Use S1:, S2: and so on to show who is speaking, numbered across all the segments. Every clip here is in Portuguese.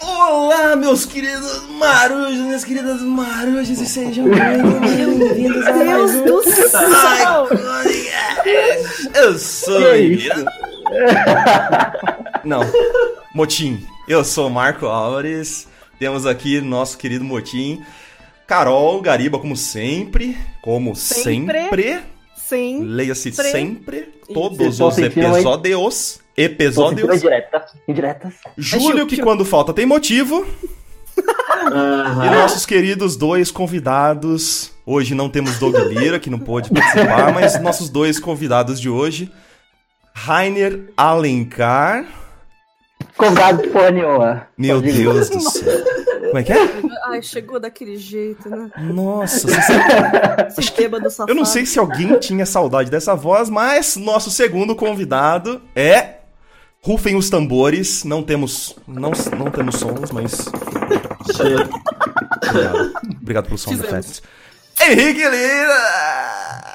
S1: Olá, meus queridos marujos, minhas queridas marujas, e sejam muito bem-vindos a mais um...
S2: Deus do céu!
S1: Ai, Eu sou o Emílio. Não, Motim. Eu sou o Marco Álvares. Temos aqui nosso querido Motim. Carol Gariba, como sempre. Como sempre.
S2: Sempre. Sim.
S1: Leia-se
S2: Sempre.
S1: sempre.
S3: Eu
S1: Todos
S3: tô
S1: os
S3: sentindo, hein?
S1: episódios.
S3: Tô sentindo
S1: Episódios.
S3: indiretas. Indiretas.
S1: Júlio, que
S2: Júlio.
S1: quando falta tem motivo.
S3: Ah.
S1: E nossos queridos dois convidados. Hoje não temos Doug Lira, que não pôde participar, mas nossos dois convidados de hoje. Rainer Alencar.
S3: Convidado de porra nenhuma.
S1: Meu
S3: Só digo.
S1: Deus do céu. Como é que é?
S2: Ai, chegou daquele jeito, né?
S1: Nossa, você sabe-
S2: Esse bêbado safado.
S1: eu não sei se alguém tinha saudade dessa voz, mas nosso segundo convidado é. Rufem os tambores. Não temos. Não, não temos sons, mas. Obrigado, Obrigado pelo sound
S2: Fizemos.
S1: effect. Henrique Lira!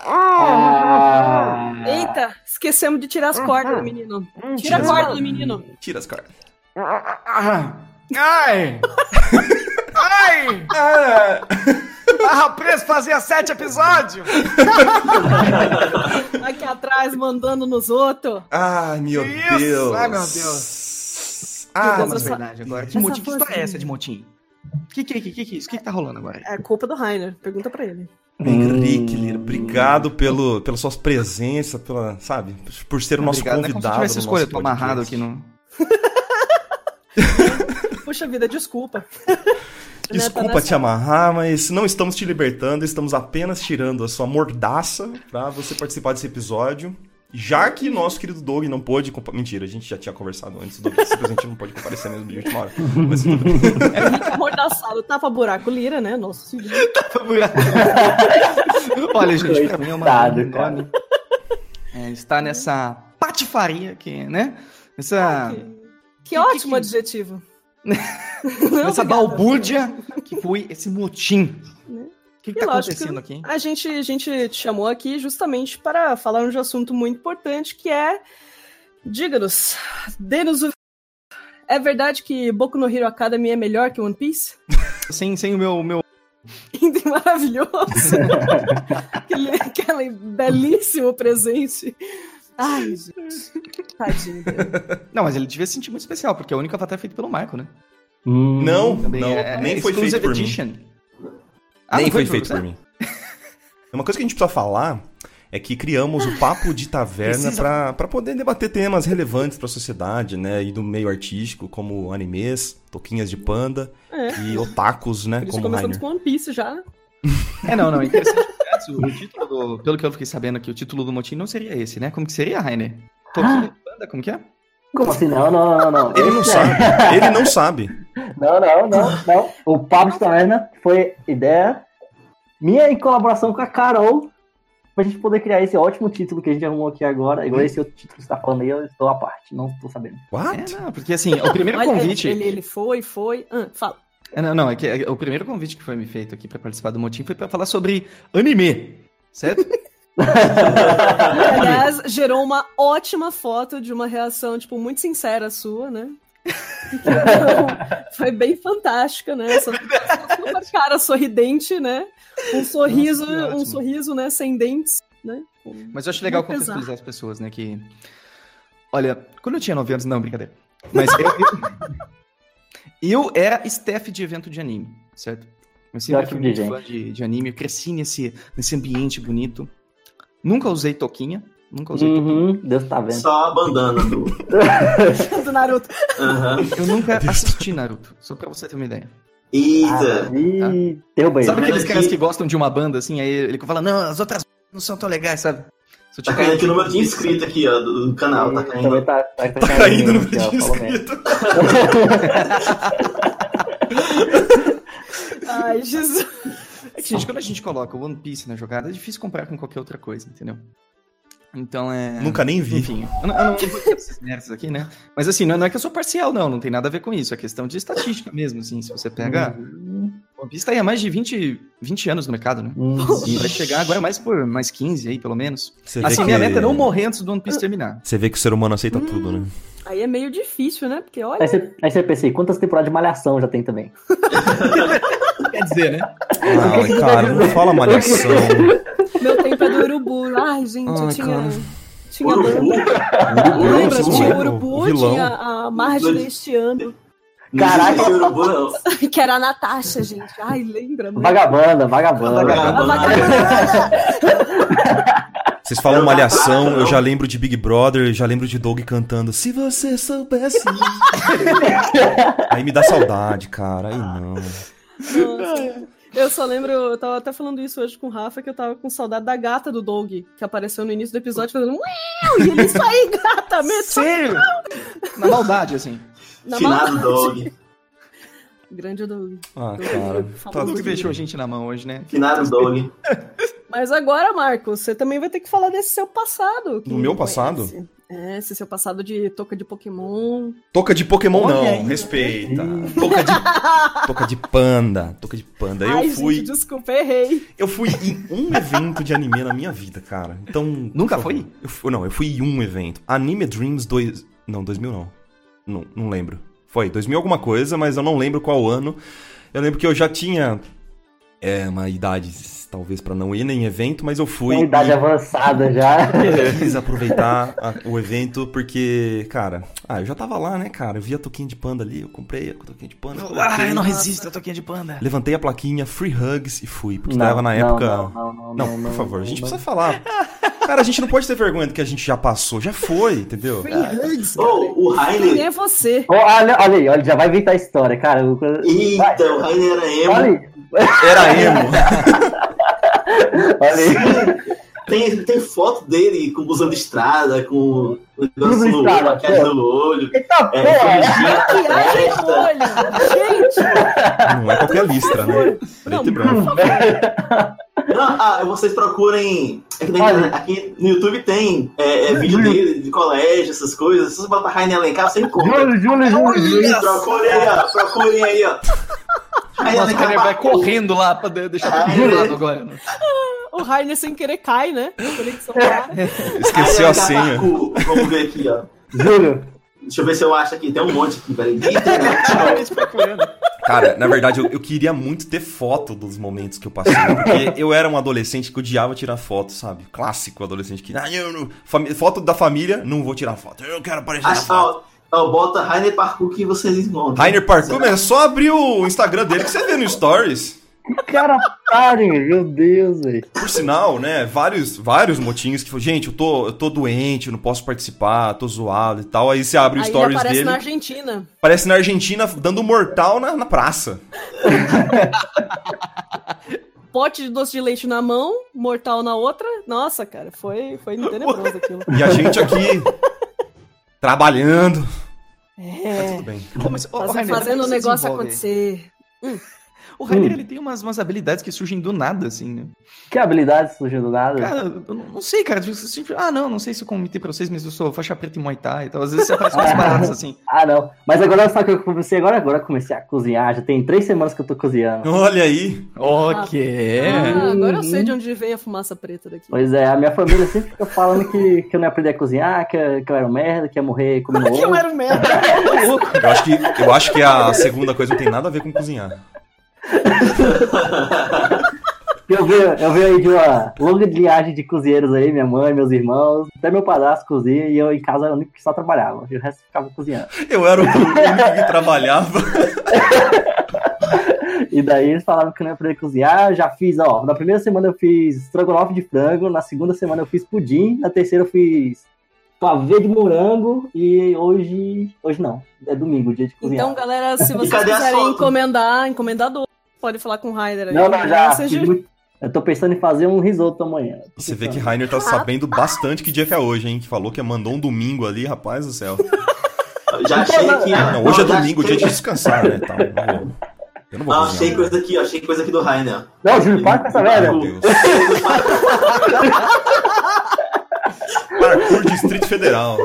S3: Ah.
S2: Eita, esquecemos de tirar as cordas do menino. Ah, tá. Hum, Tira a corda do menino.
S1: Tira as caras.
S4: Ai! Ai!
S1: Ah,
S4: Tava preso fazia sete episódios!
S2: Aqui atrás, mandando nos outros.
S1: Ai, meu
S4: Isso!
S1: Deus.
S4: Ai, meu
S1: Deus. Ah,
S2: Meu
S1: mas
S2: Deus, essa-
S4: verdade, agora.
S2: essa
S4: motim-
S2: força
S4: história é
S2: dele.
S4: motim? Que que, que que que isso? O que que tá rolando agora?
S2: É culpa do Rainer. Pergunta pra ele.
S1: Henrique Lira, obrigado pelo, pela sua presença, pela, sabe, por ser o nosso
S4: Obrigado, não é como se
S1: convidado.
S4: eu tivesse
S1: no
S4: escolha, eu
S1: nosso
S4: tô amarrado
S1: podcast.
S4: aqui no...
S2: Puxa vida, desculpa.
S1: Desculpa te amarrar, mas não estamos te libertando, estamos apenas tirando a sua mordaça pra você participar desse episódio. Já que nosso querido Doug não pôde. compa- Mentira, a gente já tinha conversado antes. O Doug simplesmente não pode comparecer mesmo de última hora. Mas tudo bem.
S2: Amordaçado, tapa buraco, Lira, né? Nosso filho.
S4: Olha, gente, pra mim é uma
S3: Coitado, cara.
S4: enorme- É, está nessa patifaria aqui, né? Essa,
S2: Ah. Que ótimo adjetivo. Não,
S4: essa
S2: obrigada.
S4: balbúrdia que foi esse motim. O que, que
S2: E
S4: tá
S2: lógico
S4: acontecendo aqui?
S2: A gente, a gente te chamou aqui justamente para falar de um assunto muito importante que é. Diga-nos, dê-nos o. É verdade que Boku no Hero Academy é melhor que One Piece?
S4: Sem, sem o meu, meu
S2: Item maravilhoso! aquele, aquele belíssimo presente. Ai, gente. Tadinho. dele.
S4: Não, mas ele devia se sentir muito especial, porque a única avatar é feita pelo Marco, né?
S3: Hum.
S1: Não,
S4: Também
S1: não,
S4: é-
S1: nem
S4: é
S1: foi feito
S4: Exclusive
S1: por mim.
S4: Edition. Ah,
S1: Nem
S4: não
S1: foi feito
S4: você?
S1: por mim. É Uma coisa que a gente precisa falar é que criamos o Papo de Taverna
S4: Precisa.
S1: pra pra poder debater temas relevantes pra sociedade, né? E do meio artístico, como animes, toquinhas de panda
S2: É.
S1: e otakus, né?
S2: Por isso
S1: Como
S2: começamos
S1: Rainer.
S2: com One Piece já.
S4: É, não, não, é interessante. né? o título do- pelo que eu fiquei sabendo aqui, o título do motim não seria esse, né? Como que seria, Rainer? Toquinho
S2: Ah.
S4: de banda, como que é?
S3: Como assim? Não, não, não, não. É,
S1: Ele não sabe, ele não sabe.
S3: Não, não, não, não. O Pablo de Taverna foi ideia minha em colaboração com a Carol pra gente poder criar esse ótimo título que a gente arrumou aqui agora. Igual esse outro título que você tá falando aí, eu estou à parte, não estou sabendo.
S4: É,
S1: What?
S4: não, porque assim, o primeiro
S2: Olha,
S4: convite.
S2: Ele, ele foi, foi. Ah, fala.
S4: É, Não, não, é que é, o primeiro convite que foi me feito aqui pra participar do motim foi pra falar sobre anime. Certo?
S2: Aliás, gerou uma ótima foto de uma reação, tipo, muito sincera sua, né? Então, foi bem fantástica, né? Essa essa super cara sorridente, né? Um sorriso,
S4: Nossa, que ótimo.
S2: um sorriso, né, sem dentes, né? Com-
S4: Mas eu acho legal
S2: Vou pesar.
S4: contextualizar as pessoas, né? Que. Olha, quando eu tinha 9 anos, não, brincadeira. Mas eu. Eu, eu era staff de evento de anime, certo? Eu sempre
S3: Pior
S4: fui
S3: que
S4: muito
S3: gente.
S4: fã de, de anime, eu cresci nesse, nesse ambiente bonito. Nunca usei toquinha. Nunca usei toquinha.
S3: Uhum, Deus tá vendo.
S5: Só a bandana do.
S2: Do Naruto.
S5: Aham.
S4: Eu nunca assisti Naruto, só pra você ter uma ideia.
S5: Eita!
S3: Ah, Ih, derrubei.
S4: Sabe aqueles
S5: Mas
S4: caras
S5: que-
S4: que gostam de uma banda, assim, aí ele fala, não, as outras não são tão legais, sabe? Só
S5: Tá
S4: tinha
S5: caindo aqui o número de inscrito aqui, ó, do, do canal, tá caindo.
S3: Também tá, tá,
S1: Tá caindo no
S3: aqui, ó,
S1: vídeo
S3: falou mesmo.
S1: inscrito.
S2: Ai, Jesus.
S4: É que, gente, quando a gente coloca o One Piece na jogada, é difícil comparar com qualquer outra coisa, entendeu? Então é.
S1: Nunca nem vi.
S4: Enfim, eu não, eu não vou ter esses nerds aqui, né? Mas assim, não é, não é que eu sou parcial, não, não tem nada a ver com isso. É questão de estatística mesmo, assim. Se você
S3: Uhum.
S4: pega. One Piece tá aí há mais de 20, 20 anos no mercado, né?
S3: Hum,
S4: E vai chegar agora mais por mais 15 aí, pelo menos.
S1: Você vê
S4: Assim,
S1: que-
S4: minha meta é não morrer antes do One Piece terminar.
S1: Você vê que o ser humano aceita tudo, né?
S2: Aí é meio difícil, né? Porque olha.
S3: Aí você, aí você pensa, e quantas temporadas de malhação já tem também?
S4: Quer dizer, né?
S1: Ai, Ah, cara, não fala malhação.
S2: Meu tempo é do urubu. Ai, gente, eu
S1: Ai,
S2: tinha.
S1: cara.
S2: Tinha
S5: Urubu?
S1: Urubu,
S2: Lembra?
S1: urubu,
S2: Tinha o
S1: urubu,
S2: urubu,
S1: vilão.
S2: tinha a Marjorie este ano,
S3: Caraca.
S5: Não existe urubu, não.
S2: que era a Natasha, gente. Ai, lembra? né?
S3: Vagabanda, vagabanda.
S4: Vagabanda.
S2: A vagabunda.
S1: Vocês falam malhação, eu já lembro de Big Brother, eu já lembro de Doug cantando Se você soubesse. Aí me dá saudade, cara. Aí não.
S2: Nossa. Eu só lembro, eu tava até falando isso hoje com o Rafa, que eu tava com saudade da gata do Doug, que apareceu no início do episódio fazendo uau, e ele, isso aí, gata, mesmo.
S4: Sério? Na maldade, assim.
S2: Na
S5: Finado
S2: maldade.
S5: dog.
S2: Grande Doug.
S1: Ah, cara. Tá
S4: Tudo que deixou a gente na mão hoje, né?
S5: Finado dog.
S2: Mas agora, Marcos, você também vai ter que falar desse seu passado. que
S1: Do meu
S2: ninguém
S1: passado?
S2: conhece. É, esse seu passado de toca de Pokémon.
S1: Toca de Pokémon
S4: Olha
S1: não,
S4: aí.
S1: respeita. Toca de, toca de panda, toca de panda. Eu
S2: Ai,
S1: fui,
S2: gente, desculpa, errei.
S1: eu fui em um evento de anime na minha vida, cara. Então,
S4: Nunca
S1: por favor.
S4: foi?
S1: Eu fui- não, eu fui em um evento. Anime Dreams 2, não, 2000 não. Não, não lembro. Foi 2000 alguma coisa, mas eu não lembro qual ano. Eu lembro que eu já tinha é, uma idade talvez pra não ir nem evento, mas eu fui.
S3: Tem idade
S1: e-
S3: avançada já.
S1: quis aproveitar a- o evento porque, cara, ah, eu já tava lá, né, cara? Eu vi a toquinha de panda ali, eu comprei a toquinha de panda.
S4: Ah, eu não
S1: Coloquei,
S4: resisto, eu toquinha de panda.
S1: levantei a plaquinha, free hugs e fui, porque
S3: Não,
S1: tava na
S3: não,
S1: época.
S3: Não, não, não,
S1: Não,
S3: não, não,
S1: por favor, a gente
S3: não.
S1: precisa falar. Cara, a gente não pode ter vergonha do que a gente já passou, já foi, entendeu?
S5: Ou o
S2: Quem
S5: Rainer.
S2: é você?
S3: Ó, Olha, ah, olha aí, olha, já vai inventar a história, cara. Eu- Vai,
S5: Eita, o Rainer era
S3: Olha
S5: emo.
S3: aí,
S1: Era emo.
S3: olha aí.
S5: Tem, tem foto dele com busão de estrada, com
S3: Blusão
S5: negócio
S3: de
S5: no
S3: estrada,
S5: olho, maquiagem
S3: pô.
S5: no olho.
S3: Eita
S5: É,
S3: porra!
S2: Maquiagem no olho. Gente,
S1: Não é qualquer listra, né? Preto e branco.
S5: Não, ah, vocês procurem. é que na
S3: Olha.
S5: internet- Aqui no YouTube tem é, é vídeo dele de colégio, essas coisas. Se você botar Rainer Alencar, você encontra.
S3: Júlio, Júlio, Júlio, Júlio.
S5: É um Procurem aí, ó. Procurem aí, ó. Rainer
S4: Nossa, o Kenner vai
S5: Alencar.
S4: correndo lá pra de- deixar todo mundo do lado agora.
S2: o Rainer sem querer cai, né? A conexão
S1: É.
S2: cai.
S1: Esqueceu a
S5: Rainer Alencar
S1: senha.
S5: Pacu. Vamos ver aqui, ó.
S3: Júlio.
S5: Deixa eu ver se eu acho aqui. Tem um monte aqui, peraí. Literalmente.
S1: Cara, na verdade, eu, eu queria muito ter foto dos momentos que eu passei. Porque eu era um adolescente que odiava tirar foto, sabe? Clássico adolescente que. Ah, eu não- fami- foto da família, não vou tirar foto. Eu quero aparecer na
S5: Ah,
S1: foto.
S5: ó, ó, bota Rainer Parkour que vocês encontram.
S1: Rainer Parkour, mas é só abrir o Instagram dele que você vê no Stories.
S3: Cara, parem, meu Deus, velho.
S1: Por sinal, né? Vários, vários motinhos que falam, gente, eu tô, eu tô doente, eu não posso participar, tô zoado e tal. Aí você abre o
S2: Aí ele
S1: Stories
S2: aparece
S1: dele.
S2: na Argentina.
S1: Parece na Argentina dando mortal na, na praça.
S2: Pote de doce de leite na mão, mortal na outra. Nossa, cara, foi, foi tenebroso aquilo.
S1: E a gente aqui. Trabalhando. Tá
S2: É.
S1: Tudo bem.
S4: Pô, mas, ô, ô,
S2: Faz-
S4: Rainer,
S2: fazendo
S4: como
S2: o
S4: você
S2: negócio
S4: desenvolve?
S2: acontecer.
S4: O Rainer, ele tem umas, umas habilidades que surgem do nada, assim, né?
S3: Que habilidade surgiu do nada.
S4: Cara, eu não não sei, cara. tipo, você sempre- ah, não, não sei se eu comentei pra vocês, mas eu sou faixa preta em Muay Thai e tal. Às vezes você aparece umas paradas assim.
S3: Ah, não. Mas agora sabe o que eu comecei agora? Agora eu comecei a cozinhar. Já tem três semanas que eu tô cozinhando.
S1: Olha aí.
S4: Ok.
S2: Ah, agora eu sei
S3: Uhum.
S2: de onde vem a fumaça preta daqui.
S3: Pois é, a minha família sempre fica falando que, que eu não ia aprender a cozinhar, que, eu- que eu era um merda, que ia morrer comendo
S2: Que eu
S3: ovo.
S2: era um merda.
S1: Eu acho, que, eu acho que a segunda coisa não tem nada a ver com cozinhar.
S3: Eu venho, eu venho aí de uma longa viagem de cozinheiros aí, minha mãe, meus irmãos, até meu padrasto cozinha e eu em casa era o único que só trabalhava. E o resto ficava cozinhando.
S1: Eu era o único que trabalhava.
S3: E daí eles falavam que eu não ia aprender a cozinhar, eu já fiz, ó, na primeira semana eu fiz estrogonofe de frango, na segunda semana eu fiz pudim, na terceira eu fiz pavê de morango e hoje, hoje não, é domingo, dia de cozinhar.
S2: Então, galera, se vocês
S5: cadê a
S2: quiserem
S5: foto?
S2: encomendar, encomendador, pode falar com o Rainer aí.
S3: não, não, já,
S2: Vocês
S3: fiz muito- eu tô pensando em fazer um risoto amanhã.
S1: Você vê que Rainer tá sabendo bastante que dia que é hoje, hein? Que falou que mandou um domingo ali, rapaz do céu.
S5: Já achei aqui, ó.
S1: Não, hoje é
S5: já
S1: domingo, dia
S5: achei-
S1: de descansar, né? Tá, eu não vou- eu não vou
S5: Ah,
S1: cozinhar.
S5: achei coisa aqui, ó. Achei coisa aqui do Rainer. ó.
S3: Não, Júlio, para com essa
S1: Ai,
S3: merda.
S1: Meu Deus. Parkour de Street Federal.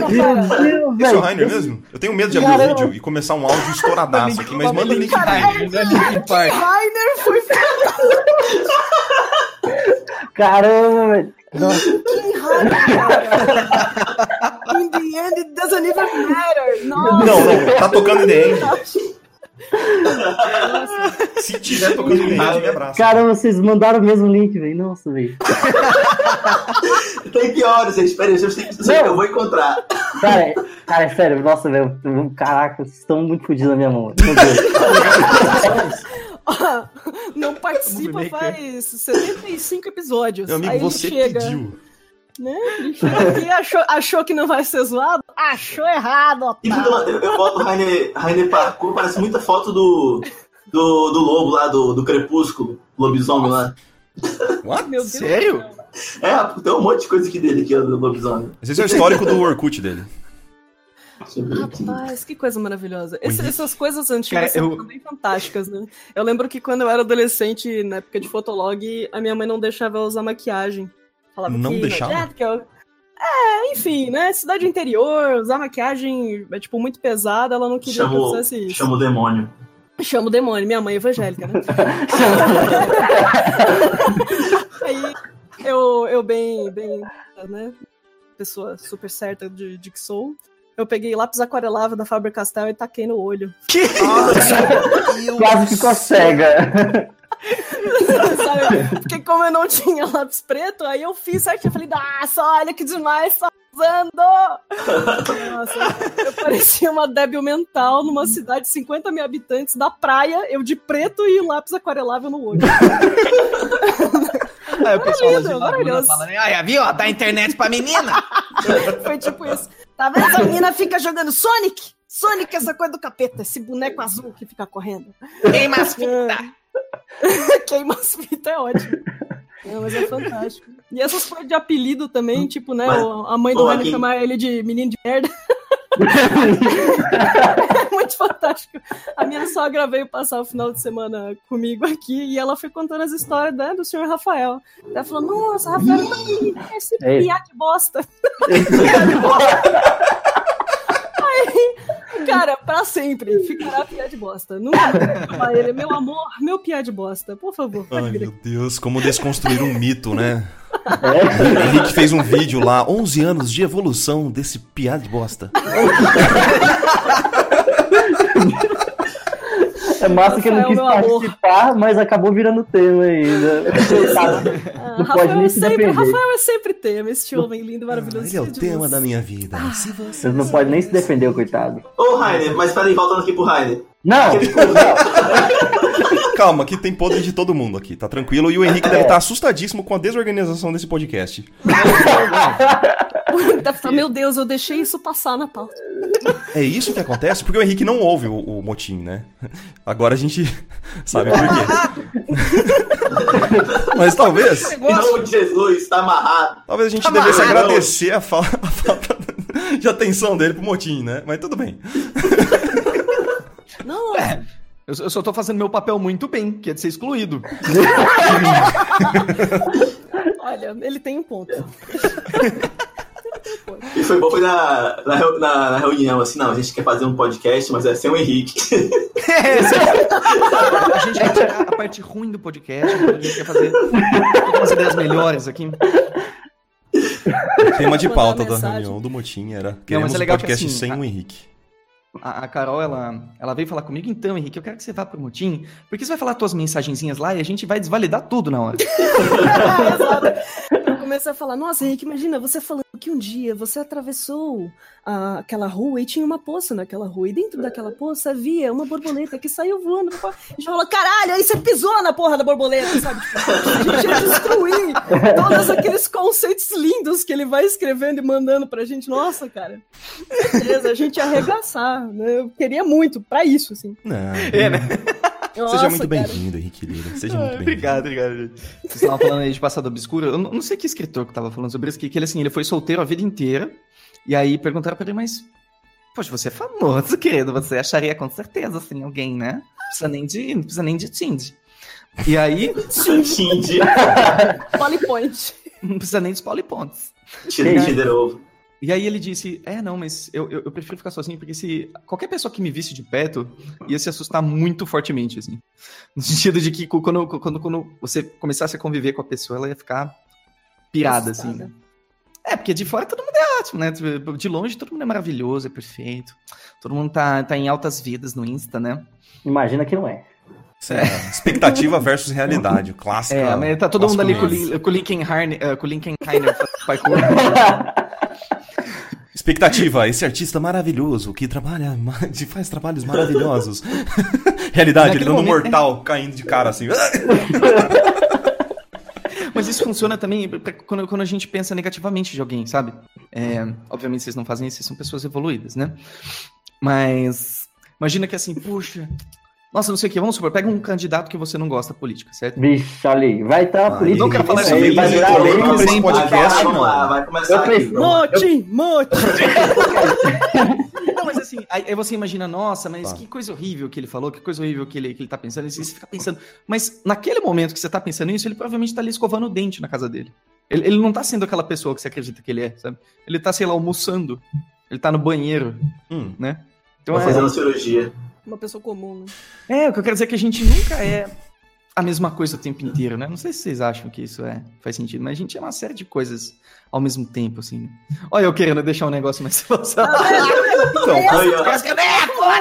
S2: Não,
S3: Meu
S2: cara.
S3: Deus,
S1: Esse é o
S3: velho.
S1: Rainer mesmo? Eu tenho medo de abrir o
S3: Caramba.
S1: vídeo e começar um áudio estouradaço aqui, mas manda o link.
S4: Rainer, né, Linkin Park.
S2: Rainer foi
S3: Caramba, velho.
S2: Que raro, cara. In the end, it doesn't even matter.
S1: Não,
S2: Nossa.
S1: não, tá tocando ideia.
S2: Nossa.
S1: Se tiver tocando ideia, me abraça.
S3: Cara, vocês mandaram o mesmo link, velho. Nossa, velho.
S5: Tem piores, gente. Espera aí, eu tenho que dizer que eu vou encontrar.
S3: Cara, é- cara, é sério, nossa, velho. Caraca, vocês estão muito fodidos na minha mão. velho. Meu Deus.
S2: Ó, Não participa
S4: Troublemaker.
S2: faz 75 episódios.
S1: Meu amigo,
S2: Aí ele
S1: você
S2: chega,
S1: pediu.
S2: né? Ele chega aqui, achou, achou que não vai ser zoado? Achou errado,
S5: E
S2: otário.
S5: tudo lá, eu, eu boto Rainer, Rainer Parkour, parece muita foto do, do, do lobo lá, do, do crepúsculo, lobisomem lá.
S1: What?
S2: Meu Deus.
S4: Sério?
S5: É, tem um monte de coisa aqui dele aqui, ó, do lobisomem.
S1: Esse é o histórico do Orkut dele.
S5: Deixa eu
S2: Ah,
S5: ver aqui.
S2: Rapaz, que coisa maravilhosa.
S1: Oi.
S2: Esse- essas coisas antigas
S4: Cara, eu-
S2: são bem fantásticas, né? Eu lembro que quando eu era adolescente, na época de fotolog, a minha mãe não deixava eu usar maquiagem. Falava
S1: Não
S2: que
S1: deixava?
S2: nojento, que eu- É, enfim, né? Cidade interior, usar maquiagem é, tipo, muito pesada, ela não queria que eu
S5: Chamou,
S2: usasse isso.
S5: chamou o demônio.
S2: Chama o demônio, minha mãe é evangélica, né? Aí eu, eu bem, bem, né? Pessoa super certa de, de que sou. Eu peguei lápis aquarelável da Faber Castell e taquei no olho.
S3: Quase ficou cega.
S2: Sabe? Porque como eu não tinha lápis preto, aí eu fiz certinho. Eu falei, nossa, olha que demais, tá usando! Nossa, eu parecia uma débil mental numa cidade de 50 mil habitantes, da praia, eu de preto e lápis aquarelável no olho.
S4: Aí o pessoal lá de
S2: Maravilhoso,
S4: Laguna
S2: maravilhoso.
S4: falando, olha, viu? ó, Dá internet pra menina.
S2: Foi tipo isso. Tá vendo? Essa menina fica jogando Sonic! Sonic, é essa coisa do capeta, esse boneco azul que fica correndo.
S4: Queima as fitas.
S2: Queima as fitas, é ótimo. É, mas é fantástico. E essas coisas de apelido também, tipo, né?
S5: Mas-
S2: o- a mãe do
S5: Ô,
S2: Rani
S5: aqui-
S2: chamar ele de menino de merda. É muito fantástico. A minha sogra veio passar o final de semana comigo aqui e ela foi contando as histórias né, do senhor Rafael. Ela falou: Nossa, Rafael, é esse
S3: É ele.
S2: piá de bosta. Cara, pra sempre. Ficará piá de bosta. Nunca vou chamar ele. Meu amor, meu piá de bosta. Por favor, Ah, pode
S1: Ai,
S2: vir
S1: meu
S2: aqui.
S1: Deus, como desconstruir um mito, né?
S3: É.
S1: O Henrique fez um vídeo lá, 11 anos de evolução desse piada de bosta.
S3: É massa que ele
S2: Rafael,
S3: não quis
S2: meu amor.
S3: participar, mas acabou virando tema ainda. Coitado.
S2: Ah,
S3: Não pode
S2: Rafael,
S3: nem
S2: é
S3: se
S2: sempre,
S3: defender.
S2: Rafael é sempre tema. Este homem lindo, maravilhoso. Ah.
S1: Ele é o
S2: cheio de
S1: tema
S2: luz.
S1: da minha vida.
S3: Você não pode nem se defender, o coitado.
S5: Ô, Rainer, mas peraí, voltando aqui pro Rainer.
S3: Não!
S1: Calma, que tem podre de todo mundo aqui, tá tranquilo? E o Henrique
S4: É.
S1: deve estar assustadíssimo com a desorganização desse podcast.
S2: Deve falar, Meu Deus, eu deixei isso passar na pauta.
S1: É isso que acontece? Porque o Henrique não ouve o, o motim, né? Agora a gente sabe por quê. Mas talvez,
S5: Em nome de Jesus, está amarrado.
S1: talvez a gente
S4: Tá
S1: devesse
S4: amarrado.
S1: agradecer a fala- a falta de atenção dele pro motim, né? Mas tudo bem.
S2: Não,
S4: Eu, eu só tô fazendo meu papel muito bem, que é de ser excluído.
S2: olha, ele tem um ponto.
S5: E foi bom, foi na, na, reu- na- na reunião, assim, não, a gente quer fazer um podcast, mas é sem o Henrique.
S4: É, a gente quer tirar a parte ruim do podcast, então a gente quer fazer umas ideias melhores aqui.
S1: O tema de
S2: Mandar uma
S1: pauta da
S2: mensagem.
S1: reunião do motim era queremos
S4: é
S1: um
S4: legal que
S1: podcast
S4: assim,
S1: sem
S4: a-
S1: o Henrique.
S4: A, a Carol, ela, ela veio falar comigo, então, Henrique, eu quero que você vá pro motim, porque você vai falar tuas mensagenzinhas lá e a gente vai desvalidar tudo na hora.
S2: É, exato. Eu comecei a falar, nossa, Henrique, imagina você falando que um dia você atravessou ah, aquela rua e tinha uma poça naquela rua, e dentro daquela poça havia uma borboleta que saiu voando. pra fora. A gente falou, caralho, aí você pisou na porra da borboleta, sabe? Tipo, A gente ia destruir todos aqueles conceitos lindos que ele vai escrevendo e mandando pra gente. Nossa, cara, certeza, a gente ia arregaçar. Né? Eu queria muito pra isso, assim.
S1: Não,
S4: né?
S1: Seja
S2: Nossa,
S1: muito
S2: cara.
S1: bem-vindo, Henrique Lira. Seja muito bem-vindo.
S4: obrigado, gente. Vocês estavam falando aí de passado obscuro. Eu não não sei que escritor que tava falando sobre isso, que que ele assim, ele foi solteiro a vida inteira. E aí perguntaram pra ele, mas. Poxa, você é famoso, querido. Você acharia com certeza, assim, alguém, né? Não precisa nem de, não precisa nem de Tinder. E aí,
S5: Tinder,
S2: Polly Point.
S4: não precisa nem dos polipontos.
S5: Tinder, Tinder é ovo.
S4: E aí ele disse, é, não, mas eu, eu, eu prefiro ficar sozinho, porque se qualquer pessoa que me visse de perto ia se assustar muito fortemente, assim. No sentido de que quando, quando, quando você começasse a conviver com a pessoa, ela ia ficar pirada, assim. né? É, porque de fora todo mundo é ótimo, né? Tipo, De longe todo mundo é maravilhoso, é perfeito. Todo mundo tá, tá em altas vidas no Insta, né?
S3: Imagina que não é.
S1: Sei lá, expectativa versus realidade, o clássico.
S4: É, mas tá todo mundo ali com o
S1: mesmo.
S4: Lin- com o Linkenheim, eh, com o Linkenheim, parkour.
S1: Expectativa, esse artista maravilhoso que trabalha, ma- de- faz trabalhos maravilhosos. Realidade, ele
S4: Naquele
S1: dando um
S4: momento, né?
S1: mortal, caindo de cara assim.
S4: Mas isso funciona também pra- quando, quando a gente pensa negativamente de alguém, sabe? É, obviamente vocês não fazem isso, vocês são pessoas evoluídas, né? Mas imagina que assim, puxa, nossa, não sei o que, vamos supor, pega um candidato que você não gosta da política, certo?
S3: Vixe, olha aí. Vai estar
S1: Ah,
S3: a política.
S4: não quero falar
S3: aí,
S4: sobre
S3: Vai
S4: isso,
S3: virar
S4: polêmica
S3: lei,
S4: polêmica
S3: vai
S1: nesse
S3: virar
S1: podcast,
S3: lei.
S5: Vamos lá, vai começar
S3: Eu
S5: aqui.
S3: pensei-
S5: vamos.
S2: Mote, mote!
S4: Não, mas assim, aí, aí você imagina, nossa, mas
S1: Tá.
S4: que coisa horrível que ele falou, que coisa horrível que ele, que ele tá pensando, e você fica pensando. Mas naquele momento que você tá pensando isso, ele provavelmente tá ali escovando o dente na casa dele. Ele, ele não tá sendo aquela pessoa que você acredita que ele é, sabe? Ele tá, sei lá, almoçando. Ele tá no banheiro,
S1: Hum,
S4: né? Então,
S5: Vou fazer uma cirurgia.
S2: Uma pessoa comum, né?
S4: É, o que eu quero dizer é que a gente nunca é a mesma coisa o tempo inteiro, né? Não sei se vocês acham que isso é, faz sentido, mas a gente é uma série de coisas ao mesmo tempo, assim. né? Olha, eu querendo deixar um negócio mais filosófico.
S2: né?
S1: então,
S5: Aí, ó.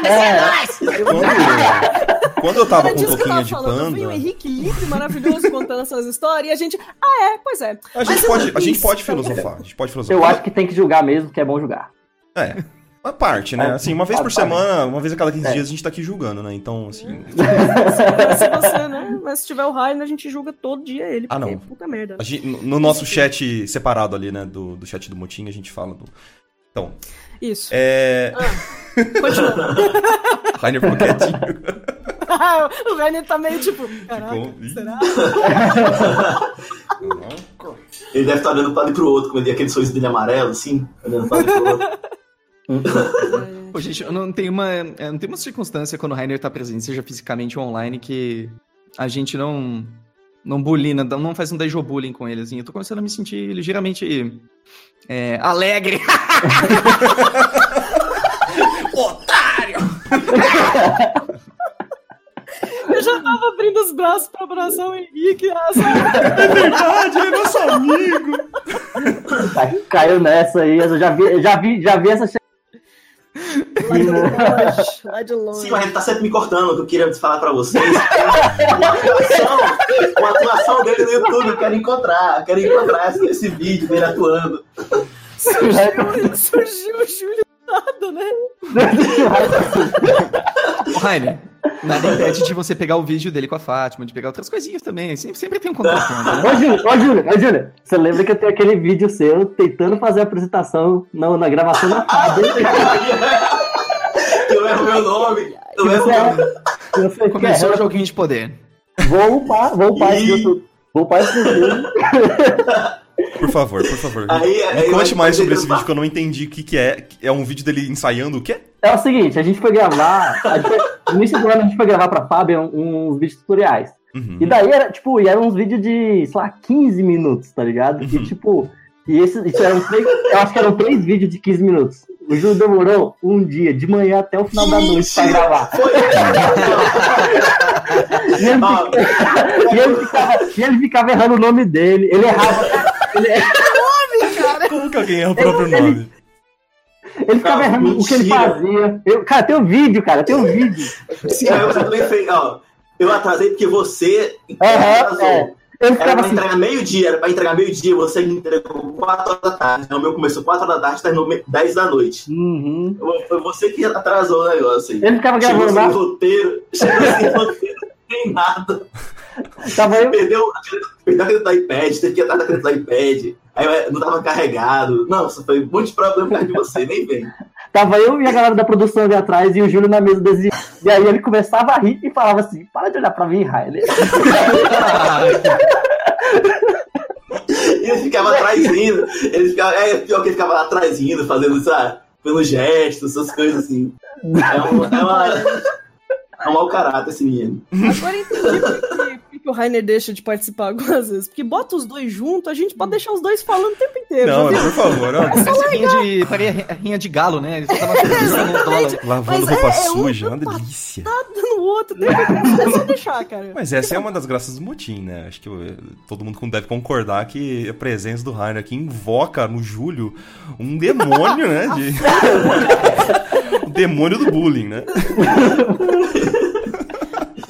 S3: É,
S1: quando, quando eu tava
S2: Era
S1: com um
S2: disso que eu
S1: toquinho
S2: tava
S1: de
S2: falando. Vem o
S1: panda,
S2: Henrique livre, maravilhoso, contando essas histórias, e a gente. Ah, é, pois é.
S1: a
S2: Mas
S1: gente
S2: eu
S1: pode,
S2: não
S1: a gente
S2: fiz.
S1: pode filosofar. A gente pode filosofar.
S3: Eu acho que tem que julgar mesmo, que é bom julgar.
S1: É. Uma parte, né? Assim, uma vez por
S3: Uma parte.
S1: semana, uma vez a cada 15
S3: É.
S1: dias, a gente tá aqui julgando, né? Então,
S4: É.
S1: assim.
S2: Se você, né? Mas se tiver o Ryan, a gente julga todo dia ele.
S1: Ah,
S2: porque é
S1: não.
S2: Puta merda.
S1: a gente- no- no nosso chat separado ali, né? Do, do chat do Motim, a gente fala do. Então,
S2: Isso.
S1: é.
S2: Continua.
S1: Rainer ficou quietinho.
S2: o Ryan tá meio tipo. Caraca,
S1: Ficou- Ih.
S2: será?
S5: Ele deve estar olhando para um lado e pro outro, com ele- aquele sorriso dele amarelo, assim, olhando para pro outro.
S4: Pô, gente, eu não tem uma, é, não tem uma circunstância quando o Rainer tá presente, seja fisicamente ou online, que a gente não não bulina, não não faz um dejo bullying com ele, assim. Eu tô começando a me sentir ligeiramente é, alegre.
S1: Tipo,
S2: Eu já tava abrindo os braços pra abraçar o Henrique. Ah, sabe?
S1: É verdade, ele é nosso amigo.
S3: Tá, Caiu nessa aí, eu já vi, já vi, já vi essa
S2: Lá de longe. Lá de longe.
S5: Sim, mas ele tá sempre me cortando, o que eu queria falar para vocês. Uma atuação, uma atuação dele no YouTube, eu quero encontrar, eu quero encontrar esse, esse vídeo dele atuando.
S2: Surgiu, surgiu o Júlio do nada, né?
S4: Ô, Rainer, nada impede de você pegar o vídeo dele com a Fátima, de pegar outras coisinhas também. Sempre, sempre tem um contraponto, né?
S3: Ô, Júlio, ô, Júlio, ô, Júlio, você lembra que eu tenho aquele vídeo seu tentando fazer a apresentação na, na gravação da tarde?
S5: Eu erro meu nome, eu erro
S3: Você,
S5: meu nome.
S3: você
S4: Começou o
S3: é, quer,
S4: joguinho de poder.
S3: vou upar, vou upar esse
S5: Ih.
S3: YouTube. Vou upar esse vídeo.
S1: Por favor, por favor.
S5: Aí- aí
S1: Me conte
S5: eu-
S1: mais sobre
S5: eu-
S1: esse vídeo que eu não entendi o que, que é. É um vídeo dele ensaiando o quê?
S3: É o seguinte, a gente foi gravar, a gente foi, no início do ano a gente foi gravar pra Fábio um- uns vídeos tutoriais.
S1: Uhum.
S3: E daí era, tipo, e eram uns vídeos de, sei lá, 15 minutos, tá ligado?
S5: Uhum.
S3: E tipo, e esse, isso eram três, eu acho que eram três vídeos de 15 minutos. O Júlio demorou um dia, de manhã até o final da noite pra
S5: Mentira!
S3: gravar. E ele,
S5: Ó,
S3: e, ele ficava, e ele ficava errando o nome dele, ele errava,
S1: Como que alguém erra o próprio
S3: ele-
S1: nome?
S3: ele ficava
S5: Cara,
S3: errando o que ele
S5: mentira.
S3: fazia. Eu, cara, tem um vídeo, cara, tem um vídeo.
S5: Sim, aí eu também fez, ó. Eu atrasei porque você
S3: Aham, é. Ele
S5: Era
S3: ficava
S5: pra
S3: assim,
S5: entregar meio-dia, era pra entregar meio-dia, você me entregou 4 horas da tarde. né? O meu começou 4 horas da tarde, terminou me- 10 da noite.
S3: uhum.
S5: Foi você que atrasou o negócio aí.
S3: Ele ficava
S5: Chegou
S3: gravando
S5: sem
S3: lá,
S5: roteiro, chegou sem roteiro, sem nada.
S3: tava eu,
S5: Perdeu, perdeu a caneta do iPad, teve que entrar na caneta do iPad. Aí eu não tava carregado. Não, isso foi um monte de problema por causa de você, nem vem.
S3: Tava eu e a galera da produção ali atrás e o Júlio na mesa desenhando. E aí ele começava a rir e falava assim: para de olhar pra mim, Rainer.
S5: E ele ficava atrás rindo. Ele ficava, é pior que ele ficava lá atrás rindo, fazendo, sabe, pelos gestos, essas coisas assim. É um, é uma, é um mau caráter esse menino.
S2: Agora eu entendi por que- por que o Rainer deixa de participar algumas vezes. Porque bota os dois juntos, a gente pode deixar os dois falando o tempo inteiro.
S1: Hum. Não,
S2: já
S1: é
S2: viu?
S1: por favor. ó.
S4: Essa rinha de, parecia rinha de galo, né? Ele só tava-
S1: Lavando
S2: Mas é-
S1: roupa
S2: é um
S1: suja, uma delícia.
S2: dando o outro. Tem que só deixar, cara.
S1: Mas essa é uma das graças do motim, né? Acho que eh, todo mundo deve concordar que a presença do Rainer aqui invoca no Júlio um demônio, né? De... o demônio do bullying, né?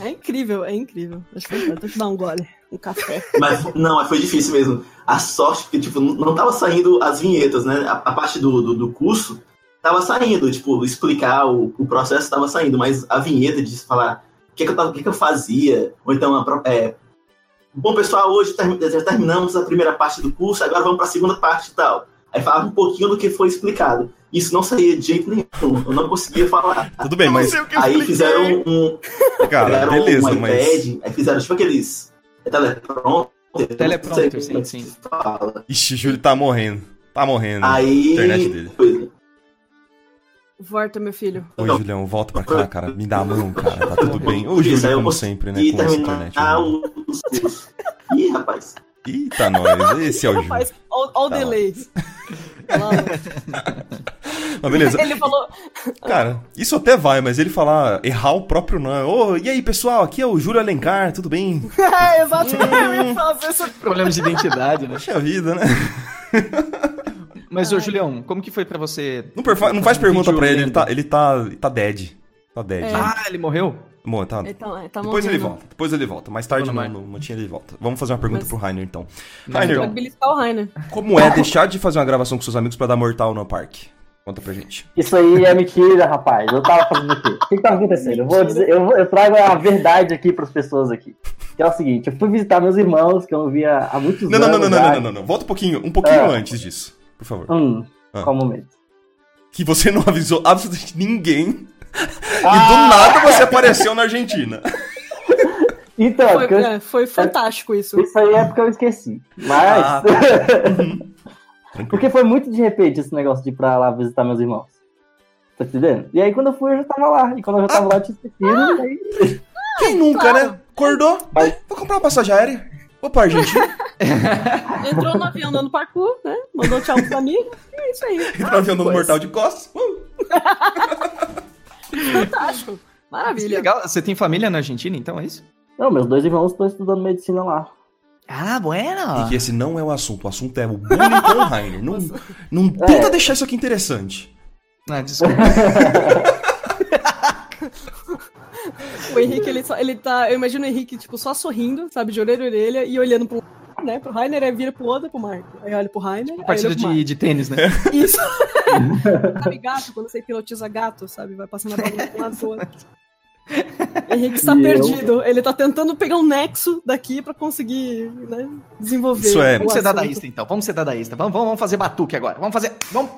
S2: É incrível, é incrível. Acho que eu tenho que dar um gole, um café.
S5: Mas não, mas foi difícil mesmo. A sorte, porque tipo, não não tava saindo as vinhetas, né? A, a parte do, do, do curso tava saindo, tipo, explicar o, o processo tava saindo, mas a vinheta de falar o que, que, eu, tava, o que, que eu fazia, ou então a, pro- é, Bom, pessoal, hoje termi- já terminamos a primeira parte do curso, agora vamos para a segunda parte e tal. Aí falava um pouquinho do que foi explicado. Isso não saía de jeito nenhum, eu não conseguia falar. Então,
S1: Tudo bem, mas,
S5: Aí fizeram um,
S1: cara,
S5: fizeram um
S1: beleza,
S5: iPad,
S1: mas.
S5: aí fizeram tipo aqueles é teleprompter.
S4: Teleprompter,
S5: não sei
S4: sim,
S5: como é que
S4: sim.
S5: se fala.
S1: Ixi, o Júlio tá morrendo. Tá morrendo.
S5: Aí.
S1: Internet dele.
S5: Pois é.
S2: Volta, meu filho.
S1: Oi, Julião, volta pra cá, cara. Me dá a mão, cara. Tá tudo bem. Ô,
S5: Isso, é, aí
S1: Júlio,
S5: eu
S1: como
S5: consegui
S1: sempre, né?
S5: E
S1: Com essa
S5: terminar
S1: internet. horrível.
S5: os cursos. Ih, rapaz.
S1: Eita, nós. Esse é o Júlio.
S2: Rapaz, olha o
S1: Tá lá.
S2: delay. Olha lá, ó.
S1: Mas beleza.
S2: Ele falou.
S1: Cara, isso até vai, mas ele falar, errar o próprio nome. Ô, e aí, pessoal, aqui é o Júlio Alencar, tudo bem?
S2: É, exatamente. Eu ia fazer isso.
S1: Tá.
S4: Problema de identidade, né?
S1: Poxa vida, né?
S4: Mas, ô, Julião, como que foi pra você?
S1: Não, perfa- não faz
S4: Um
S1: pergunta
S4: vídeo
S1: pra ele, ele
S4: lendo.
S1: tá, ele tá, tá dead. Tá dead. né?
S2: É.
S4: Ah, ele morreu?
S1: Bom, tá.
S2: Então, é, tá
S1: Depois ele
S2: morrendo.
S1: volta, depois ele volta. Mais tarde
S4: Vamos
S1: não,
S4: lá.
S1: no motinho ele volta. Vamos fazer uma pergunta
S2: Mas-
S1: pro Rainer então.
S4: Não,
S1: Rainer,
S2: Vai beliscar o Rainer.
S1: como é deixar de fazer uma gravação com seus amigos pra dar mortal no parque? Conta pra gente.
S3: Isso aí é mentira, rapaz. Eu tava fazendo o quê? O que, que tava acontecendo? Eu, vou dizer, eu, vou- eu trago a verdade aqui pras pessoas aqui. Que é o seguinte, eu fui visitar meus irmãos, que eu não via há muitos
S1: Não, não,
S3: anos.
S1: não, não, não,
S3: já.
S1: não, não, não. Volta um pouquinho, um pouquinho
S3: É.
S1: antes disso, por favor.
S3: Hum,
S1: Ah.
S3: qual momento?
S1: Que você não avisou absolutamente ninguém e do
S3: Ah,
S1: nada você apareceu na Argentina.
S3: Então,
S2: Foi,
S3: porque eu-
S2: é, foi fantástico isso.
S3: isso aí é porque eu esqueci. Mas...
S1: Ah,
S3: Uhum. Porque foi muito de repente esse negócio de ir pra lá visitar meus irmãos. Tá entendendo? E aí quando eu fui, eu já tava lá. E quando eu já tava lá, eu tinha esquecido. e aí...
S1: Quem nunca,
S2: claro.
S1: né? Acordou,
S3: Mas-
S1: vou comprar uma passagem aérea. Vou pra Argentina,
S2: Entrou no avião dando parkour, né? Mandou tchau pros amigos. E é isso aí.
S1: entrar no avião do Mortal de Costas. Uh,
S2: Fantástico.
S4: Que
S2: Maravilha.
S4: legal. Você tem família na Argentina, então, é isso?
S3: Não, meus dois irmãos estão estudando medicina lá.
S4: Ah,
S1: E
S4: bueno.
S1: que esse não é o assunto, o assunto é o bullying com o Rainer. Não, não
S4: É.
S1: tenta deixar isso aqui interessante.
S4: Ah, desculpa.
S2: O Henrique, ele, só, ele tá. Eu imagino o Henrique, tipo, só sorrindo, sabe, de orelha a orelha e olhando pro. Né, pro Rainer, aí vira pro outro, pro Marco. Aí olha pro Rainer.
S1: Tipo,
S2: aí olha
S4: Partida
S2: pro Marco.
S4: de, de tênis, né?
S2: Isso. sabe gato, quando você hipnotiza gato, sabe? Vai passando a bola de um lado pro outro. Henrique está
S3: E eu?
S2: perdido. Ele tá tentando pegar um nexo daqui pra conseguir né, desenvolver.
S1: Isso é-
S2: o
S4: Vamos ser
S2: assunto.
S4: dadaísta, então. Vamos ser dadaísta. Vamos, vamos, vamos fazer batuque agora. Vamos fazer. Vamos.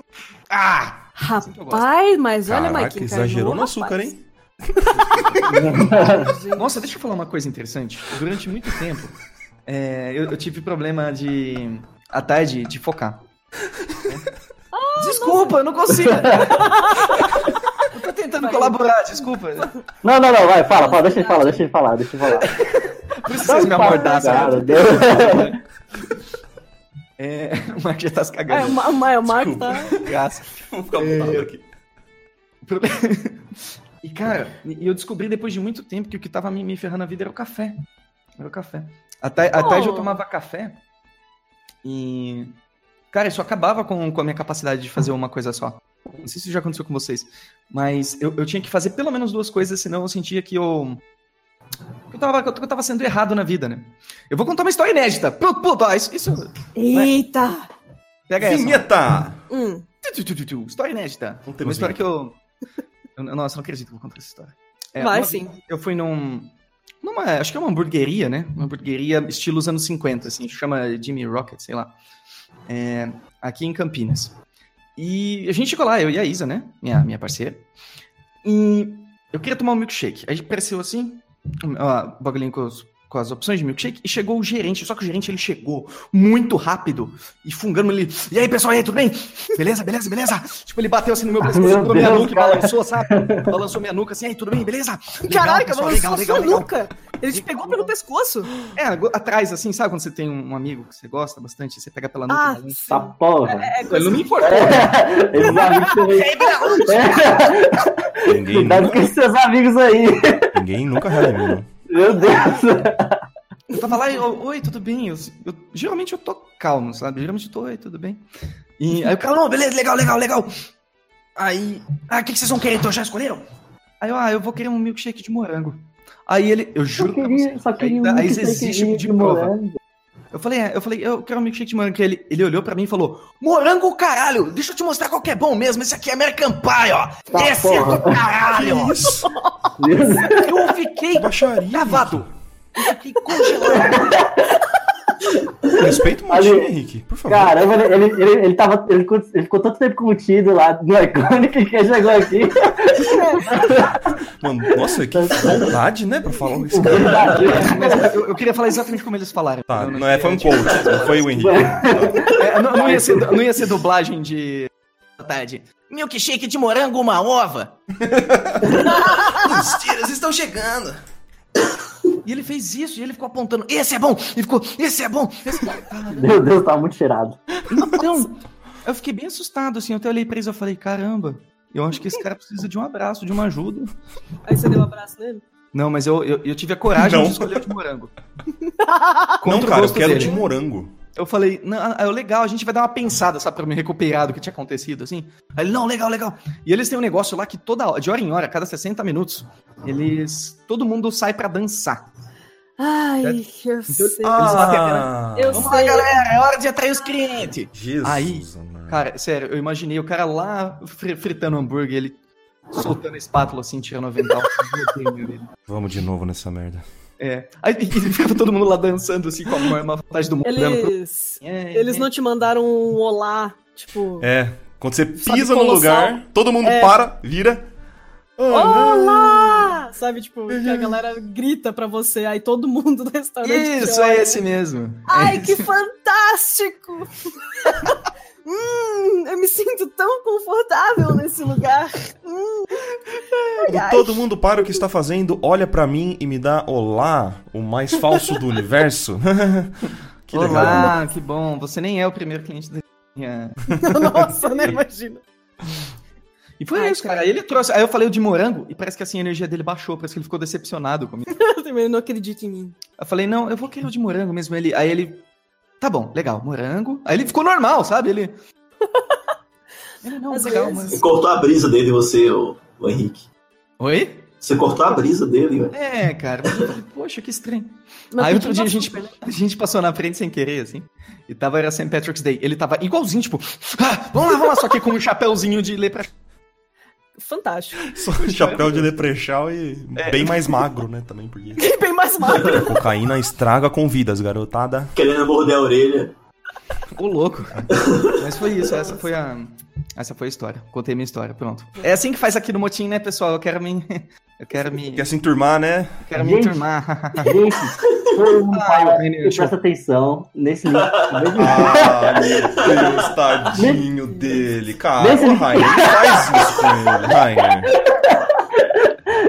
S4: Ah!
S2: Rapaz, mas olha,
S1: Caraca,
S2: Mike.
S1: exagerou no açúcar, hein?
S4: Nossa, deixa eu falar uma coisa interessante. Durante muito tempo, é, eu, eu tive problema de. à tarde de focar. É. desculpa, eu não consigo. eu tô Tá tentando colaborar, desculpa.
S3: Não, não, não, vai, fala, fala, deixa ele falar, deixa ele falar, deixa ele falar.
S4: Por isso que vocês me
S3: Dá um
S4: amordaçam.
S3: passo, cara,
S4: É, o Mark já tá se
S2: É, o
S4: cagando.
S2: Ma- o Ma- o Marco tá.
S4: Graça.
S1: Vou ficar
S4: É.
S1: mutado aqui.
S4: Pro- e, cara, e eu descobri depois de muito tempo que o que tava me, me ferrando a vida era o café. Era o café. À ta- à
S2: Oh.
S4: tarde eu tomava café e. Cara, isso acabava com, com a minha capacidade de fazer uma coisa só. Não sei se isso já aconteceu com vocês, mas eu, eu tinha que fazer pelo menos duas coisas, senão eu sentia que eu. que eu tava, que eu, que eu tava sendo errado na vida, né? Eu vou contar uma história inédita. Pronto, pronto, ó, isso. isso
S2: Eita!
S4: pega essa.
S1: Vinheta!
S2: Hum.
S4: Tu, tu, tu, tu, tu. História inédita.
S1: Não temos
S4: Uma história que eu... eu- Nossa, não acredito que eu vou contar essa história. É,
S2: Vai
S4: uma-
S2: sim.
S4: Eu fui num... Numa, acho que é uma hamburgueria, né? Uma hamburgueria estilo os anos 50, assim. Chama Jimmy Rocket, sei lá. É, aqui em Campinas. E a gente chegou lá, eu e a Isa, né? Minha, minha parceira. E eu queria tomar um milkshake. Aí apareceu assim, ó, o bagulhinho com os com as opções de milkshake e chegou o gerente. Só que o gerente ele chegou muito rápido e fungando ele. E aí, pessoal, e aí, tudo bem? Beleza, beleza, beleza? Tipo, ele bateu assim no meu pescoço,
S3: Ah, Meu
S4: segurou minha
S3: Deus,
S4: nuca e
S3: cara.
S4: balançou, sabe? Balançou minha nuca assim, e aí, tudo bem, beleza?
S2: Caraca,
S4: pessoal,
S2: balançou a sua nuca. Ele te
S4: Legal,
S2: pegou pelo
S4: legal.
S2: pescoço.
S4: É, agora, atrás, assim, sabe quando você tem um amigo que você gosta bastante, você pega pela nuca
S2: Ah,
S4: balança?
S3: Tá
S2: sim.
S3: porra.
S2: É, é
S4: Ele
S2: coisa então,
S4: não me
S2: que-
S4: importou.
S3: É, esses amigos também. É,
S1: Ninguém,
S3: cuidado com esses seus amigos aí.
S1: ninguém nunca relembra.
S3: Meu Deus.
S4: Eu tava lá e eu, oi, tudo bem? Eu, eu- geralmente eu tô calmo, sabe? Geralmente eu tô, oi, tudo bem? E aí o cara, não, beleza, legal, legal, legal. Aí, ah, o que, que vocês vão querer então? Já escolheram? Aí eu, ah, eu vou querer um milkshake de morango. Aí ele, eu
S3: Só
S4: juro pra
S3: queria,
S4: você,
S3: só queria um
S4: aí, aí
S3: milkshake
S1: tipo
S4: existe de prova.
S3: morango.
S4: Eu falei, é, eu falei, eu quero um milkshake de morango. Aí Ele, ele olhou pra mim e falou, morango caralho, deixa eu te mostrar qual que é bom mesmo, esse aqui é American Pie, ó.
S3: Tá,
S4: Esse é do caralho.
S1: Isso!
S3: Meu Deus.
S4: Eu fiquei
S1: Baixaria!
S4: travado. Eu fiquei congelado.
S1: Respeita o Martinho,
S3: Ali-
S1: Henrique, por favor.
S3: Caramba, ele, ele, ele, ele tava, ele, ficou, ele ficou tanto tempo contido lá no Iconic que ele chegou aqui.
S1: Mano, nossa, que vontade, né, pra falar isso. cara.
S3: Verdade.
S4: Mas eu, eu queria falar exatamente como eles falaram.
S1: Tá,
S4: Eu
S1: não é, foi um
S4: sei.
S1: coach, não foi o Henrique. Tá.
S4: É, não, não ia ser, não ia ser dublagem de. Tarde. Milkshake de morango, uma ova. Os tiras estão chegando. E ele fez isso, e ele ficou apontando. Esse é bom! E ficou, esse é bom! Esse...
S3: Meu Deus, tava muito cheirado.
S4: Então, eu fiquei bem assustado, assim. Eu até olhei pra eles e eu falei, caramba, eu acho que esse cara precisa de um abraço, de uma ajuda.
S2: Aí você deu um abraço nele.
S4: Não, mas eu, eu, eu tive a coragem
S1: Não.
S4: de escolher o de morango.
S1: Não,
S4: Contra o
S1: cara, eu
S4: gosto
S1: quero
S4: dele.
S1: de morango.
S4: Eu falei, não, ah, legal, a gente vai dar uma pensada, sabe, pra me recuperar do que tinha acontecido, assim. Aí ele, não, legal, legal. E eles têm um negócio lá que toda hora, de hora em hora, a cada 60 minutos, eles. Todo mundo sai pra dançar.
S2: Ai, eu sei.
S1: Ah,
S2: Eu
S4: Vamos lá,
S2: sei.
S4: galera, é hora de atrair os clientes.
S1: Jesus,
S4: Aí,
S1: amado.
S4: Cara, sério, eu imaginei o cara lá fri- fritando hambúrguer, ele soltando a espátula assim, tirando o avental. Meu Deus, meu Deus.
S1: Vamos de novo nessa merda.
S4: é. Aí e ficava todo mundo lá dançando assim com a maior má vontade do mundo. dando-
S2: Eles,
S4: É,
S2: eles
S4: é.
S2: não te mandaram um olá, tipo...
S1: É, quando você
S2: Sabe,
S1: pisa no
S2: colossal.
S1: lugar, todo mundo
S2: É.
S1: para, vira. Oh,
S2: Olá! Sabe, tipo, que a galera grita pra você, aí todo mundo do restaurante. te
S4: Isso,
S2: olha.
S4: é esse mesmo.
S2: Ai, que fantástico! hum, eu me sinto tão confortável nesse lugar. Hum. Ai,
S1: Quando
S2: ai.
S1: todo mundo para o que está fazendo, olha pra mim e me dá olá, o mais falso do universo. que legal.
S4: Olá, que bom. Você nem é o primeiro cliente da minha.
S2: Nossa, não imagina.
S4: E foi
S2: Ai,
S4: isso, cara. Aí Ele trouxe. Aí eu falei o de morango e parece que assim a energia dele baixou, parece que ele ficou decepcionado comigo.
S2: Eu também não acredito em mim.
S4: Eu falei, não, eu vou querer o de morango mesmo. Ele, aí ele. Tá bom, legal, morango. Aí ele ficou normal, sabe? Ele. ele não,
S2: Às
S4: legal,
S2: vezes.
S4: mas-
S5: cortou a brisa dele, você, ô, ô Henrique.
S4: Oi?
S5: Você cortou a brisa dele, velho.
S4: É, cara. Mas eu falei, Poxa, que estranho.
S2: Mas
S4: aí
S2: por
S4: outro
S2: que
S4: dia a
S2: você
S4: gente,
S2: não
S4: a gente passou na frente sem querer, assim. E tava, era St. Patrick's Day. Ele tava igualzinho, tipo, ah, vamos lá, vamos lá, só que com um chapéuzinho de ler pra
S2: Fantástico.
S1: Só chapéu de leprechal e bem mais magro, né, também, porque
S2: Bem mais mal.
S1: cocaína estraga com vidas, garotada.
S5: Querendo morder a orelha.
S4: Ô, louco. Mas foi isso, essa foi a. Essa foi a história. Contei minha história, pronto. É assim que faz aqui no motim, né, pessoal? Eu quero me. Eu quero me.
S1: Quer se enturmar, né?
S4: Eu quero me
S3: Gente.
S4: turmar.
S3: Gente, todo mundo parou aqui,
S4: menino,
S3: presta atenção nesse link.
S1: Ah, meu Deus, tadinho dele. Cara,
S3: Nesse-
S1: ô, Rainer, não faz isso com ele, Rainer.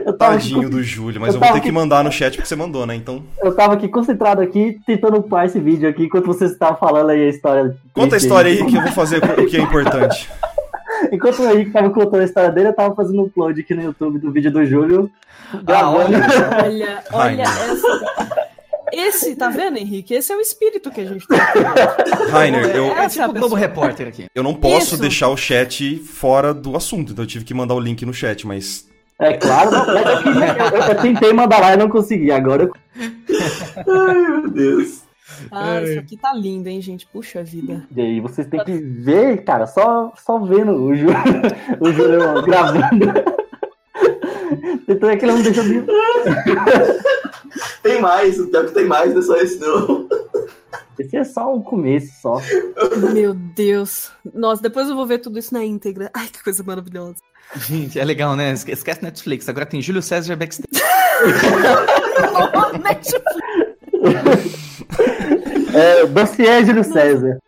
S3: Eu tava, aqui,
S1: Tadinho do Júlio, mas
S3: Eu
S1: eu vou
S3: tava
S1: ter que mandar no chat porque você mandou, né? Então,
S3: eu tava aqui concentrado aqui, tentando upar esse vídeo aqui, enquanto vocês estavam falando aí a história.
S1: conta a
S3: triste
S1: história aí que eu vou fazer o que é importante.
S3: Enquanto o Henrique tava contando a história dele, eu tava fazendo um upload aqui no YouTube do vídeo do Júlio.
S4: Ah, olha.
S2: Olha, olha essa. Esse, tá vendo, Henrique? Esse é o espírito que a gente tem.
S1: Rainer, eu,
S4: É tipo o Globo Repórter aqui.
S1: eu não posso
S2: Isso.
S1: deixar o chat fora do assunto, então eu tive que mandar o link no chat, mas.
S3: É claro, não, mas eu, queria- eu- eu tentei mandar lá e não consegui. Agora eu
S5: Meu Deus.
S4: É.
S2: Ah, isso aqui tá lindo, hein, gente? Puxa vida.
S3: E aí vocês têm que ver, cara, só, só vendo o Júlio, o Júlio gravando. Então é que ele não deixa de...
S5: Tem mais, o pior que tem mais, não é só esse não.
S3: Esse é só o começo, só.
S2: Meu Deus. Nossa, depois eu vou ver tudo isso na íntegra. Ai, que coisa maravilhosa.
S4: Gente, é legal, né? Esque- Esquece Netflix. Agora tem Júlio César backstage.
S2: Netflix.
S3: É, dossiê Júlio César.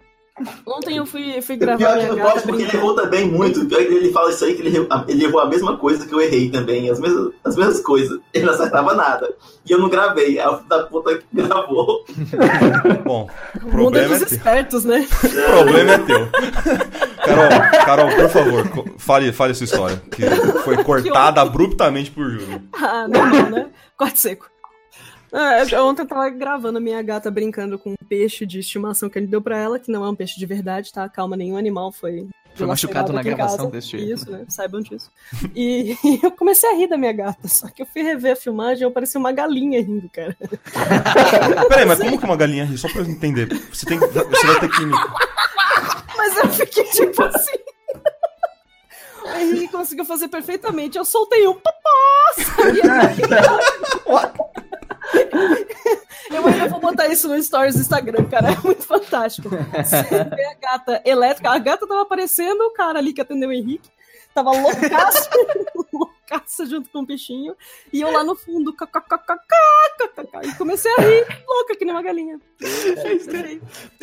S2: Ontem eu fui, fui
S5: O
S2: gravar
S5: pior é que
S2: minha
S5: não
S2: gata
S5: pode, porque ele
S2: tá brincando.
S5: errou também muito. O pior é que ele fala isso aí, que ele, errou- ele errou a mesma coisa que eu errei também. As mesmas, as mesmas coisas. Ele não acertava nada. E eu não gravei. Aí o filho da puta que gravou.
S1: Bom, o
S2: O mundo é
S1: problema é
S2: dos
S1: teu.
S2: espertos, né?
S1: O problema é teu. Carol, Carol, por favor, co- fale, fale a sua história. Que foi cortada abruptamente por Júlio.
S2: Ah, normal, né? Corte seco. Ah, eu- ontem eu tava gravando a minha gata brincando com um peixe de estimação que ele deu pra ela, que não é um peixe de verdade, tá? Calma, nenhum animal foi.
S4: Foi machucado
S2: dilacerado
S4: na
S2: aqui em
S4: gravação
S2: casa.
S4: deste.
S2: Isso, né? Saibam disso. E, e eu comecei a rir da minha gata, só que eu fui rever a filmagem e eu parecia uma galinha rindo, cara.
S1: Peraí, mas como que uma galinha ri? Só pra eu entender. Você, tem, você vai ter que. me-
S2: Mas eu fiquei tipo assim. O Henrique conseguiu fazer perfeitamente. Eu soltei um papá, sabe? Eu ainda vou botar isso no stories do Instagram, cara. É muito fantástico. Você vê a gata elétrica. A gata tava aparecendo, o cara ali que atendeu o Henrique. Tava loucaça, loucaça junto com o peixinho. E eu lá no fundo, kkkkkk, e comecei a rir, louca que nem uma galinha.
S4: É,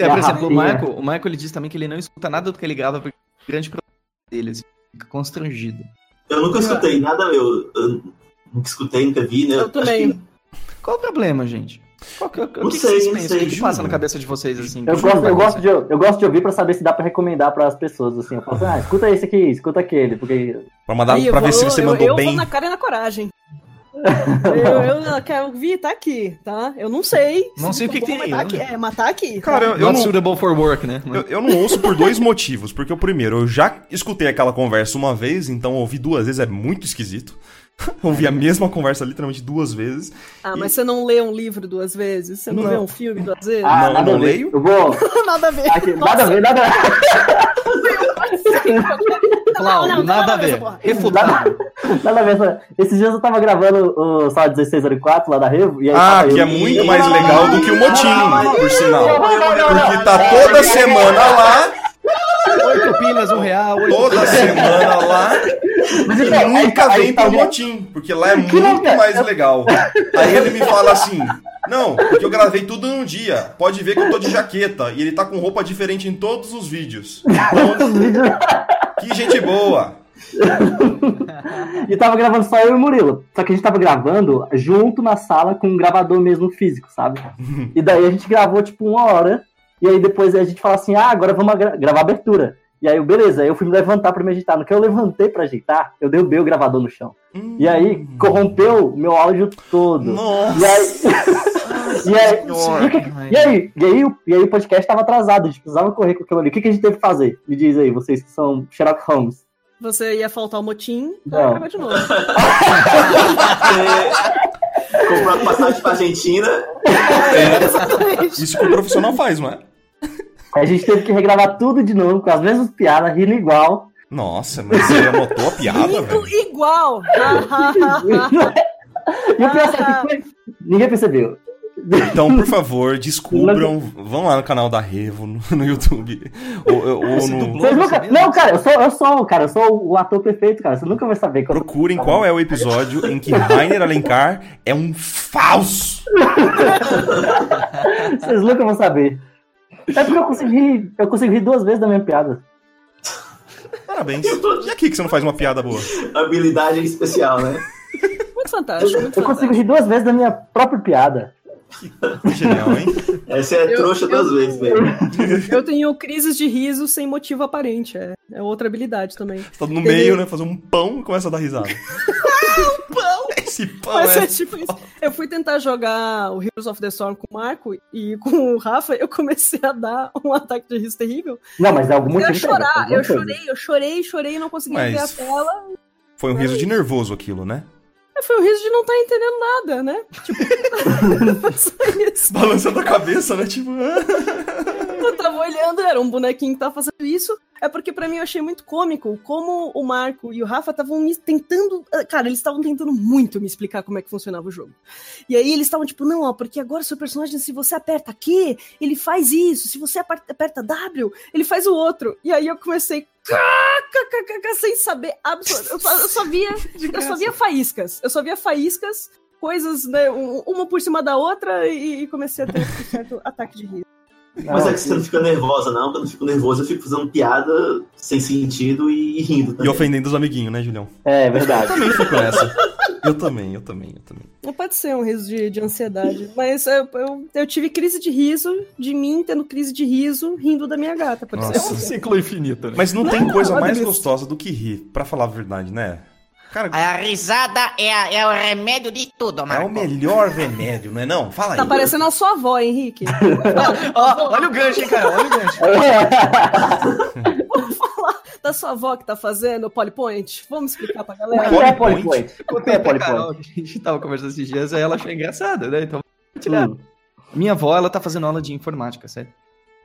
S4: por exemplo,
S3: Garrafinha.
S4: o Michael, o Michael ele diz também que ele não escuta nada do que ele grava, porque é um grande problema dele, assim, fica constrangido.
S5: Eu nunca escutei nada, meu. Eu nunca escutei, nunca vi, né?
S2: Eu também.
S5: Acho
S4: Qual o problema, gente? Qual que, o que,
S5: Não
S4: que
S5: sei,
S4: vocês
S5: não
S4: pensam?
S5: sei,
S4: o que, que
S5: juro.
S4: passa na cabeça de vocês, assim?
S3: Eu
S4: que
S3: gosto,
S4: vai
S3: eu, gosto
S4: acontecer?
S3: de, eu gosto de ouvir pra saber se dá pra recomendar pras pessoas, assim. Eu falo assim, ah, escuta esse aqui, escuta aquele, porque...
S1: Pra, mandar,
S2: Aí eu
S1: pra ver
S2: vou-
S1: se você
S2: eu-
S1: mandou
S2: eu
S1: bem.
S2: vou na cara e na coragem. eu, eu quero vir, tá aqui, tá? Eu não sei.
S4: Não sei o que que tem aí,
S2: matar
S4: né?
S2: aqui. É, matar aqui. tá?
S1: Cara, eu, eu
S4: Not
S1: não,
S4: suitable for work, né?
S1: Eu, eu não ouço por dois motivos. Porque o primeiro, eu já escutei aquela conversa uma vez, então ouvir duas vezes é muito esquisito. Ouvi a mesma conversa literalmente duas vezes.
S2: Ah, mas você não lê um livro duas vezes? Você não,
S1: Não.
S2: vê um filme duas vezes?
S1: Ah. não,
S3: nada
S1: não
S3: a ver.
S1: leio.
S3: Eu vou...
S2: Nada a ver.
S3: aqui, nada a ver, nada a ver.
S4: Clau,
S2: não, não,
S4: nada a
S2: não,
S4: ver.
S2: essa porra.
S4: Refutado.
S3: Nada a ver. só- Esses dias eu tava gravando o Sala 1604 lá da Revo, e aí...
S1: Ah,
S3: tava
S1: que é
S3: eu-
S1: muito mais legal do que o Motim, por sinal. Porque tá toda semana lá,
S4: Oito pilas, um real, oito
S1: toda semana lá,
S3: Mas, então,
S1: e
S3: aí-
S1: nunca
S3: aí
S1: vem pro
S3: tava-
S1: Motim, porque lá é
S3: Que
S1: muito
S3: louca-
S1: mais legal. Aí ele me fala assim. Não, porque eu gravei tudo num dia. Pode ver que eu tô de jaqueta. E ele tá com roupa diferente em todos os vídeos. Então, que gente boa.
S3: E tava gravando só eu e o Murilo. Só que a gente tava gravando junto na sala com um gravador mesmo físico, sabe? E daí a gente gravou tipo uma hora. E aí depois a gente fala assim: ah, agora vamos gra- gravar a abertura. E aí, eu, beleza, aí eu fui me levantar pra me agitar. No que eu levantei pra ajeitar, eu derrubei o gravador no chão. E aí, corrompeu o meu áudio todo.
S1: Nossa.
S3: E aí. e aí.
S1: Senhora.
S3: E, o que- e aí, e, aí, o- e aí o podcast tava atrasado, a gente precisava correr com aquilo ali. O que, que a gente teve que fazer? Me diz aí, vocês que são Sherlock Holmes.
S2: Você ia faltar o motim,
S3: Não.
S2: então gravar de novo.
S5: que é Comprar passagem pra Argentina.
S2: Exatamente.
S1: Isso que o profissional faz, não é?
S3: Aí a gente teve que regravar tudo de novo, com as mesmas piadas, rindo igual.
S1: Nossa, mas você anotou a piada,
S2: Rindo
S1: velho?
S2: igual. Ah,
S3: E o pior sabe o que foi? Ninguém percebeu.
S1: Então, por favor, descubram. Vão lá no canal da Revo, no, no YouTube. Ou, ou
S4: Você
S1: no.
S4: dublou?
S3: Vocês
S4: Não,
S3: nunca...
S4: sabia?
S3: Não, cara, eu sou, eu sou, cara, eu sou o ator perfeito, cara. Você nunca vai saber. Quando...
S1: Procurem qual é o episódio em que Rainer Alencar é um falso.
S3: Vocês nunca vão saber. É porque eu consegui, eu consegui rir duas vezes da minha piada.
S1: Parabéns. E aqui que você não faz uma piada boa?
S5: Habilidade especial, né?
S2: muito fantástico, muito
S3: Eu consigo
S2: fantástico.
S3: rir duas vezes da minha própria piada.
S1: Genial, hein?
S5: Essa é
S2: Eu-
S5: trouxa
S2: eu-
S5: duas vezes, velho.
S2: Eu tenho crises de riso sem motivo aparente. É, é outra habilidade também.
S1: Você tá no meio, né? Fazer um pão e começa a dar risada.
S2: Pão!
S1: Esse Um pão
S2: Mas é
S1: é.
S2: tipo isso. Eu fui tentar jogar o Heroes of the Storm com o Marco e com o Rafa, eu comecei a dar um ataque de riso terrível.
S3: Não, mas é algum
S2: Eu ia
S3: motivo. tem,
S2: chorar,
S3: alguma
S2: eu
S3: coisa.
S2: chorei, eu chorei, chorei, não consegui
S1: Mas-
S2: ver a tela.
S1: Foi um riso de nervoso aquilo, né?
S2: Foi o riso de não estar entendendo nada, né? Tipo, foi só isso.
S1: Balançando a cabeça, né? Tipo. ah.
S2: Eu tava olhando, era um bonequinho que tava fazendo isso. É porque pra mim eu achei muito cômico como o Marco e o Rafa estavam me tentando. ah, Cara, eles estavam tentando muito me explicar como é que funcionava o jogo. E aí eles estavam tipo, não, ó, porque agora o seu personagem, se você aperta Q, ele faz isso. Se você aper- aperta W, ele faz o outro. E aí eu comecei. kkkkk, Sem saber absolutamente. Eu só via. Eu só via faíscas. Eu só via faíscas coisas, né, um- uma por cima da outra e, e comecei a ter um certo ataque de riso.
S5: Mas é que você
S2: Ah,
S5: não fica nervosa, não. Quando eu fico nervoso, eu fico fazendo piada sem sentido e rindo
S1: E
S5: também.
S1: ofendendo os amiguinhos, né, Julião?
S3: É, verdade.
S1: Também fico nessa. Eu também, eu também, eu também.
S2: Não pode ser um riso de, de ansiedade, mas eu, eu, eu tive crise de riso de mim tendo crise de riso rindo da minha gata, por
S1: Nossa.
S4: É um
S2: exemplo.
S4: ciclo infinito, né?
S1: Mas não tem
S2: Não,
S1: coisa
S2: olha
S1: mais
S2: isso.
S1: gostosa do que rir, pra falar a verdade, né? Cara,
S6: A risada é, a- é o remédio de tudo,
S1: é
S6: Marco.
S1: o melhor remédio, não é não? Fala aí.
S2: Tá parecendo a sua avó, Henrique.
S4: Ó, olha o gancho, hein, cara? Olha o gancho.
S2: da sua avó que tá fazendo o PolyPoint? Vamos explicar pra
S3: O
S2: galera?
S3: que é PolyPoint? O que é
S4: pra
S3: PolyPoint?
S4: Carol que a gente tava conversando esses dias, aí ela achou engraçada, né? Então, compartilhar.
S3: Hum,
S4: Minha avó, ela tá fazendo aula de informática, certo?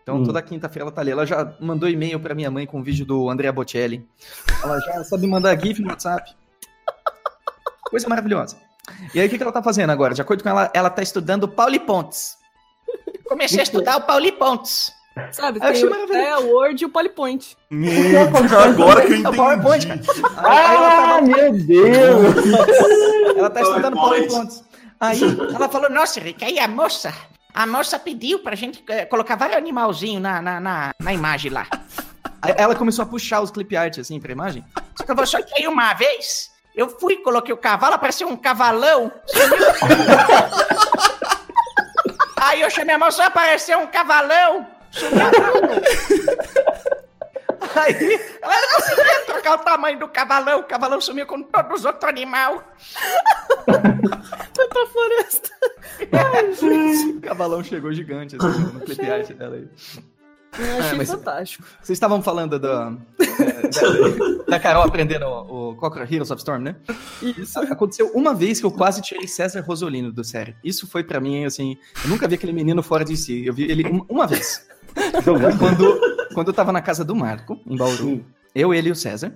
S4: Então,
S3: Hum.
S4: toda quinta-feira ela tá ali. Ela já mandou e-mail pra minha mãe com o vídeo do Andrea Bocelli. Ela já sabe mandar GIF no WhatsApp. Coisa maravilhosa. E aí, o que, que ela tá fazendo agora? De acordo com ela, ela tá estudando Pauli Pontes. É
S6: Comecei a estudar o Pauli Pontes.
S2: Sabe?
S4: Eu
S2: Tem
S4: achei
S2: o
S4: maravilhoso.
S2: Excel, o Word e o PolyPoint.
S1: Meu, Deus, agora que eu
S4: É o PowerPoint,
S1: entendi.
S4: Aí ela tá-
S3: Ah, meu Deus!
S4: Ela tá estudando Pauli
S5: PowerPoint.
S4: Pontes. Aí,
S6: Ela falou, nossa, Rick, aí a moça... A moça pediu pra gente eh, colocar vários animalzinhos na, na, na, na imagem lá.
S4: aí ela começou a puxar os clip art, assim, pra imagem.
S6: Só que eu vou só que aí uma vez, eu fui, coloquei o cavalo, apareceu um cavalão. aí eu chamei a moça, apareceu um cavalão.
S4: Aí,
S6: Ela não conseguia trocar o tamanho do cavalão, o cavalão sumiu com todos os outros animais.
S2: Foi pra floresta.
S4: o cavalão chegou gigante, assim, no clip art dela aí.
S2: Eu achei
S4: mas-
S2: fantástico.
S4: Vocês estavam falando da, da, da Carol aprendendo o, o Cochrane Heroes of Storm, né? Isso aconteceu uma vez que eu quase tirei César Rosolino do sério. Isso foi pra mim, assim, eu nunca vi aquele menino fora de si. Eu vi ele uma, uma vez. quando, quando eu tava na casa do Marco, em Bauru, eu, ele e o César.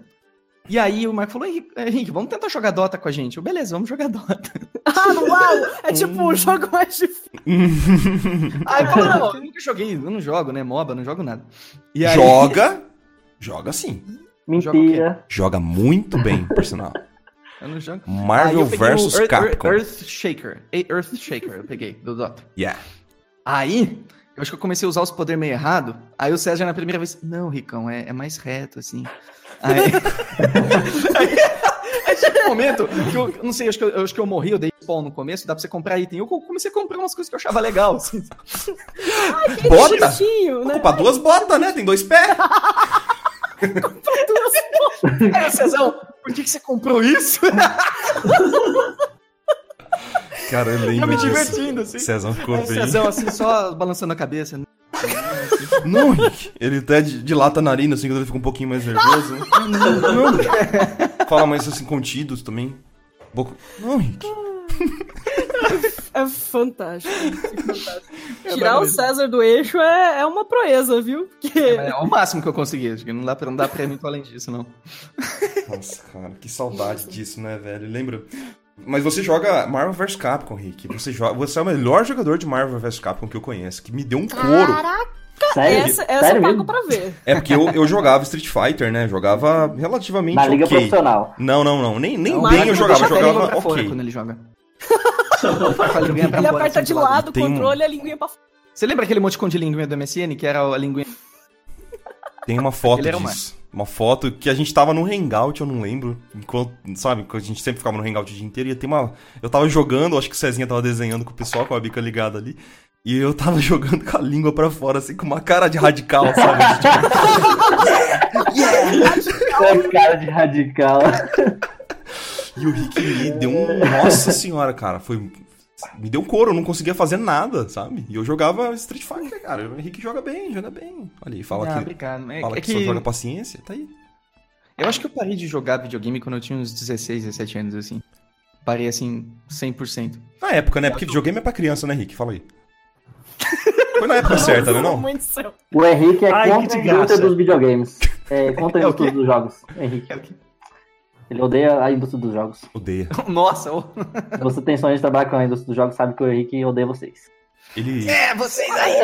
S4: E aí o Marco falou, Henrique, Henrique, vamos tentar jogar Dota com a gente. Eu, beleza, vamos jogar Dota.
S2: Ah, uau! É tipo um jogo mais difícil.
S4: Aí eu falei, não, eu nunca joguei, eu não jogo, né? MOBA, não jogo nada. E aí,
S1: Joga. Joga sim.
S3: Mentira.
S1: Joga muito bem, por sinal.
S4: Eu não jogo. Aí
S1: Marvel
S4: eu peguei
S1: vs
S4: o Earth-
S1: Capcom.
S4: Earth Shaker. Earth Shaker eu peguei, do Dota.
S1: Yeah.
S4: Aí, eu acho que eu comecei a usar os poderes meio errado. Aí o César, na primeira vez, não, Ricão, é, é mais reto, assim. Aí. Aí- aí chega um momento que eu eu não sei, acho que eu, eu acho que eu morri, eu dei spawn no começo, dá pra você comprar item. Eu co- comecei a comprar umas coisas que eu achava legal. assim.
S1: Bota.
S2: Bichinho, né?
S1: Opa, duas botas, né? Tem dois pés.
S4: Aí, o Cezão, por que, que você comprou isso?
S1: Cara, eu
S4: Eu
S1: lembro
S4: me
S1: disso.
S4: divertindo, assim.
S1: Cezão ficou
S4: Aí o
S1: bem.
S4: Cezão, assim, só balançando a cabeça. né?
S1: Não, Rick. Ele até di- dilata a narina, assim, quando ele fica um pouquinho mais nervoso. Fala mais assim, contidos também. Boca- Não, Rick.
S2: É fantástico. é fantástico.
S4: É
S2: Tirar o
S4: maravilhoso.
S2: César do eixo é, é uma proeza, viu? Porque...
S4: É o máximo que eu consegui, acho que não dá pra, não dá pra ir muito além disso, não.
S1: Nossa, cara, que saudade disso, né, velho? Lembra? Mas você joga Marvel vs Capcom, Rick. Você, joga... você é o melhor jogador de Marvel vs Capcom que eu conheço, que me deu um couro.
S3: Sério?
S2: Essa, essa eu
S3: Sério
S2: pago
S3: mesmo?
S2: pra ver.
S1: É porque eu, eu jogava Street Fighter, né? Jogava relativamente
S3: Na liga
S1: ok.
S3: profissional.
S1: Não, não, não. Nem, nem
S4: Não,
S2: mas
S1: bem eu
S2: não
S1: jogava. Eu
S2: deixa
S4: ele
S1: jogava
S4: pra fora
S1: ok.
S4: quando ele joga. Ele ganha pra
S2: Ele
S4: fora,
S2: aperta
S4: assim,
S2: de lado o
S1: Tem um-
S2: controle e a linguinha pra fora.
S4: Você lembra aquele monte de linguinha do MSN, que era a linguinha...
S1: Tem uma foto
S4: Ele era um o
S1: disso. Uma foto que a gente tava no hangout, eu não lembro. Enquanto, sabe, que a gente sempre ficava no hangout o dia inteiro. E tem uma. Eu tava jogando, acho que o Cezinha tava desenhando com o pessoal, com a bica ligada ali. E eu tava jogando com a língua pra fora, assim, com uma cara de radical, sabe? Tipo,
S3: É cara de radical.
S1: e o Rick me deu um. Nossa senhora, cara. Foi. Me deu um couro, eu não conseguia fazer nada, sabe? E eu jogava Street Fighter, cara. O Rick joga bem, joga bem. Olha aí, fala
S4: Ah,
S1: que.
S4: obrigado. É,
S1: Fala
S4: é
S1: que, só joga paciência, tá aí.
S4: Eu acho que eu parei de jogar videogame quando eu tinha uns 16, 17 anos, assim. Parei, assim, 100%.
S1: Na época, né? Porque videogame é pra criança, né, Rick? Fala aí. Foi na época certa, né, não?
S2: Mãe do céu.
S3: O Henrique é
S4: Ai, que
S3: contra
S4: desgraça.
S3: indústria dos videogames. É contra a
S4: É o
S3: indústria
S4: quê?
S3: dos jogos, Henrique.
S1: É
S3: Ele odeia a indústria dos jogos.
S1: Odeia.
S4: Nossa, ô.
S3: Se você tem sonho de trabalhar com a indústria dos jogos, sabe que o Henrique odeia vocês.
S1: Ele
S6: É, vocês aí.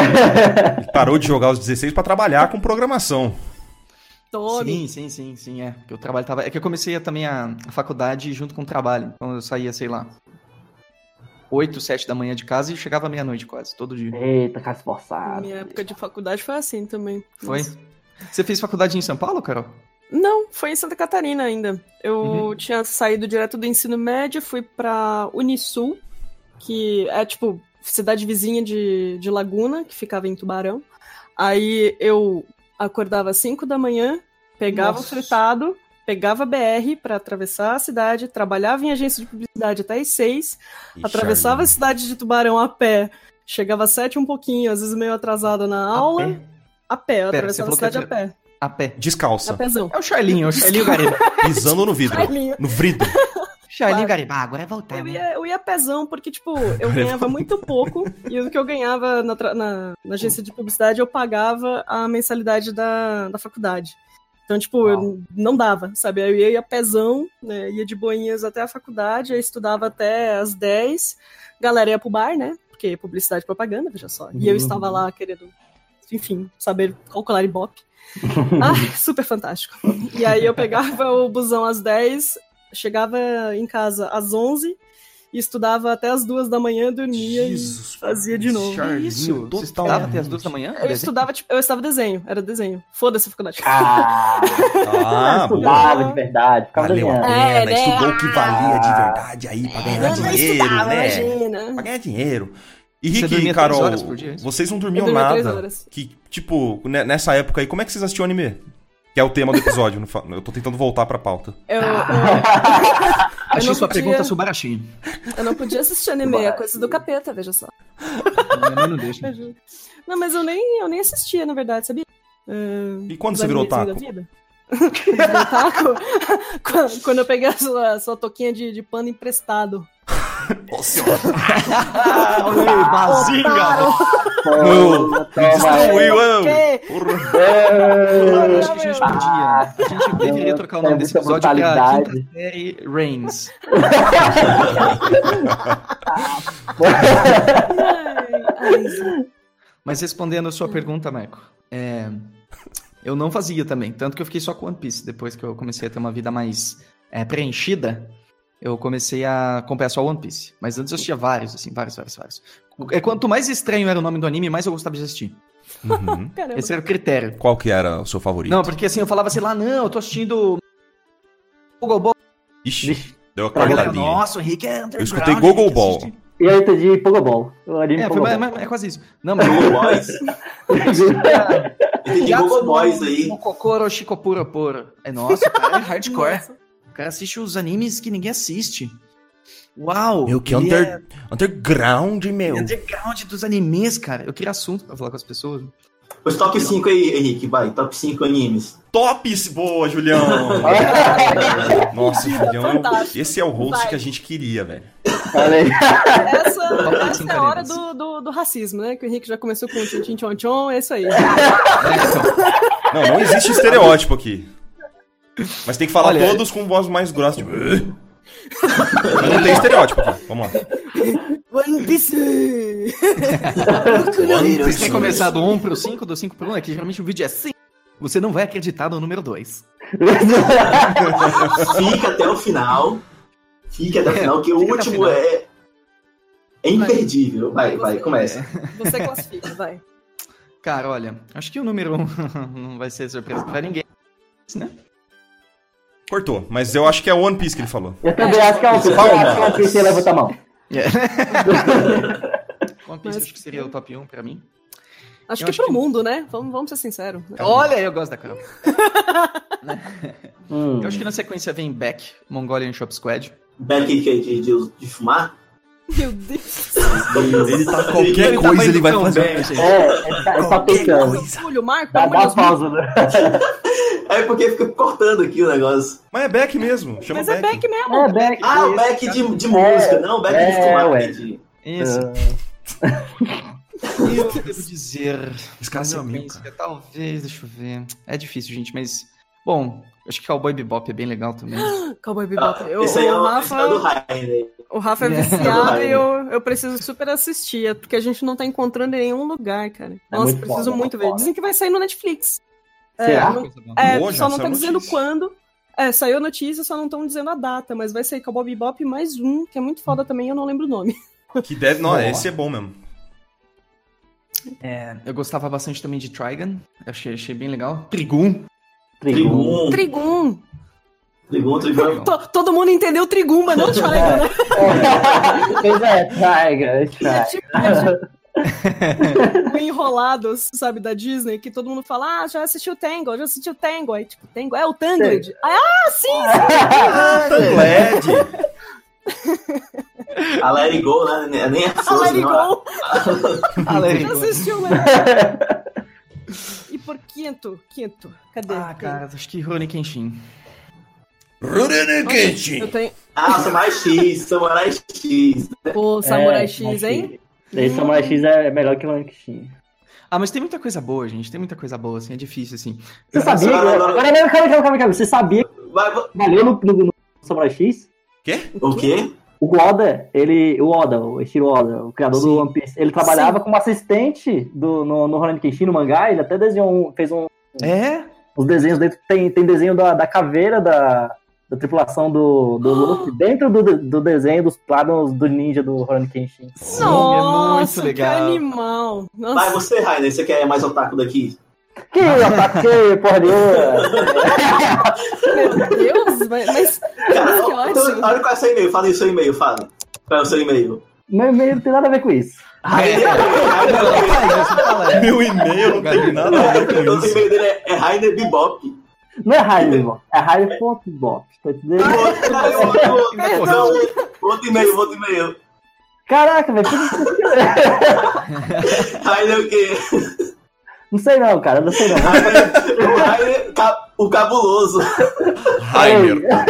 S1: ele parou de jogar aos 16 pra trabalhar com programação.
S2: Tome.
S4: Sim, sim, sim, sim, é. Porque eu trabalho tava... É que eu comecei a- também a, a faculdade junto com o trabalho. Então eu saía, sei lá, 8, 7 da manhã de casa e chegava meia-noite quase, todo dia.
S3: Eita, cara esforçado.
S2: Minha época de faculdade foi assim também.
S4: Foi?
S2: Nossa.
S4: Você fez faculdade em São Paulo, Carol?
S2: Não, foi em Santa Catarina ainda. Eu
S4: Uhum.
S2: tinha saído direto do ensino médio, fui pra Unisul, que é tipo cidade vizinha de, de Laguna, que ficava em Tubarão. Aí eu acordava às 5 da manhã, pegava
S4: Nossa.
S2: o fretado, pegava a BR pra atravessar a cidade, trabalhava em agência de publicidade até às 6,
S1: Ih,
S2: atravessava a
S1: Charlie.
S2: cidade de Tubarão a pé, chegava às 7 um pouquinho, às vezes meio atrasada na aula.
S4: A pé?
S2: A pé, eu
S4: Pera,
S2: atravessava a
S4: você falou
S2: cidade a
S4: que
S2: pé.
S4: A pé.
S2: A
S1: Descalça,
S2: pézão.
S4: É o Charlinho, é o Charlinho Gariba.
S1: pisando no vidro.
S2: Charlinho.
S1: No vidro.
S4: Charlinho Gariba.
S6: Garibaldi, agora é voltar.
S2: Eu
S6: né?
S2: ia, eu ia pezão, porque, tipo, eu ganhava muito pouco, e o que eu ganhava na, tra- na- na agência de publicidade, eu pagava a mensalidade da, da faculdade. Então, tipo, eu não dava, sabe? Aí Eu ia pezão, né? Ia de boinhas até a faculdade, aí estudava até as 10. Galera ia pro bar, né? Porque publicidade e propaganda, veja só. E eu
S3: Uhum.
S2: estava lá querendo, enfim, saber calcular Ibope. ah, super fantástico. E aí eu pegava o busão às 10, chegava em casa às 11 e estudava até as duas da manhã, dormia e fazia de novo.
S1: Charlinho,
S4: Isso, você
S1: totalmente.
S4: estudava até as duas da manhã?
S2: Eu estudava, tipo, eu estava desenho, era desenho. Foda-se a faculdade.
S3: Ah,
S1: Ah, boa.
S3: estudava de verdade. Ficava
S1: Valeu a
S3: desenhando.
S2: É,
S1: pena,
S2: né?
S1: estudou o que valia de verdade aí pra
S2: Eu
S1: ganhar
S2: não
S1: dinheiro, né?
S2: estudava,
S1: Pra
S2: imagina.
S1: ganhar dinheiro. E
S4: Você
S1: Rick e
S4: dormia três
S1: Carol,
S4: horas por dia, é isso?
S1: vocês não
S2: Eu
S1: dormiam
S2: dormia três
S1: nada.
S2: horas.
S1: Que, tipo, ne- nessa época aí, como é que vocês assistiam anime? Que é o tema do episódio. não fa- Eu tô tentando voltar pra pauta.
S2: Eu, Eu
S4: Achei
S2: não
S4: sua
S2: podia.
S4: pergunta Subarachim.
S2: eu- eu não podia assistir anime, é coisa do capeta, veja só.
S4: Minha mãe não deixa.
S2: Não, mas eu nem, eu nem assistia, na verdade, sabia? Ah,
S1: E quando
S2: os
S1: você virou
S2: animezinhos da
S1: otaku?
S2: vida. Virou otaku? Quando- Quando eu peguei a sua, sua toquinha de, de pano emprestado. Otário!
S1: Não, Destruiu, eu.
S2: Ok.
S1: Porra.
S4: Eu acho que a gente
S2: Ah,
S4: podia. A gente deveria trocar o nome
S3: é
S4: desse
S3: muita
S4: episódio pra
S3: brutalidade.
S4: quinta série Reigns.
S2: ai,
S4: Mas respondendo a sua pergunta, Marco, é, eu não fazia também, tanto que eu fiquei só com One Piece. Depois que eu comecei a ter uma vida mais é, preenchida, eu comecei a comprar só One Piece. Mas antes eu assistia vários, assim, vários, vários, vários. É, Quanto mais estranho era o nome do anime, mais eu gostava de assistir.
S1: Uhum.
S2: Caramba.
S4: Esse era o critério.
S1: Qual que era o seu favorito?
S4: Não, porque assim, eu falava, sei lá, não, eu tô assistindo... Google Ball.
S1: Ixi, deu a
S4: A galera,
S1: cortadinha.
S4: Nossa, o Rick é underground.
S1: Eu escutei Gogo
S4: tem que
S1: Ball.
S4: assistir."
S3: E eu entendi Pogobol. Eu anime
S4: É, foi,
S3: Pogobol.
S4: mas- mas- é quase isso. Não, mas...
S5: Google Boys. Entendi Google Boys aí.
S4: O Kokoro Shikopuro Poro. É, nossa, o cara é hardcore.
S2: Nossa.
S4: O cara assiste os animes que ninguém assiste. Uau!
S1: Meu, que
S4: ele
S1: under-
S4: é
S1: Underground, meu.
S4: underground dos animes, cara. Eu queria assunto pra falar com as pessoas.
S5: Os top 5 aí, Henrique, vai. Top 5 animes.
S1: Tops! Boa, Julião!
S4: É.
S1: Nossa, Julião.
S2: fantástico.
S1: Esse é o host
S2: Vai.
S1: que a gente queria, velho.
S3: Olha aí.
S2: É, Essa, essa é
S4: cinco
S2: a hora
S4: animes.
S2: do, do, do racismo, né? Que o Henrique já começou com o tchim tchim tchon tchon, é isso aí.
S1: Não, não existe estereótipo aqui. Mas tem que falar
S4: Olha,
S1: todos com voz mais grossa. Tipo... Mas não tem estereótipo aqui. Vamos lá.
S2: One Piece!
S4: Você tem começar do 1 pro 5, do 5 pro 1, é que geralmente o vídeo é assim. Você não vai acreditar no número 2.
S5: Fica até o final. Fica até o
S4: É,
S5: final, que o
S4: fica até o
S5: último
S4: final.
S5: é. É imperdível. Vai, vai, começa.
S2: Você classifica, vai.
S4: Cara, olha, acho que o número 1 não vai ser surpresa pra ninguém.
S1: Cortou, mas eu acho que é One Piece que ele falou.
S3: Eu também acho que é um filme. Eu acho que é um filme sem levantar a mão.
S4: One Piece
S2: Mas-
S4: acho que seria o top 1 pra mim.
S2: Acho
S4: Eu
S2: que
S4: acho
S2: pro
S4: que-
S2: mundo, né? Vamos, vamos ser sinceros.
S4: Olha, eu gosto da Carol.
S3: Hum.
S4: Eu acho que na sequência vem Beck, Mongolian Shop Squad.
S5: Back de, de, de, de fumar.
S2: Meu Deus.
S1: Ele tá qualquer
S4: Ele tá
S1: coisa,
S4: indo
S1: ele vai
S4: tão
S1: fazer.
S4: bem, gente.
S3: É, ele tá, ele tá pensando.
S2: Júlio, Marco,
S3: Dá,
S2: pelo
S3: dá
S2: amor de
S3: uma
S2: Deus,
S3: pausa, né?
S5: É porque fica cortando aqui o negócio.
S1: Mas é Beck mesmo. Chama
S2: Mas é
S1: né, Beck.
S2: Beck
S4: um?
S2: mesmo.
S3: É, Beck.
S5: Ah, o back de, de música, não, back de
S3: é,
S5: fumar.
S3: ué.
S5: back de-
S4: Isso.
S3: Ah,
S4: E Eu devo dizer.
S1: Esse cara é meu amigo, cara.
S4: sequência, Talvez, deixa eu ver. É difícil, gente, mas. Bom, acho que Cowboy Bebop é bem legal também.
S2: Calma aí,
S5: Ah,
S2: Bebop. Eu-
S5: esse aí é
S2: o
S5: o, esse é o do
S2: Rafa,
S5: Rainer.
S2: o Rafa é
S4: É.
S2: viciado e eu, eu preciso super assistir, é porque a gente não tá encontrando em nenhum lugar, cara.
S3: É
S2: Nossa,
S3: muito
S2: preciso
S3: foda,
S2: muito ver.
S3: foda.
S2: Dizem que vai sair no Netflix. É,
S3: Será?
S2: não-
S4: Coisa boa.
S2: É,
S1: Boa, já
S2: só não
S1: saiu
S2: tá
S1: a
S2: dizendo
S1: notícia.
S2: quando. É, saiu a notícia, só não estão dizendo a data, mas vai sair Cowboy Bebop mais um, que é muito foda também, eu não lembro o nome.
S1: Que deve. Não,
S4: Boa.
S1: esse é bom mesmo.
S4: Eu gostava bastante também de Trigon. Eu achei, achei bem legal. Trigun.
S3: Trigun.
S5: Trigum,
S2: Trigum.
S5: Trigum, Trigum.
S2: To- todo mundo entendeu Trigum, mas não Trigon, né?
S3: Pois é, Tiger,
S2: É
S3: Tiger.
S2: tipo, é tipo o enrolados, sabe, da Disney, que todo mundo fala, ah, já assistiu Tango, já assistiu Tango. Aí, tipo, Tango é o Tangled. Aí, ah, sim,
S1: LED!
S5: A Let It Go, né? Nem- Nem é
S2: sim,
S5: Souza,
S2: Let It
S5: não.
S2: Go. Já
S4: Alerigo.
S2: assistiu, né? E por quinto, quinto, cadê?
S4: Ah, cara, acho que Rurouni Kenshin.
S1: Rurouni Kenshin!
S2: Eu tenho
S5: Ah, Samurai X, Samurai X.
S4: é
S2: o Samurai X,
S3: Samurai
S2: hein?
S3: X. É, Esse Samurai X é melhor que o Lion King.
S4: Ah, mas tem muita coisa boa, gente. Tem muita coisa boa, assim. É difícil, assim.
S3: Você sabia? que-
S5: Agora, agora-
S3: Agora, não, calma, calma, calma, calma. Você sabia que
S5: Vai, vai-
S3: valeu no, no, no Samurai X?
S1: Quê?
S5: o quê?
S3: O Oda, ele. O Oda, o Ishiro Oda, o criador do One Piece, ele trabalhava como assistente do, no, no Rurouni Kenshin, no mangá. Ele até desenhou um, fez um,
S4: É?
S3: os desenhos dentro. Tem, tem desenho da, da caveira da, da tripulação do, do Luffy dentro do, do desenho dos planos do ninja do Rurouni Kenshin.
S4: Sim,
S2: Nossa,
S4: é muito
S2: que
S4: legal.
S2: animal.
S5: Vai,
S2: Nossa,
S5: você, Rainer, você quer mais otaku daqui?
S3: Que ataque, porra!
S2: meu Deus, mas, mas que
S5: Cara, olha,
S2: ótimo.
S5: olha qual é o seu e-mail, fala aí o seu e-mail, fala. Qual é o seu e-mail?
S3: Meu e-mail não tem nada a ver com isso.
S5: Rainer, Rainer,
S4: Fala isso, fala aí.
S1: Meu e-mail não tem nada a ver
S5: Rainer,
S1: com
S5: o
S1: isso.
S5: e-mail dele é, é Rainer Bebop. E
S3: Não é Raio, irmão. É Raio.bop. Tá entendendo?
S5: o outro- não, e o outro-
S2: Perdão.
S5: não, Outro e-mail, outro e-mail.
S3: Caraca, velho. por que-
S5: Rainer o quê?
S3: Não sei não, cara. Não sei não.
S5: Rainer- o Rainer, ca- o cabuloso.
S1: Rainer.
S3: Tá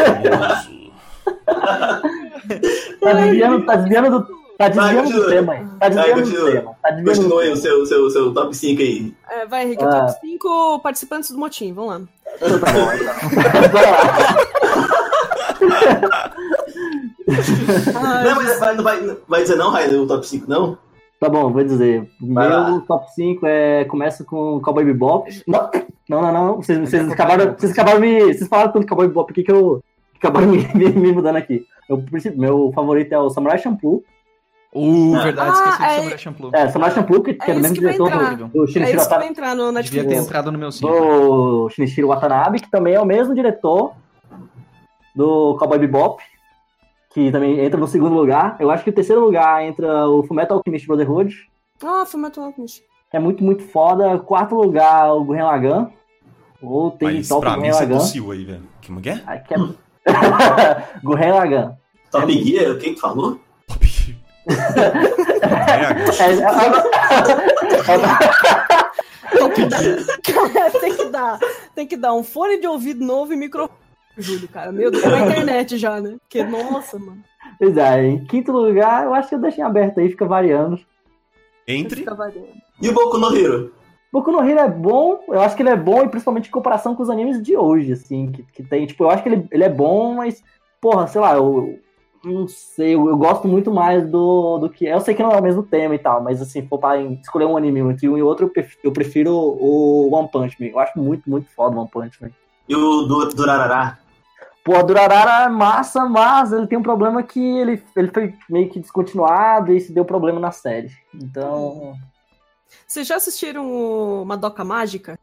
S3: desviando, tá desviando do. Tá desviando do
S5: continua.
S3: tema aí. Tá
S5: Vai,
S3: desviando do
S5: continua.
S3: tema. Tá desviando do
S5: Continue o
S3: tema.
S5: seu, seu, seu top 5 aí.
S2: é, vai, Henrique,
S3: Ah.
S2: top 5 participantes do motim, vamos lá.
S3: Tá bom, então. Bora lá.
S2: Ah,
S5: Não, mas vai, não vai, não vai dizer não, Rainer, o top 5, não?
S3: Tá bom, vou dizer.
S5: Vai lá.
S3: Meu top 5 é. Começa com Cowboy Bebop. Não, não, não. não. Vocês, vocês acabaram. Vocês acabaram me. Vocês falaram tanto de Cowboy Bebop aqui que eu. Acabaram me, me- me mudando aqui. Meu, princi- meu favorito é o Samurai Champloo.
S4: Uh, verdade. Esqueci
S2: Ah,
S4: de
S2: é-
S4: Samurai Champloo.
S3: É, Samurai Champloo, que, que
S2: É
S3: é, do
S2: isso
S3: mesmo
S2: que vai
S3: diretor
S2: entrar.
S3: do, do
S2: é
S3: Shinichiro
S2: isso que
S3: Watanabe.
S2: vai entrar no
S4: tá- Devia
S2: Netflix.
S4: ter entrado no meu 5.
S3: do Shinichiro Watanabe, que também é o mesmo diretor do Cowboy Bebop, que também entra no segundo lugar. Eu acho que o terceiro lugar entra o Fullmetal Alchemist Brotherhood,
S2: Ah, foi Metal Alchemist.
S3: que é muito, muito foda. Quarto lugar, o Gurren Lagann, ou tem
S1: Mas
S3: Top
S1: pra
S3: Gurren
S1: mim é você
S3: Lagann.
S1: tossiu aí, velho. Como que é?
S3: Ah, que é... Gurren Lagann.
S5: Top Gear, quem que falou?
S1: Top. RH.
S3: É, é- é-
S2: Tem que dar, tem que dar, tem que dar um fone de ouvido novo e microfone. Júlio, cara, meu Deus, na internet já, né? Porque, nossa, mano.
S3: Pois é, em quinto lugar, eu acho que eu deixei aberto aí, fica variando.
S1: Entre.
S2: Fica variando.
S5: E o Boku no Hero?
S3: Boku no Hero é bom, eu acho que ele é bom, e principalmente em comparação com os animes de hoje, assim, que, que tem, tipo, eu acho que ele, ele é bom, mas, porra, sei lá, eu, eu não sei, eu, eu gosto muito mais do, do que, eu sei que não é o mesmo tema e tal, mas, assim, for pra em- escolher um anime entre um e outro, eu prefiro, eu prefiro o One Punch Man, eu acho muito, muito foda o One Punch Man.
S5: E o do, Durarará?
S3: Porra, Durarara é massa, mas ele tem um problema que ele, ele foi meio que descontinuado e isso deu problema na série, então...
S2: Vocês já assistiram o Madoka Mágica?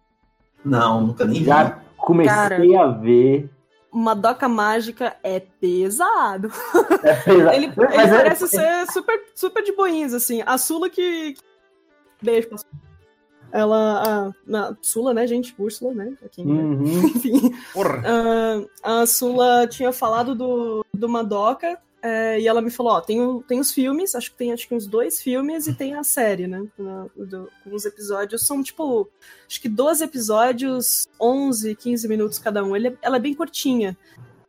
S5: Não, nunca nem vi.
S3: Já comecei
S2: Cara.
S3: a ver.
S2: Madoka Mágica é pesado. Ele, ele
S3: Mas é-
S2: parece ser super, super de boins, assim. A Sula que. que- Beijo pra Sula. Ela. A, na, Sula, né, gente? Úrsula, né? Pra quem-
S3: Uhum.
S2: Enfim.
S1: Porra.
S2: Ah, a Sula tinha falado do, do Madoka. é, e ela me falou, ó, tem, o- tem os filmes, acho que tem acho que uns dois filmes e tem a série, né? Na- do- Com os episódios, são tipo, acho que 12 episódios, 11, 15 minutos cada um. Ele, é- ela é bem curtinha.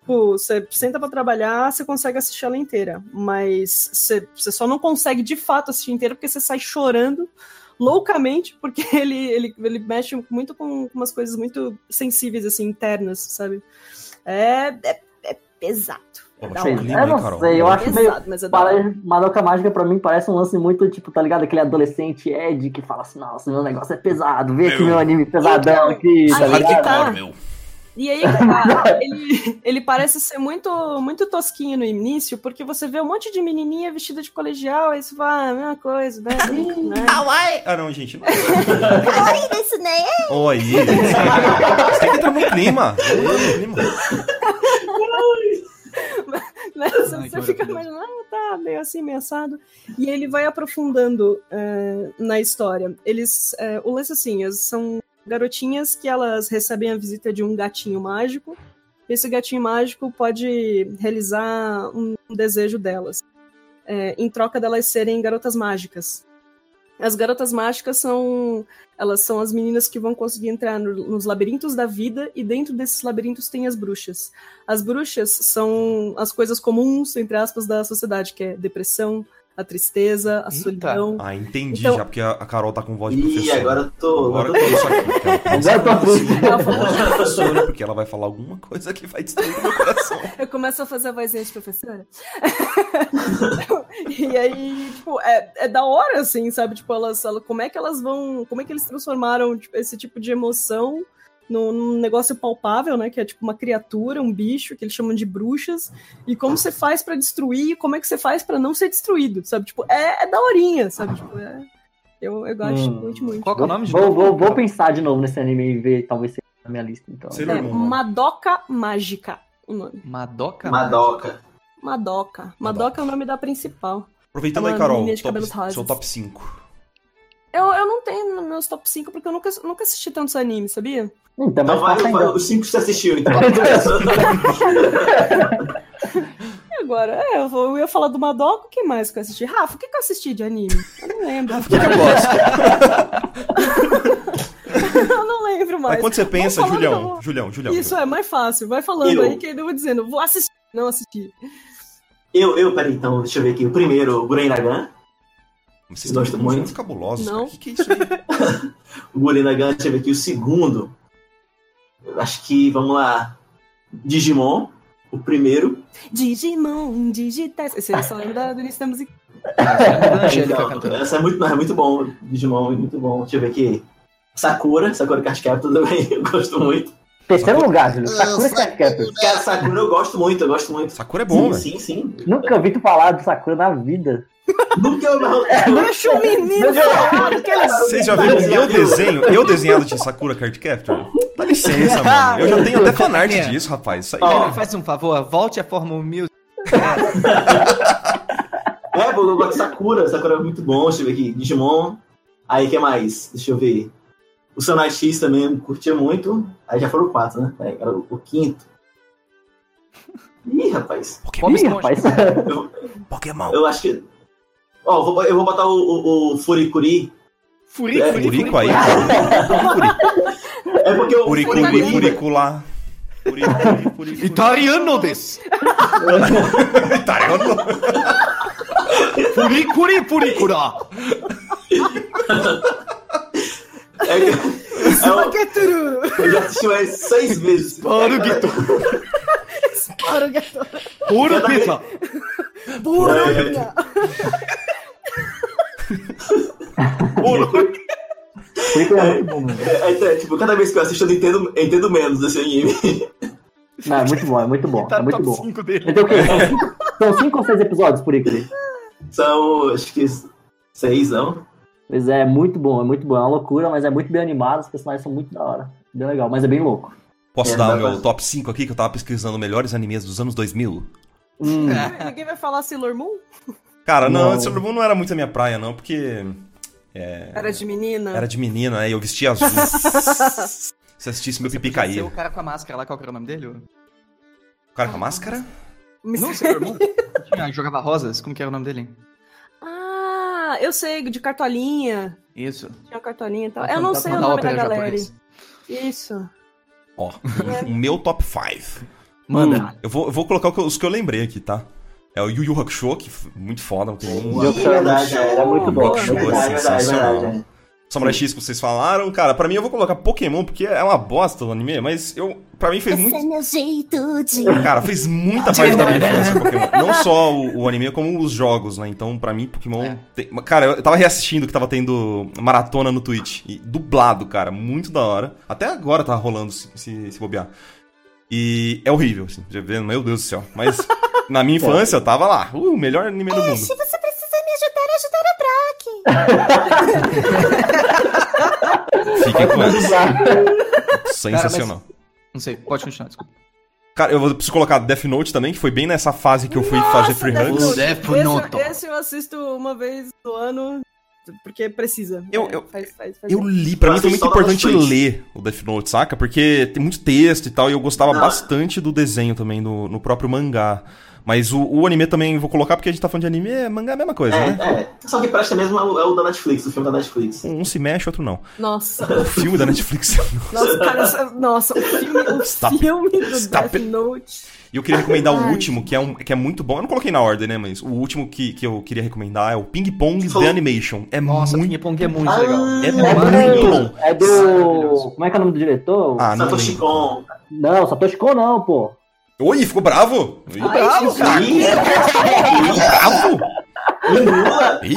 S2: Tipo, você senta pra trabalhar, você consegue assistir ela inteira. Mas você, você só não consegue de fato assistir inteira porque você sai chorando loucamente, porque ele, ele, ele mexe muito com umas coisas muito sensíveis, assim, internas, sabe? É, é, é pesado.
S1: Pô,
S2: Da
S1: achou
S2: hora.
S1: lindo,
S3: Eu
S1: hein,
S3: não
S1: um Carol?
S3: sei, eu acho-
S2: pesado,
S3: meio-
S2: mas é da hora.
S3: Para, Madoka Mágica pra mim parece um lance muito tipo, tá ligado? Aquele adolescente Ed que fala assim: nossa, meu negócio é pesado, vê
S1: Meu.
S3: esse
S4: Então,
S3: meu anime pesadão aqui, tá
S2: Aí que
S3: ligado?
S2: tá.
S1: meu.
S2: E aí, cara, ele, ele parece ser muito, muito tosquinho no início, porque você vê um monte de menininha vestida de colegial, aí você fala, ah, mesma coisa, né? né?
S6: Kawaii!
S1: Ah, não, gente. Não.
S7: Ai, desse nem.
S2: é-
S1: Oi. Você tem que entrar no clima. Tem que entrar no clima.
S2: né? Você,
S4: Ai, que
S2: você fica
S4: maravilha.
S2: imaginando, ah, tá meio assim, meio assado. E ele vai aprofundando eh, na história. Eles, eh, o lance assim, elas são garotinhas que elas recebem a visita de um gatinho mágico. Esse gatinho mágico pode realizar um desejo delas, eh, em troca delas serem garotas mágicas. As garotas mágicas são elas são as meninas que vão conseguir entrar no- nos labirintos da vida e dentro desses labirintos tem as bruxas. As bruxas são as coisas comuns, entre aspas, da sociedade, que é depressão, a tristeza, a
S4: Eita.
S2: solidão.
S1: Ah, entendi
S2: Então-
S1: já, porque a a Carol tá com voz de
S5: Ih,
S1: professora.
S5: agora eu tô.
S1: Agora
S5: Agora
S1: que
S5: eu
S1: eu
S5: tô.
S1: isso aqui, cara.
S3: Agora eu tô puto.
S1: Ela fala de professora, porque ela vai falar alguma coisa que vai destruir meu coração.
S2: Eu começo a fazer a vozinha de professora. e aí, tipo, é, é da hora, assim, sabe? Tipo, elas, elas- como é que elas vão. Como é que eles transformaram tipo, esse tipo de emoção num, num negócio palpável, né? Que é tipo uma criatura, um bicho, que eles chamam de bruxas. E como você faz pra destruir, e como é que você faz pra não ser destruído, sabe? Tipo, é, é daorinha, sabe? Tipo, é. Eu, eu gosto
S3: Hum.
S2: muito, muito.
S4: Qual que é o nome de
S3: Vou,
S4: novo?
S3: vou, vou pensar de novo nesse anime e ver, talvez seja na minha lista. Então.
S1: Seria-
S2: É
S1: Sailor Moon, né?
S2: Madoka Mágica, o nome.
S4: Madoka?
S5: Madoka.
S1: Madoka.
S2: Madoka. Madoca é o nome da principal.
S1: Aproveitando
S2: É uma
S1: aí, Carol,
S2: menina de
S1: top-
S2: cabelos rosas.
S1: seu top 5.
S2: Eu, eu não tenho nos meus top 5 porque eu nunca, nunca assisti tantos animes, sabia?
S3: Hum, tá
S5: Então
S3: mais
S5: vai,
S3: fácil
S5: vai,
S3: ainda.
S5: os cinco que você assistiu, então.
S2: E agora? É, eu, vou, eu ia falar do Madoka, o que mais que eu assisti? Rafa, o que, que eu assisti de anime? Eu não lembro. eu não lembro
S1: Mas
S2: mais.
S1: quando você pensa,
S2: falar
S1: Julião,
S2: do-
S1: Julião, Julião.
S2: Isso é mais fácil. Vai falando
S5: Eu.
S2: aí que eu vou dizendo, vou assistir, não assistir.
S5: eu, eu, peraí, então, deixa eu ver aqui. O primeiro, o Guren Lagan.
S1: Vocês
S5: Gosto
S1: estão muito
S5: muito.
S1: cabulosos,
S2: Não.
S1: cara. O que, que é isso aí?
S5: O Guren Lagan, deixa eu ver aqui. O segundo, eu acho que, vamos lá, Digimon. O primeiro.
S2: Digimon, Digitais. Esse é só lembro da- do início da música.
S4: A É, Angélica
S5: Então,
S4: cantando.
S5: essa é muito, é muito bom. Digimon é muito bom. Deixa eu ver aqui. Sakura, Sakura Card Captor também, eu gosto muito.
S3: Terceiro lugar, Júlio.
S6: Ah,
S3: Sakura Card Captors.
S5: Cara, Sakura eu gosto muito, eu gosto muito.
S1: Sakura é bom, velho.
S5: sim, sim, sim.
S3: Nunca ouvi tu falar do Sakura na vida.
S5: Nunca eu não. É,
S2: Deixa o menino falar o que ele
S1: Vocês já viram eu desenho, eu desenhado de Sakura Card Captor? Dá licença, mano. Eu já tenho até fanart disso, rapaz. Isso aí. é
S5: Ó.
S4: Guilherme, faz um favor, volte à Fórmula Music.
S5: É, pô, eu gosto de Sakura. Sakura é muito bom. Deixa eu ver aqui. Digimon. Aí, o que mais? Deixa eu ver. O Sonai X também eu curtia muito. Aí já foram quatro, né? Aí, era o, o quinto. Ih, rapaz.
S4: Bob
S3: Ih,
S4: Esponja.
S3: rapaz. é
S1: Pokémon.
S5: Eu acho que... Ó, eu vou bo- eu vou botar o, o, o Furikuri.
S4: Furico,
S5: É,
S1: Purico aí.
S5: É porque o
S1: Purico,
S5: Furikuri...
S1: purico lá. Purico, purico, purico.
S4: Então, Italiano des.
S5: é
S1: Italiano.
S4: Furicuri, furicura.
S5: É, é o, eu já assisti mais seis vezes.
S4: Paruguito. Puro pizza.
S5: Puruguita.
S1: Purico.
S3: Sakura é muito bom, mano.
S5: É, é, tipo, cada vez que eu assisto eu entendo, eu entendo menos desse anime.
S3: Não, é muito bom, é muito bom.
S4: Tá
S3: É muito
S4: top
S3: bom.
S4: 5 dele.
S3: Então o quê? São cinco- São cinco ou seis episódios por aqui.
S5: São, acho que seis, não?
S3: Pois é, é muito bom, é muito bom. É uma loucura, mas é muito bem animado. Os personagens são muito da hora. Bem legal, mas é bem louco.
S1: Posso dar o meu top 5 aqui, que eu tava pesquisando melhores animes dos anos 2000?
S3: Hum,
S2: Ninguém vai falar Sailor Moon?
S1: Cara, não,
S3: Não.
S1: Sailor Moon não era muito a minha praia, não, porque
S2: É, Era de menina.
S1: era de menina, né? Eu vestia azul. Se assistisse meu pipi
S4: Esse é
S1: caía.
S4: O cara com a máscara lá, qual que era o nome dele? O-
S1: O cara com a máscara?
S2: Miss-
S4: Não, Sailor Moon. Tinha- Jogava rosas, como que era o nome dele?
S2: Ah, eu sei, de cartolinha.
S4: Isso.
S2: Tinha uma cartolinha e tal.
S4: Fantasma
S2: Eu não sei o
S4: da
S2: nome da
S4: Ópera
S2: galera.
S4: japonês.
S2: Isso.
S1: Ó, o meu top 5.
S4: Manda.
S1: Eu vou, eu vou colocar o que eu- os que eu lembrei aqui, tá? É o Yu Yu Hakusho, que f- muito foda, não tem nenhum.
S3: Yu Yu Hakusho.
S5: era muito bom.
S1: Rock Show é
S5: Verdade, verdade,
S1: sensacional.
S5: verdade.
S1: Samurai X que vocês falaram. Cara, pra mim eu vou colocar Pokémon, porque é uma bosta o anime, mas eu, pra mim fez
S7: Esse é
S1: muito...
S7: meu jeito de.
S1: Cara, fez muita parte da minha infância Pokémon. Não só o, o anime, como os jogos, né? Então, pra mim, Pokémon...
S4: É.
S1: tem- Cara, eu tava reassistindo que tava tendo maratona no Twitch. E dublado, cara. Muito da hora. Até agora tá rolando, se, se, se bobear. E é horrível, assim. Você vê, meu Deus do céu. Mas na minha infância eu tava lá. Uh, o melhor anime do mundo.
S7: Ash, você precisa me ajudar a ajudar a Brock.
S1: Fiquem
S3: é
S1: com essa.
S4: Cara,
S1: Sensacional.
S4: Não sei, pode continuar, desculpa.
S1: Cara, eu vou preciso colocar Death Note também, que foi bem nessa fase que eu fui fazer free
S2: Death
S1: hugs.
S2: Note.
S4: Zé Funoto.
S2: Esse, esse eu assisto uma vez do ano, porque precisa.
S1: Eu-
S2: É,
S1: eu-
S2: faz- faz- faz-
S1: Eu li, pra mim
S5: Mas
S1: foi
S5: eu
S1: muito
S5: só tava
S1: importante
S5: bastante.
S1: ler o Death Note, saca? Porque tem muito texto e tal, e eu gostava
S5: Não.
S1: bastante do desenho também, do, no próprio mangá. Mas o, o anime também eu vou colocar, porque a gente tá falando de anime, é mangá é a mesma coisa, né?
S5: É, é. Só que presta mesmo é o, é o da Netflix, o filme da Netflix.
S1: Um se mexe, outro não.
S2: Nossa,
S1: O filme da Netflix.
S2: nossa, cara, essa- nossa, o filme, o
S1: Stop it.
S2: filme do
S1: Stop
S2: Death Note.
S1: E eu queria recomendar o
S7: Ai.
S1: último, que é, um, que é muito bom. Eu não coloquei na ordem, né? Mas o último que, que eu queria recomendar é o Ping Pong
S5: Falou.
S1: The Animation. É
S4: Nossa,
S1: muito.
S4: Ping Pong é muito
S5: Ah,
S4: legal.
S1: É
S5: é
S1: muito
S5: bom.
S1: bom.
S3: É do.
S4: Maravilhoso.
S3: Como é que é o nome do diretor?
S1: Ah, não.
S5: Satoshi
S1: lembro.
S5: Kon.
S3: Não, Satoshi Kon não, pô.
S1: Oi, ficou bravo? Ih,
S2: Ai, gente,
S5: Ih, é
S1: bravo?
S5: Lula.
S1: Ih,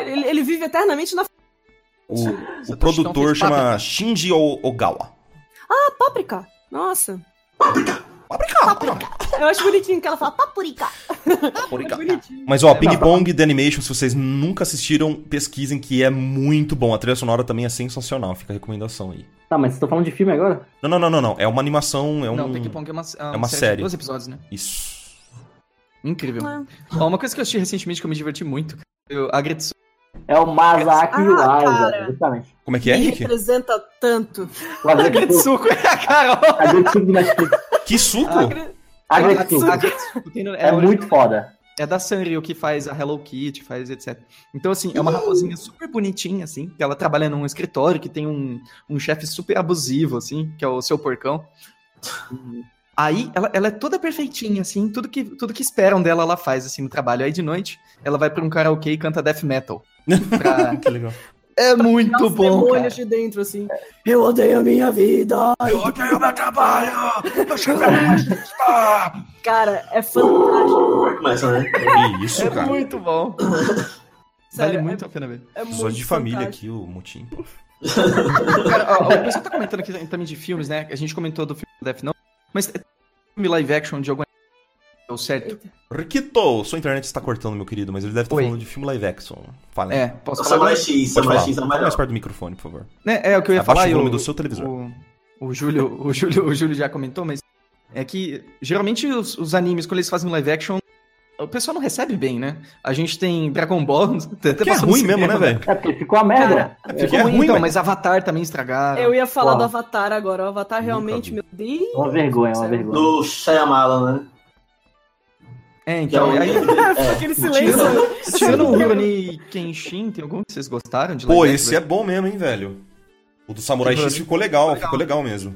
S2: ele, ele- ele vive eternamente na
S1: O, o
S4: Satoshi Kon
S1: produtor
S4: fez
S1: chama
S4: Paprika.
S1: Shinji O- Ogawa.
S2: páprica. Nossa.
S1: Paprika!
S2: Eu acho bonitinho que ela fala
S7: Papurica.
S4: é
S2: páprica. Bonitinho.
S1: Mas ó, Ping Pong The Animation, se vocês nunca assistiram, pesquisem que é muito bom. A trilha sonora também é sensacional, fica a recomendação aí.
S3: Tá, mas vocês estão falando de filme agora?
S1: Não, não, não, não, não. É uma animação, é um.
S4: Não, Ping Pong é uma, é uma
S1: uma
S4: série,
S1: série.
S4: de 12 episódios, né?
S1: Isso.
S4: Incrível.
S2: É.
S4: Ó, uma coisa que eu assisti recentemente que eu me diverti muito. cara. Eu, a Gretsu.
S3: É o Masaki
S2: Ah,
S3: Yuasa,
S2: cara.
S3: exatamente.
S1: Como é que é,
S2: Me
S1: Rick?
S2: representa tanto.
S4: A
S3: Agretsuko,
S4: Gretsuko é a Carol.
S3: Agretsuko do Netflix.
S1: Que suco!
S4: Ah,
S3: Agretsuko.
S4: A Gretsuko tem no-
S3: É
S4: original-
S3: muito foda.
S4: É da Sanrio que faz a Hello Kitty, faz etc. Então, assim, é uma raposinha super bonitinha, assim, que ela trabalha num escritório que tem um, um chefe super abusivo, assim, que é o seu porcão. Aí ela, ela é toda perfeitinha, assim, tudo que, tudo que esperam dela ela faz, assim, no trabalho. Aí de noite ela vai pra um karaokê e canta death metal. Pra-
S1: Que legal.
S4: É
S2: Dá
S4: muito
S2: uns
S4: bom, cara.
S2: demônios de dentro, assim.
S3: Eu odeio a minha vida.
S2: Cara, é fantástico.
S5: Começa, né?
S1: Que isso,
S4: É
S1: cara.
S4: muito bom.
S2: Sério,
S4: vale muito a pena ver.
S2: é, é muito
S1: Episódio de família
S2: fantástico.
S1: aqui, o Mutim.
S4: Cara, ó, o pessoal tá comentando aqui também de filmes, né? A gente comentou do filme do Death Note, mas tem filme live action de algum deu certo.
S1: Riquito, sua internet está cortando, meu querido, mas ele deve estar
S4: Oi.
S1: falando de filme live action. Fala.
S4: É, posso falar?
S5: O Samurai
S4: agora?
S5: X,
S1: Pode
S5: Samurai
S1: falar.
S5: X é o
S1: Fala mais
S5: melhor.
S1: perto do microfone, por favor.
S4: Né, É, o que eu ia
S1: Abaixa
S4: falar.
S1: Tá o volume
S4: eu-
S1: do seu televisor.
S4: O, o Júlio, o Júlio, o Júlio já comentou, mas é que geralmente os, os animes quando eles fazem live action, o pessoal não recebe bem, né? A gente tem Dragon Ball, até
S1: Que é
S4: passou no
S1: ruim mesmo,
S4: cinema,
S1: né, velho?
S3: É porque ficou a merda.
S4: Ficou
S1: É
S4: ruim,
S1: ruim,
S4: então,
S1: velho.
S4: mas Avatar também estragaram.
S2: Eu ia falar
S3: Uau.
S2: do Avatar agora. O Avatar
S1: Nunca
S2: realmente,
S1: vi.
S2: meu Deus.
S3: É Uma vergonha, uma
S2: Sério.
S3: vergonha.
S5: Do Shyamala, né?
S4: É,
S5: Que é
S4: então,
S5: o...
S4: aí,
S5: é.
S2: Aquele silêncio.
S4: tirando, tirando o Rurouni Kenshin, tem algum que vocês gostaram de
S1: Pô,
S4: live
S1: esse é bom mesmo, hein, velho. O do Samurai
S4: Ficou-
S1: X ficou legal, ficou legal mesmo.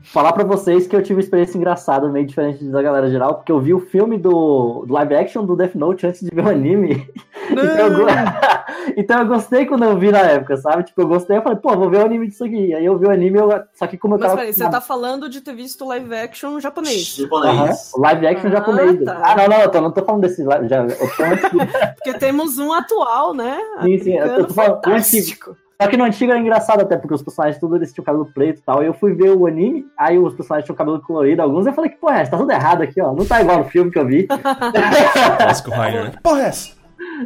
S3: Falar pra vocês que eu tive uma experiência engraçada, meio diferente da galera geral, porque eu vi o filme do, do live action do Death Note antes de ver o anime. Então eu,
S4: Não,
S3: go- então eu gostei quando eu vi na época, sabe? Tipo, eu gostei, eu falei, pô, vou ver o anime disso aqui. Aí eu vi o anime, eu... só que como eu
S2: Mas
S3: tava...
S2: peraí, você tá falando de ter visto live action japonês.
S3: Aham,
S5: Japonês.
S3: live action
S2: Ah,
S3: japonês.
S2: tá.
S3: Ah, não, não, eu tô, não tô falando desse live... Já, eu tô antigo.
S2: Porque temos um atual, né?
S3: Sim, sim, eu tô
S2: Americano
S3: falando- eu achei-
S2: fantástico.
S3: Só que no antigo era engraçado até, porque os personagens tudo eles tinham cabelo preto e tal. E eu fui ver o anime, aí os personagens tinham cabelo colorido, alguns, eu falei que, porra, tá tudo errado aqui, ó. Não tá igual no filme que eu vi.
S1: Clássico Rainer, né? Porra, é essa?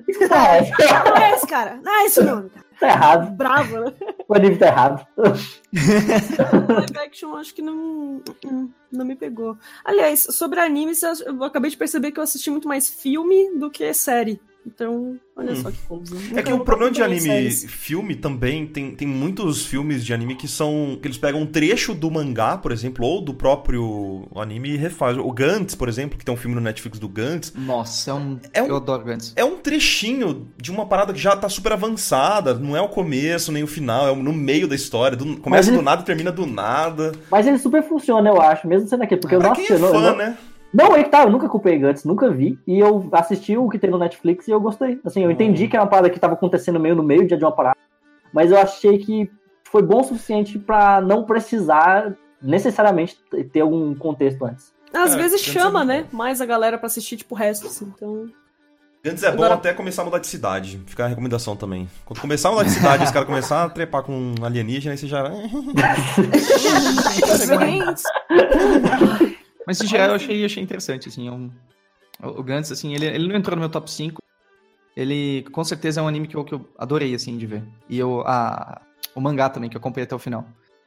S3: Isso que tá errado.
S2: Não é esse, cara. Não é esse nome.
S3: Tá errado.
S2: Bravo, né?
S3: O anime tá errado.
S2: Live action acho que não, hum, não me pegou. Aliás, sobre animes, eu acabei de perceber que eu assisti muito mais filme do que série. Então, olha
S1: Hum.
S2: só que coisa.
S1: É que o problema de anime filme também tem, tem muitos filmes de anime que são. que eles pegam um trecho do mangá, por exemplo, ou do próprio anime e refaz. O Gantz, por exemplo, que tem um filme no Netflix do Gantz,
S4: Nossa, é um...
S1: É um-
S4: eu adoro Gantz.
S1: é um trechinho de uma parada que já tá super avançada, não é o começo nem o final, é no meio da história. do- começa
S3: ele-
S1: do nada e termina do nada.
S3: Mas ele super funciona, eu acho, mesmo sendo aquele, porque eu
S1: pra
S3: não
S1: quem
S3: assisti.
S1: é
S3: eu não, eu
S1: fã,
S3: não,
S1: né?
S3: não, é que tá, eu nunca culpei Guts, nunca vi. E eu assisti o que tem no Netflix e eu gostei. Assim, eu
S2: Uhum.
S3: entendi que era uma parada que tava acontecendo meio no meio de uma parada. Mas eu achei que foi bom o suficiente pra não precisar necessariamente ter algum contexto antes.
S2: Às
S1: É,
S2: vezes
S1: Gantz é
S2: chama,
S1: muito
S2: né? Mais a galera pra assistir, tipo, o resto, assim. Então,
S1: Gantz é bom
S2: Agora-
S1: até começar a mudar de cidade. Fica a recomendação também. Quando começar a mudar de cidade, os caras começar a trepar com um alienígena, aí você já. eh,
S2: Gente,
S4: Mas em geral eu achei, achei interessante, assim. é um- O o Gantz, assim, ele, ele não entrou no meu top 5. Ele, com certeza, é um anime que eu, que eu adorei, assim, de ver. E eu, a, o mangá também, que eu acompanhei até o final.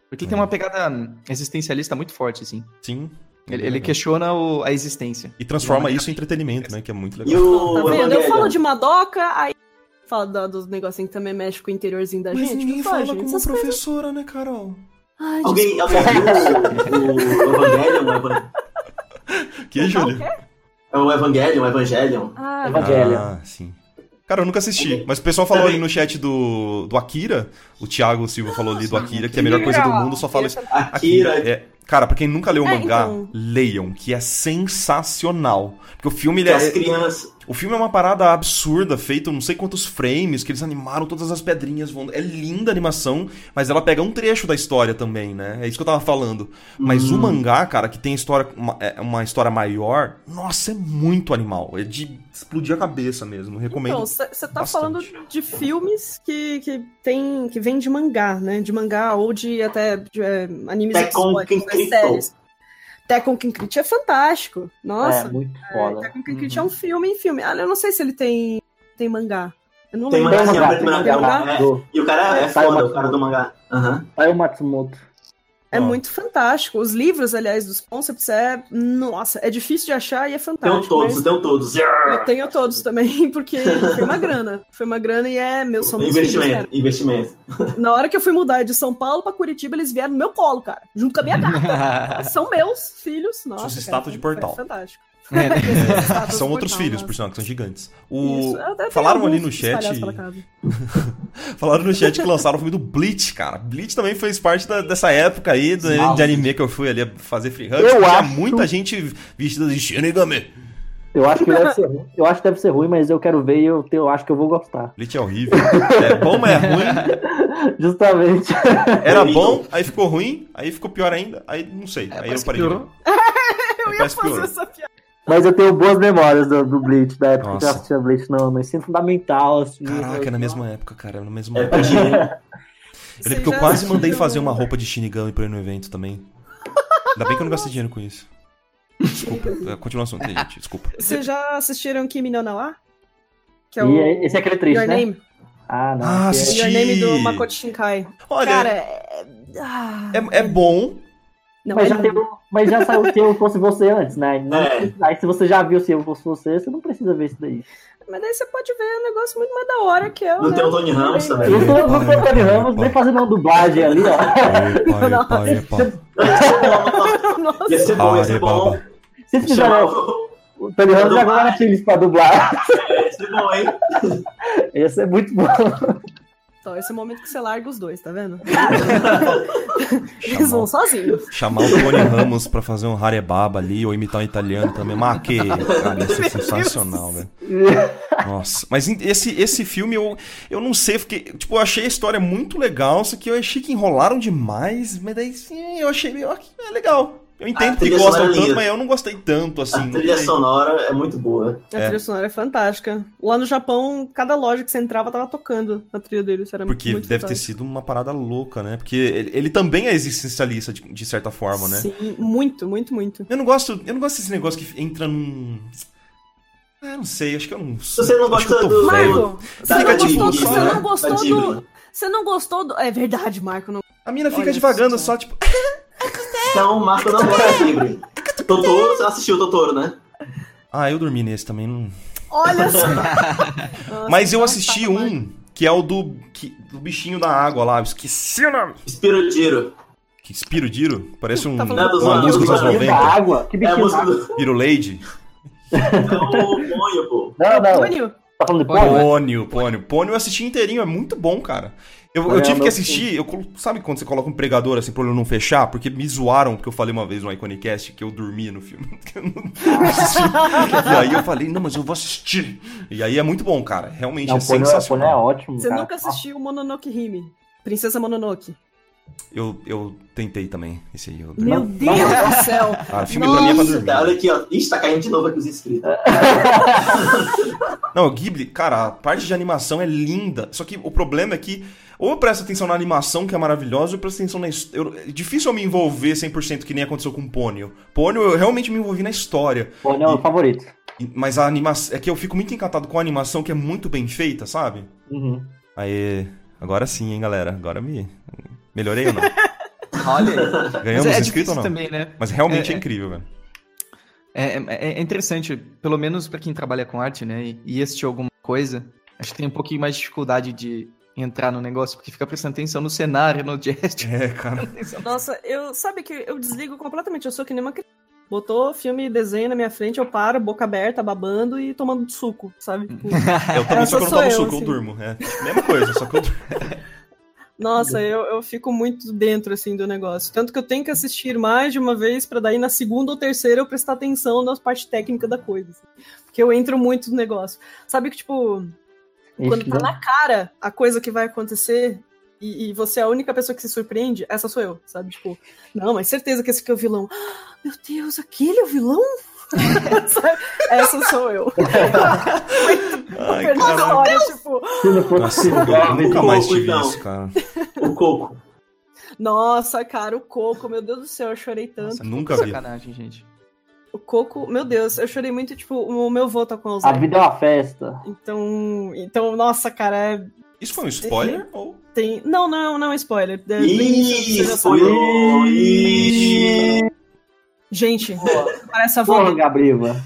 S4: Porque
S1: Uhum.
S4: ele tem uma pegada hum, existencialista muito forte, assim.
S1: Sim.
S4: Ele, ele questiona o- a existência.
S1: E transforma isso em entretenimento, né? Que é muito
S5: E
S1: legal.
S2: tá
S5: o
S2: vendo? Eu
S5: Evangelion?
S2: falo de Madoka, aí fala da- dos negocinhos que também mexe com o interiorzinho da gente. não faz, gente. Essas coisas-
S1: professora, né, Carol?
S2: Ai,
S5: Alguém, alguém viu o, o Evangelion? O Evan-
S1: Que, Júlio?
S5: É o Evangelion, o Evangelion.
S2: Ah,
S3: Eva- Evangelho.
S1: Ah, sim. Cara, eu nunca assisti, mas o pessoal falou ali no chat do, do Akira, o Thiago Silva falou ali do Akira, que é a melhor coisa do mundo, só fala isso.
S5: Akira, Ah,
S1: É, cara, pra quem nunca leu o
S2: É,
S1: mangá,
S2: então.
S1: leiam, que é sensacional. Porque o filme, ele
S5: que as
S1: é,
S5: crianças.
S1: o filme é uma parada absurda, feito não sei quantos frames, que eles animaram todas as pedrinhas voando. É linda a animação, mas ela pega um trecho da história também, né? É isso que eu tava falando. Mas
S2: Hum.
S1: o mangá, cara, que tem história, uma, é uma história maior, nossa, é muito animal. É de explodir a cabeça mesmo. Recomendo.
S2: Então, você tá
S1: bastante.
S2: falando de filmes que, que tem que vem de mangá, né? De mangá ou de até de, é, animes
S5: Tekken
S2: exóticos,
S5: King
S2: né? séries. Tekken King Crit é fantástico.
S3: é
S2: Nossa,
S3: muito
S2: é,
S3: foda.
S2: Tekken King Crit
S4: Uhum.
S2: é um filme em filme. Ah, eu não sei se ele tem tem mangá. Eu não
S5: Tem
S2: lembro.
S5: mangá,
S3: Tem
S5: é
S3: mangá,
S5: o primeiro
S3: tem
S5: mangá,
S3: mangá
S5: né?
S3: do
S5: E o cara é
S3: Saiu
S5: foda,
S3: uma-
S5: o cara do mangá. Aham.
S3: Saiu Matsumoto.
S2: É
S1: Ó.
S2: muito fantástico. Os livros, aliás, dos concepts é nossa, é difícil de achar e é
S5: Tenho
S2: fantástico.
S5: todos, tá?
S2: mas
S5: tenho todos.
S2: Eu tenho todos também, porque foi uma grana. Foi uma grana e é meu são meus filhos, cara.
S5: Um Investimento, investimento.
S2: Na hora que eu fui mudar de São Paulo pra Curitiba, eles vieram no meu colo, cara. Junto com a minha gata. São meus filhos. Nossa,
S1: Suas
S2: cara,
S1: estátuas de portal.
S2: foi Fantástico.
S4: É, né?
S1: Que são outros filhos, por sinal, que são gigantes. O...
S2: né? Isso. é. Eu até tenho
S1: Falaram
S2: alguns
S1: ali no chat-
S2: espalhados pela casa.
S1: Falaram no chat que lançaram o filme do Bleach, cara. Bleach também fez parte da- dessa época aí do,
S5: Nossa.
S1: de anime que eu fui ali fazer free hunt.
S3: Eu
S1: Tinha
S3: acho-
S1: muita gente vestida de Shinigami.
S3: Eu acho que deve ser ruim. Eu acho que deve ser ruim, mas eu quero ver e eu, te- eu acho que eu vou gostar.
S1: Bleach é horrível. É bom, mas é ruim.
S3: Justamente.
S1: Era bom, aí ficou ruim, aí ficou pior ainda. Aí não sei. aí eu
S4: Parece que
S1: parei.
S4: É, piorou.
S1: Eu ia parece que
S2: Fazer
S1: piorou.
S2: essa piada.
S3: Mas eu tenho boas memórias do, do Bleach, da época que eu
S1: Nossa.
S3: assistia Bleach no, no ensino fundamental, assim.
S1: Caraca, é
S3: eu-
S1: na mesma época, cara. Na mesma
S5: É
S1: época.
S5: pra dinheiro.
S1: é Eu lembro que eu quase mandei fazer uma roupa de Shinigami pra ir no evento também. Ainda bem que eu não gastei dinheiro com isso. Desculpa. É, Continua o assunto aí, gente. Desculpa.
S2: Vocês já assistiram Kimi no Na Wa? Que é o
S3: E é- esse é aquele triste,
S2: Your
S3: né?
S2: Name?
S3: Ah, não.
S1: Ah,
S3: que é-
S1: assisti.
S2: Your Name do Makoto Shinkai.
S1: Olha,
S2: Cara, é... Ah,
S1: é, é bom.
S2: Não,
S3: mas,
S2: é
S3: já
S2: lindo.
S3: teve, um- mas já saiu o Se Eu Fosse Você antes, né? Não-
S5: É.
S3: Aí se você já viu Se Eu Fosse Você, você não precisa ver isso daí.
S2: Mas daí você pode ver um negócio muito mais da hora que eu.
S5: Não
S2: né?
S5: tem o Tony Ramos
S1: É,
S5: também.
S3: Eu tô, eu tô com o Tony Ramos, nem fazendo uma dublagem ali, ó.
S1: Epa, epa, epa.
S2: Nossa,
S5: Ia ser é
S1: Ah,
S5: bom, ia
S1: é
S5: ser bom.
S1: Arebaba.
S3: Se fizeram
S5: Chamava
S3: ó, o Tony Ramos agora na Philips pra dublar,
S5: Ia ser bom, hein?
S3: ia ser muito bom.
S2: Então, esse é o momento que você larga os dois, tá vendo? Eles vão
S1: Chamar,
S2: sozinhos.
S1: chamar o Tony Ramos pra fazer um harebaba ali, ou imitar um italiano também. Maque, cara, isso é sensacional, velho. Nossa, mas em- esse, esse filme eu, eu não sei, porque, tipo, eu achei a história muito legal, só que eu achei que enrolaram demais, mas daí sim, eu achei meio, ok, é legal. Eu entendo que
S5: trilha
S1: gostam
S5: sonora é
S1: tanto,
S5: linda.
S1: mas eu não gostei tanto, assim.
S5: A
S1: não
S5: trilha
S1: sei.
S5: sonora é muito boa.
S2: A
S1: É.
S2: trilha sonora é fantástica. Lá no Japão, cada loja que você entrava tava tocando a trilha dele.
S5: é
S2: Isso era
S1: Porque
S2: muito
S1: deve ter sido uma parada louca, né? Porque ele, ele também é existencialista, de, de certa forma, né?
S2: Sim, muito, muito, muito.
S1: Eu não gosto, eu não gosto desse negócio que entra num. Ah, eu não sei, acho que eu não. Se
S5: você não
S1: acho que eu
S5: gosta
S1: tô
S5: do-
S1: velho.
S2: Marco, você não
S5: Fica de
S2: gostou, do-
S5: dica,
S2: você
S5: né?
S2: não
S5: Tá
S2: gostou
S5: dica.
S2: do... É, Você não gostou do... É verdade, Marco. Não...
S1: A mina fica
S2: Olha
S1: devagando
S2: só.
S1: só, tipo.
S5: Então,
S2: é
S5: o Marco não gosta de livre. Totoro, você assistiu o Totoro, né?
S1: Ah, eu dormi nesse também. Não...
S2: Olha só. Nossa,
S1: Mas eu
S2: não
S1: assisti
S2: tava mais.
S1: um que é o do, que- do bichinho da água lá. eu Esqueci o nome.
S5: Spiro Giro.
S1: Que Spirodiro? Parece um,
S2: Tá
S1: uma
S2: falando
S5: do Zorro,
S1: música
S5: do
S1: dos anos
S5: Zorro.
S1: 90.
S3: da água. Que
S5: É a
S3: bichinho
S5: música
S3: da água.
S5: do.
S1: Spiroleide?
S5: É o Ponyo, pô.
S3: Não, não.
S2: Antônio,
S3: Tá falando de
S4: Olha,
S3: porra?
S1: Pônio, Pônio. Pônio eu assisti inteirinho, é muito bom, cara. Eu, eu
S3: É,
S1: tive que
S3: meu
S1: assistir, eu colo- sabe quando você coloca um pregador assim pra ele não fechar? Porque me zoaram, porque eu falei uma vez no Iconicast que eu dormia no filme. que eu não- não assisti. e aí eu falei, não, mas eu vou assistir. E aí é muito bom, cara. Realmente
S3: Não,
S1: é
S3: o Pônei é, o Pônei é
S1: sensacional.
S3: ótimo,
S2: você
S3: cara.
S2: nunca assistiu Mononoke Hime? Princesa Mononoke.
S1: Eu, eu tentei também. Esse aí eu
S2: Meu
S3: Não,
S2: Deus do céu.
S1: Ah, filme pra mim é pra dormir.
S5: Olha aqui, ó. Ixi, tá caindo de novo aqui os inscritos.
S1: Não, o Ghibli, cara, a parte de animação é linda. Só que o problema é que ou presta atenção na animação, que é maravilhosa, ou presta atenção na história. É difícil eu me envolver 100% que nem aconteceu com Pônio. Pônio, eu realmente me envolvi na história.
S3: Pô, não, é o favorito.
S1: E- Mas a animação. É que eu fico muito encantado com a animação, que é muito bem feita, sabe?
S3: Uhum.
S1: Aí. Agora sim, hein, galera. Agora me. Melhorei ou não?
S4: Olha, aí.
S1: Ganhamos
S4: Mas é, é
S1: inscrito
S4: difícil
S1: ou não?
S4: também, né?
S1: Mas realmente é,
S4: É, é. É, é- é interessante, pelo menos pra quem trabalha com arte, né? E, e assistir alguma coisa, acho que tem um pouquinho mais de dificuldade de entrar no negócio, porque fica prestando atenção no cenário, no gesto.
S1: incrível, velho. É, cara.
S2: Nossa, eu sabe que eu desligo completamente, eu sou que nem uma criança. Botou filme e desenho na minha frente, eu paro, boca aberta, babando e tomando suco, sabe? Tipo,
S1: Eu também,
S2: Essa
S1: só que eu não
S2: sou
S1: tomo
S2: eu,
S1: suco, eu
S2: assim.
S1: durmo. É. Mesma coisa, só que eu durmo.
S2: Nossa, eu, eu fico muito dentro assim do negócio. Tanto que eu tenho que assistir mais de uma vez pra daí na segunda ou terceira eu prestar atenção na parte técnica da coisa. assim. Porque eu entro muito no negócio. Sabe que, tipo, quando
S3: Ixi,
S2: tá na cara a coisa que vai acontecer e, e você é a única pessoa que se surpreende, essa sou eu, sabe? Tipo, não, mas certeza que esse aqui é o vilão. Ah, meu Deus, aquele é o vilão? Sabe? essa sou eu.
S1: Ai,
S2: Perdão,
S1: cara.
S2: olha, tipo,
S3: Se não
S1: Nossa,
S3: fosse
S1: eu
S5: Igual
S1: nunca
S5: o
S1: mais
S5: coco,
S1: tive
S5: então.
S1: isso, cara.
S5: O coco.
S2: nossa, cara, o coco, meu Deus do céu, eu chorei tanto.
S4: Nossa,
S1: Nunca vi.
S4: sacanagem, gente.
S2: O Coco, meu Deus, eu chorei muito, tipo, o meu avô tá com
S3: A
S2: Alzheimer.
S3: vida é uma festa.
S2: Então, então, nossa, cara, é-
S1: Isso foi um spoiler? Ou.
S2: tem... Não, não, não é spoiler. É- tem-
S5: Ih, um spoiler. Ih.
S2: Gente,
S3: Porra,
S2: parece a avó
S3: Porra,
S2: dele.
S3: Gabriela.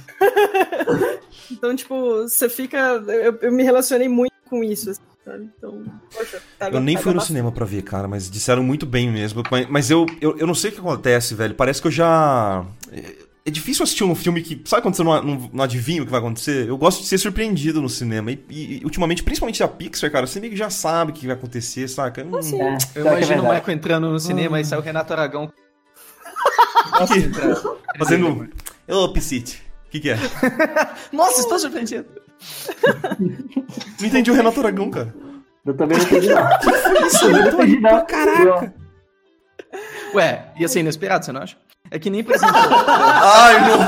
S2: Então, tipo, você fica... Eu, eu me relacionei muito com isso, assim, sabe? Então, poxa... tá pega-
S1: Eu nem
S2: pega
S1: fui no
S2: bastante.
S1: cinema pra ver, cara, mas disseram muito bem mesmo. Mas, mas eu, eu, eu não sei o que acontece, velho. Parece que eu já. É- É difícil assistir um filme que. Sabe quando você não, não, não adivinha o que vai acontecer? Eu gosto de ser surpreendido no cinema. E, e- e ultimamente, principalmente a Pixar, cara, você meio que já sabe o que vai acontecer, saca? Hum,
S2: Assim,
S3: É,
S4: Eu
S3: pior que é
S4: imagino o
S3: verdade.
S4: Michael entrando no cinema e sai o Renato Aragão.
S1: que-
S4: entra-
S1: fazendo. um- Ô, Piscite. O que, que é?
S4: Nossa, estou surpreendido.
S1: Não entendi o Renato Aragão, cara.
S3: Eu também não entendi não.
S1: Isso, é
S3: Eu não
S1: Renato
S3: entendi não. Caraca.
S4: Ué, ia ser inesperado, você não acha? É que nem, por exemplo,
S1: Ai, meu.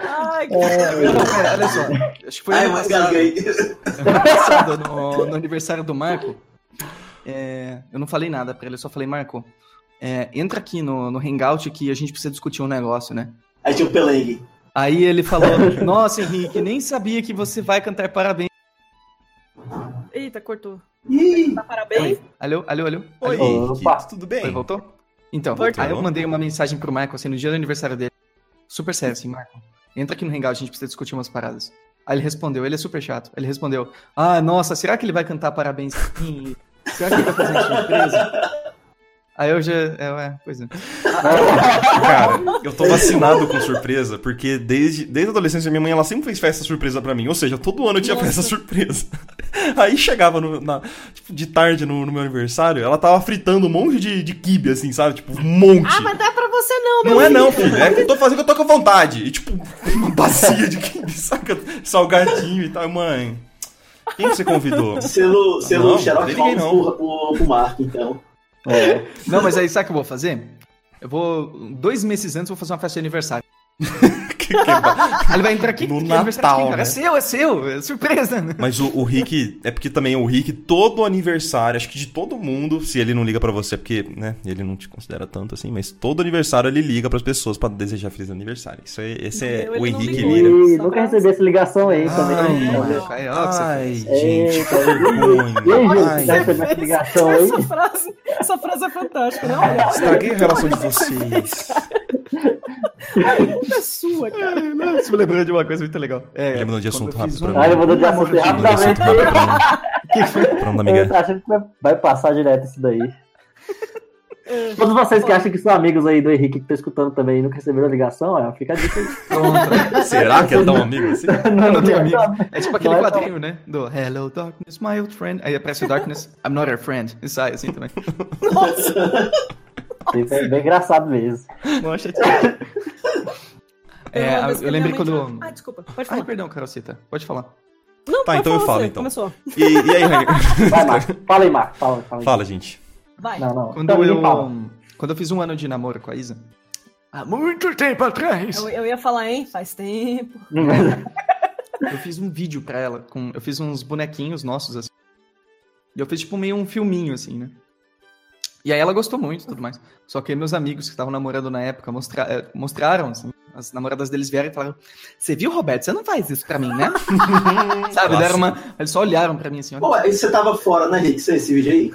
S2: Ai, que...
S3: É.
S4: Não, pera, É, olha só. Acho que foi
S5: Ai,
S4: ano
S5: mas
S4: passado,
S5: gasguei.
S4: ano passado, no, no aniversário do Marco. é, eu não falei nada pra ele, eu só falei, Marco, é, entra aqui no, no Hangout que a gente precisa discutir um negócio, né?
S5: Aí tinha o Pelengue.
S4: Aí ele falou, nossa, Henrique, nem sabia que você vai cantar parabéns.
S2: Eita, cortou.
S5: Ih,
S2: Tá, parabéns.
S4: Alô, alô, alô?
S1: Oi,
S3: Opa.
S1: Henrique, tudo bem?
S4: Oi, voltou? Então,
S1: Voltou.
S4: aí eu mandei uma mensagem pro Marco, assim, no dia do aniversário dele. Super sério, assim, Marco, entra aqui no Hangout, a gente precisa discutir umas paradas. Aí ele respondeu, ele é super chato. Ele respondeu, ah, nossa, será que ele vai cantar parabéns sim? Será que ele vai fazer uma surpresa? Aí eu já, é, ué, pois é.
S1: Cara, eu tô vacinado com surpresa, porque desde, desde a adolescência minha mãe ela sempre fez festa surpresa pra mim. Ou seja, todo ano eu tinha
S2: Nossa.
S1: festa surpresa. Aí chegava no- na, tipo, de tarde no, no meu aniversário, ela tava fritando um monte de, de quibe, assim, sabe? Tipo, um monte.
S2: Ah, mas não é pra você não, meu
S1: Não é
S2: filho.
S1: não, filho. É que eu tô fazendo que eu tô com vontade. E tipo, uma bacia de quibe, saca? Salgadinho e tal. Mãe, quem que você convidou?
S5: selo, selo
S1: Não, não
S5: Xerox
S1: tem
S5: Holmes
S1: ninguém,
S5: pro, pro, pro Marco, então.
S3: É.
S4: Não, mas aí sabe o que eu vou fazer? Eu vou, dois meses antes, eu vou fazer uma festa de aniversário.
S1: Que- que-
S4: Aí ele vai entrar aqui,
S1: No
S4: que aniversário de
S1: Natal,
S4: quem, cara?
S1: né?
S4: É seu, é seu, é surpresa. né?
S1: Mas o, o Rick, é porque também o Rick, todo aniversário, acho que de todo mundo, se ele não liga pra você, porque, né, ele não te considera tanto assim, mas todo aniversário ele liga pras pessoas pra desejar feliz aniversário. Isso é, esse é
S2: Meu,
S1: o
S2: ele não
S1: Henrique
S2: ligou.
S1: Lira.
S3: Ih, nunca recebi essa ligação aí então
S1: Ai,
S3: também. né?
S1: mano.
S4: Aí, é, ó, que você
S1: Ai,
S3: fez.
S1: gente, que
S3: Eita. E aí,
S1: vergonha.
S3: gente, você
S1: Ai,
S3: recebeu essa ligação aí?
S2: Essa frase, essa frase é fantástica, não é?
S1: estraguei a relação de vocês.
S2: Culpa é sua, cara.
S4: Ai, não, Você me lembrou de uma coisa muito legal. É,
S1: Ele mudou de
S4: quando
S1: assunto
S4: eu fiz
S1: rápido pra
S3: Ah,
S1: mim.
S3: ele mudou de assunto
S4: Ele
S1: Mudou de assunto
S3: rapidamente.
S1: rápido pra mim. Pra não dar
S3: Eu
S1: migué.
S3: tô achando que vai- vai passar direto isso daí.
S2: É.
S3: Todos vocês que acham que são amigos aí do Henrique que estão escutando também e nunca receberam a ligação, ó, fica a dica aí.
S4: Pronto.
S1: Será que é tão amigo assim?
S4: Eu não tenho amigo.
S3: não.
S4: É tipo aquele
S3: Não é tão-
S4: quadrinho, né? Do Hello Darkness, my old friend. Aí aparece o Darkness, I'm not your friend. E sai assim também.
S3: É bem engraçado mesmo.
S4: Mó chateado.
S2: Teve uma
S4: É,
S2: vez que
S4: eu
S1: É,
S2: a minha
S4: lembrei
S2: mãe
S4: quando.
S2: falou- Ah, desculpa, pode
S4: Ai,
S2: falar.
S4: perdão, Carolcita. Pode falar.
S2: Não,
S1: Tá,
S2: pode
S1: então eu
S2: falar
S1: falo,
S2: você,
S1: então.
S2: Começou.
S1: E, e aí, Rainer?
S3: Vai, Marcos. Fala aí, Marcos. Fala, fala aí.
S1: Fala, gente.
S2: Vai.
S3: Não, não.
S4: Quando
S3: Então, ninguém
S4: eu,
S3: fala.
S4: quando eu fiz um ano de namoro com a Isa,
S8: Há muito tempo atrás.
S2: Eu, eu ia falar, hein? Faz tempo.
S4: eu fiz um vídeo pra ela. Com, eu fiz uns bonequinhos nossos, assim. E eu fiz, tipo, meio um filminho, assim, né? E aí ela gostou muito e tudo mais. Só que meus amigos que estavam namorando na época mostra- eh, mostraram, assim. As namoradas deles vieram e falaram: Você viu, Roberto? Você não faz isso pra mim, né? Sabe? Deram uma... Eles só olharam pra mim assim: ó.
S5: Pô, aí é, você tava fora, né, Rick? Isso é Esse vídeo aí?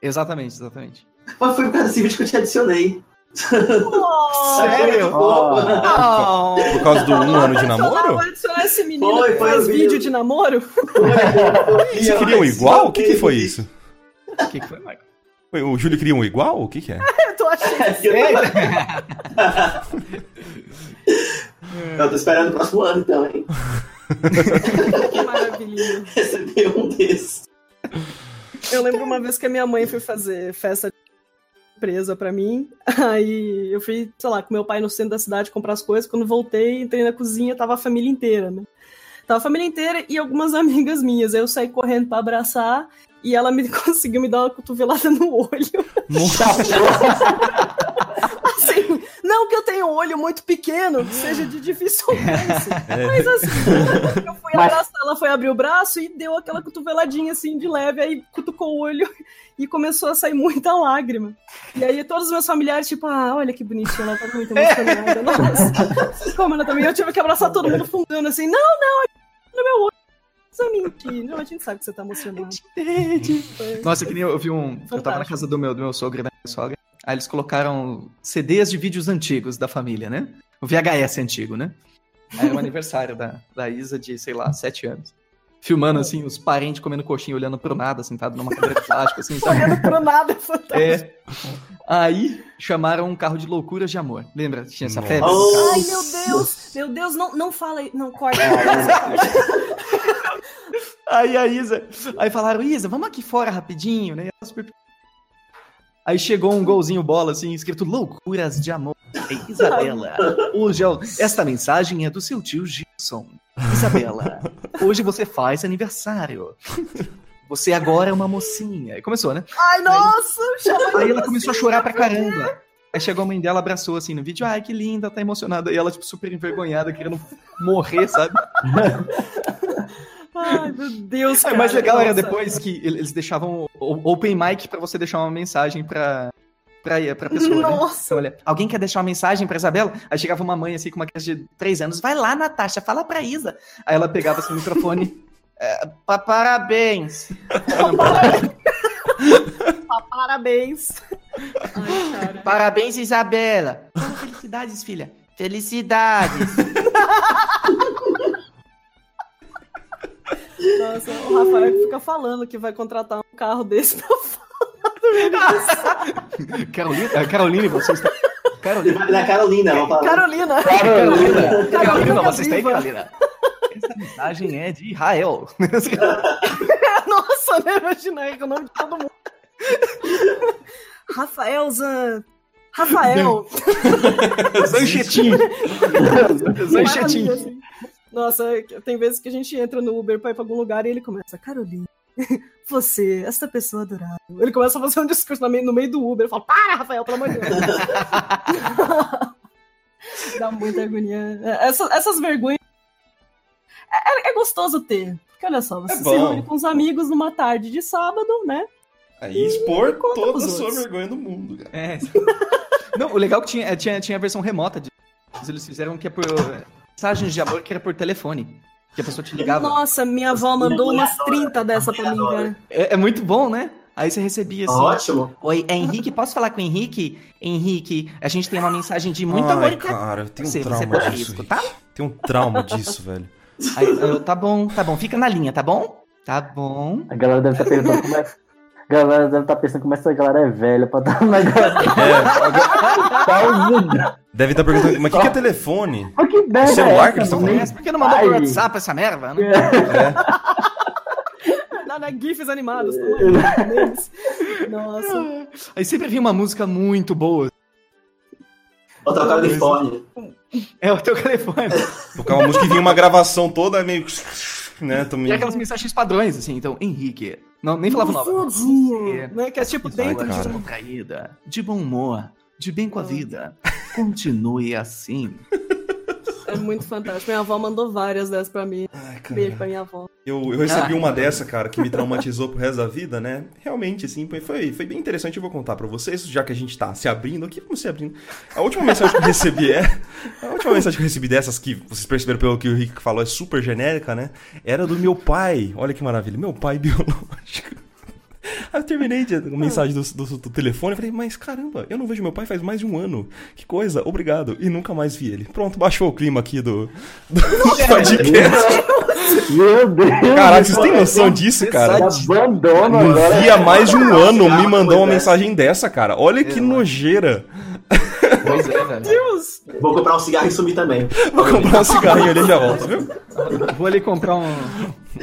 S4: Exatamente, exatamente.
S5: Mas foi por causa desse vídeo que eu te adicionei.
S4: Sério?
S5: Opa.
S1: Por causa do um ano de namoro?
S2: Vai adicionar esse menino
S5: Foi,
S2: que
S5: foi
S2: faz
S5: o
S2: vídeo
S5: vídeo.
S2: de namoro?
S1: Vocês queriam um igual? O que, que foi isso?
S4: O que, que foi, Michael?
S1: Foi, O Júlio queria um igual? O que, que é?
S2: Eu tô achando.
S5: Eu tô esperando o próximo ano, então, hein?
S2: Que maravilhoso.
S5: Receber um desses.
S2: Eu lembro uma vez que a minha mãe foi fazer festa de empresa pra mim. Aí eu fui, sei lá, com meu pai no centro da cidade comprar as coisas. Quando voltei, entrei na cozinha, tava a família inteira, né? Tava a família inteira e algumas amigas minhas. Aí eu saí correndo pra abraçar e ela me conseguiu me dar uma cotovelada no olho. Assim, não que eu tenha um olho muito pequeno, que seja de difícil alcance. Mas assim, eu fui
S3: Mas-
S2: abraçar, ela foi abrir o braço e deu aquela cotoveladinha assim de leve, aí cutucou o olho e começou a sair muita lágrima. E aí todos os meus familiares, tipo, ah, olha que bonitinha, ela tá muito emocionada. Nossa, como ela também. Eu tive que abraçar todo mundo fungando assim, não, não, é no meu olho. Isso é mentira. Não, a gente sabe que você tá emocionado. Foi-
S4: Nossa, que nem eu, eu vi um. Eu tava na
S2: Fantástico.
S4: casa do meu, do meu sogro e da minha sogra. Aí eles colocaram CDs de vídeos antigos da família, né? O VHS antigo, né? Aí era o aniversário da, da Isa de, sei lá, sete anos. Filmando, assim, os parentes comendo coxinha, olhando pro nada, sentado numa cadeira de plástico, assim, sabe?
S2: Olhando pro nada, fantástico.
S4: É. Aí chamaram um carro de loucuras de amor. Lembra? Tinha essa
S1: Nossa.
S4: febre?
S5: Oh.
S2: Ai, meu Deus, meu Deus, não, não fala aí, não corta.
S4: Aí a Isa. Aí falaram, Isa, vamos aqui fora rapidinho, né? Ela super- Aí chegou um golzinho bola, assim, escrito Loucuras de Amor. Isabela, hoje é o- esta mensagem é do seu tio Gilson. Isabela, hoje você faz aniversário. Você agora é uma mocinha. E Começou, né?
S2: Ai, nossa, chama
S4: Aí ela começou a chorar pra caramba. Aí chegou a mãe dela, abraçou assim no vídeo. Ai, que linda, tá emocionada. E ela, tipo, super envergonhada, querendo morrer, sabe?
S2: Ai, meu Deus,
S4: É,
S2: cara.
S4: o mais legal era
S2: nossa.
S4: depois que ele- eles deixavam o- o- open mic pra você deixar uma mensagem pra, pra, pra pessoa. né?
S2: Nossa.
S4: Então, olha, alguém quer deixar uma mensagem pra Isabela? Aí chegava uma mãe assim com uma criança de 3 anos, vai lá, Natasha, fala pra Isa. Aí ela pegava assim, o microfone. "É, pa- parabéns.
S2: Ah, Parabéns. Ai, cara.
S6: Parabéns, Isabela.
S4: Felicidades, filha.
S6: Felicidades.
S2: Nossa, o Rafael que fica falando que vai contratar um carro desse pra
S4: Carolina, ah, Caroline, você está.
S5: E
S4: Carolina,
S5: vai Na Carolina, ela fala.
S2: Carolina.
S4: É,
S3: Carolina.
S4: Carolina, você está aí,
S2: viva.
S4: Carolina? Essa mensagem é de Israel.
S2: Nossa, né? Imagina aí com o nome de todo mundo. Rafael Zan. Rafael.
S4: Zanchetinho. Zanchetinho.
S2: Maravilha, assim. Nossa, tem vezes que a gente entra no Uber pra ir pra algum lugar e ele começa, Carolina, você, essa pessoa é adorável. Ele começa a fazer um discurso no meio, no meio do Uber. Eu falo, para, Rafael, pelo amor de Deus. Dá muita agonia. É, Essas, essas vergonhas. É, é- é gostoso ter. Porque olha só, você
S1: É
S2: se
S1: bom.
S2: reúne com os amigos numa tarde de sábado, né?
S1: Aí expor
S2: conta pros
S1: toda a sua
S2: outros.
S1: vergonha do mundo, cara.
S4: É. Não, o legal que tinha, é, tinha, tinha a versão remota de eles fizeram que é por mensagens de amor que era por telefone. Que a pessoa te ligava.
S2: Nossa, minha avó mandou umas 30 dessa pra mim, cara.
S4: É, é muito bom, né? Aí você recebia assim.
S5: Ótimo.
S6: Oi, é Henrique, posso falar com o Henrique? Henrique, a gente tem uma mensagem de muito amor
S1: Ai,
S6: e carinho
S1: cara, eu tenho
S6: pra
S1: um
S6: você. Você
S1: trauma
S6: poderia
S1: disso.
S6: escutar?
S1: Tem um trauma disso, velho.
S4: tá?" Aí, eu, tá bom.
S6: Tá bom, fica na linha, tá bom? Tá bom.
S3: A galera deve estar perguntando como é. A galera deve estar pensando como essa galera é velha pra dar um negócio. Tá
S1: É, Deve estar perguntando, mas o que, que é telefone?
S3: Mas que merda
S1: O celular que
S3: é
S1: eles
S3: essa,
S1: tão
S3: mano?
S1: falando?
S6: Mas por que não mandou pro
S3: Ai.
S6: WhatsApp essa merda? Né?
S2: Dá na GIFs animados. tão aí, memes. Nossa.
S4: Aí sempre vinha uma música muito boa.
S5: Outra Califórnia.
S4: É o teu telefone.
S1: Tocar uma música e vinha uma gravação toda meio. né? Também.
S4: E é aquelas mensagens padrões, assim, então, Henrique. Não, nem falava nova. É.
S2: Né? Que é tipo dentro
S1: cara.
S2: de
S4: Descontraída, de bom humor, de bem com a vida. Continue assim.
S2: É muito fantástico. Minha avó mandou várias dessas pra mim.
S1: Ai, cara.
S2: Beijo pra minha avó.
S1: Eu, eu recebi uma dessa, cara, que me traumatizou pro resto da vida, né? Realmente, assim, foi- foi, foi bem interessante. Eu vou contar pra vocês, já que a gente tá se abrindo aqui, vamos se abrindo. A última mensagem que eu recebi é. A última mensagem que eu recebi dessas, que vocês perceberam pelo que o Rick falou, é super genérica, né? Era do meu pai. Olha que maravilha. Meu pai biológico. Aí eu terminei de- a mensagem do, do, do telefone e falei, mas caramba, eu não vejo meu pai faz mais de um ano. Que coisa, obrigado. E nunca mais vi ele. Pronto, baixou o clima aqui do, do podcast.
S3: Meu Deus!
S1: Caralho, vocês têm noção disso, cara?
S3: Abandono agora.
S1: Não via mais de um ano, me
S5: Pois
S1: mandou uma
S5: é.
S1: mensagem dessa, cara. Olha que nojeira.
S4: Pois é, velho.
S2: Deus!
S5: Vou comprar um cigarro e sumir também.
S1: Vou comprar um cigarrinho ali e já volto, viu?
S4: Vou ali comprar um.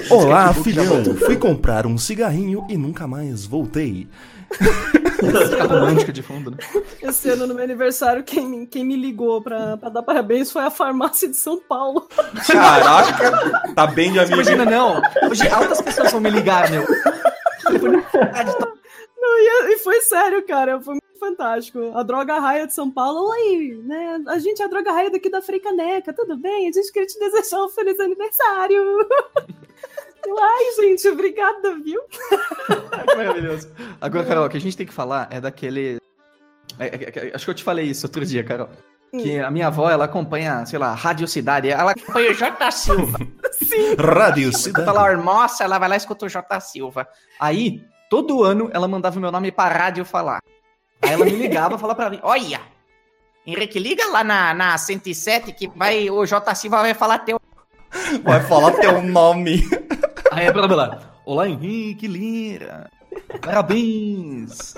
S1: Olá, filhão. Fui comprar um cigarrinho e nunca mais voltei.
S4: Fica romântica de fundo, né?
S2: Esse ano, no meu aniversário, quem, me- quem me ligou pra, pra dar parabéns foi a farmácia de São Paulo.
S1: Caraca, tá bem de amigo.
S4: Imagina, não. Hoje altas pessoas vão me ligar, meu.
S2: Não, e, e foi sério, cara. Foi muito fantástico. A Droga Raia de São Paulo. Oi, né? A gente é a Droga Raia daqui da Freicaneca. Tudo bem? A gente queria te desejar um feliz aniversário. Eu, Ai, gente, obrigada, viu?
S4: Que maravilhoso. Agora, Carol, o que a gente tem que falar é daquele. é, é, é, acho que eu te falei isso outro dia, Carol. Que a minha avó, ela acompanha, sei lá, Rádio Cidade. Ela
S6: Foi o Jota Silva.
S1: Rádio
S6: Quando ela
S1: Cidade.
S6: almoça, ela vai lá e escuta o Jota Silva.
S4: Aí, todo ano, ela mandava o meu nome pra rádio falar. Aí ela me ligava e falava pra mim,
S6: Olha, Henrique, liga lá na, na 107 que vai, o Jota Silva vai falar teu.
S1: Vai falar teu nome.
S4: Aí é pra lá. Olá, Henrique Lira. Parabéns.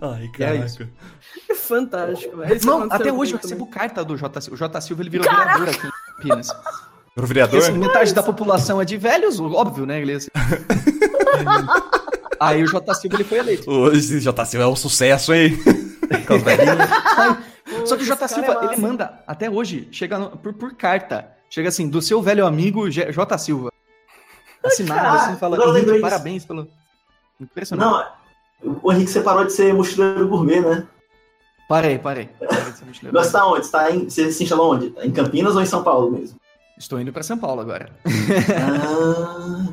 S1: Ai,
S4: É
S1: caraca.
S2: Fantástico, velho. Isso
S4: Não,
S2: aconteceu
S4: até hoje eu
S2: comigo
S4: recebo carta do J. Silva. O J. Silva, ele virou vereador aqui em Campinas.
S1: Pro
S4: Porque, assim,
S1: vereador?
S4: metade da população é de velhos, óbvio, né? Ele, assim. Aí o J. Silva, ele foi eleito.
S1: Hoje já tá assim, é um sucesso, hein? Com os velhinhos.
S2: também.
S4: Só que o J.
S2: Esse cara
S4: Silva,
S2: é
S4: ele
S2: massa.
S4: manda, até hoje, chega no- por, por carta. Chega assim, do seu velho amigo J. J. Silva. Assinado, assim, fala,
S5: Agora eu lembrei
S4: "Henrique,
S5: disso."
S4: parabéns pelo... Impressionante.
S5: Não, o Henrique você parou de ser mochileiro gourmet, né?
S4: Parei, parei. Parei de ser mochileiro.
S5: Agora você tá onde? Você, tá em, você se instalou onde? Em Campinas ou em São Paulo mesmo?
S4: Estou indo pra São Paulo agora.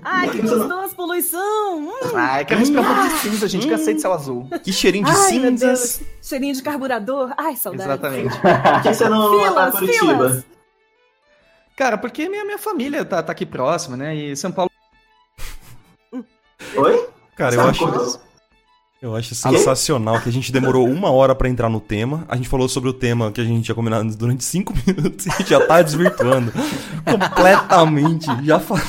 S5: Ah,
S2: Ai, que gostoso, poluição! Hum,
S4: Ai, quero respirar um pouco de cinza, gente. Cansei de céu azul.
S1: Que cheirinho de
S2: Ai, meu
S1: cinzas.
S2: cheirinho de carburador. Ai, saudade.
S4: Exatamente.
S5: por que você não vai pra
S2: Filas,
S5: Curitiba?
S2: filas.
S4: Cara, porque minha, minha família tá, tá aqui próxima, né? E São Paulo.
S5: Oi?
S1: Cara,
S5: Você
S1: eu
S5: não
S1: acho.
S5: acordou?
S1: Eu acho sensacional que a gente demorou uma hora pra entrar no tema. A gente falou sobre o tema que a gente tinha combinado durante cinco minutos e a gente já tá desvirtuando. completamente. Já falei.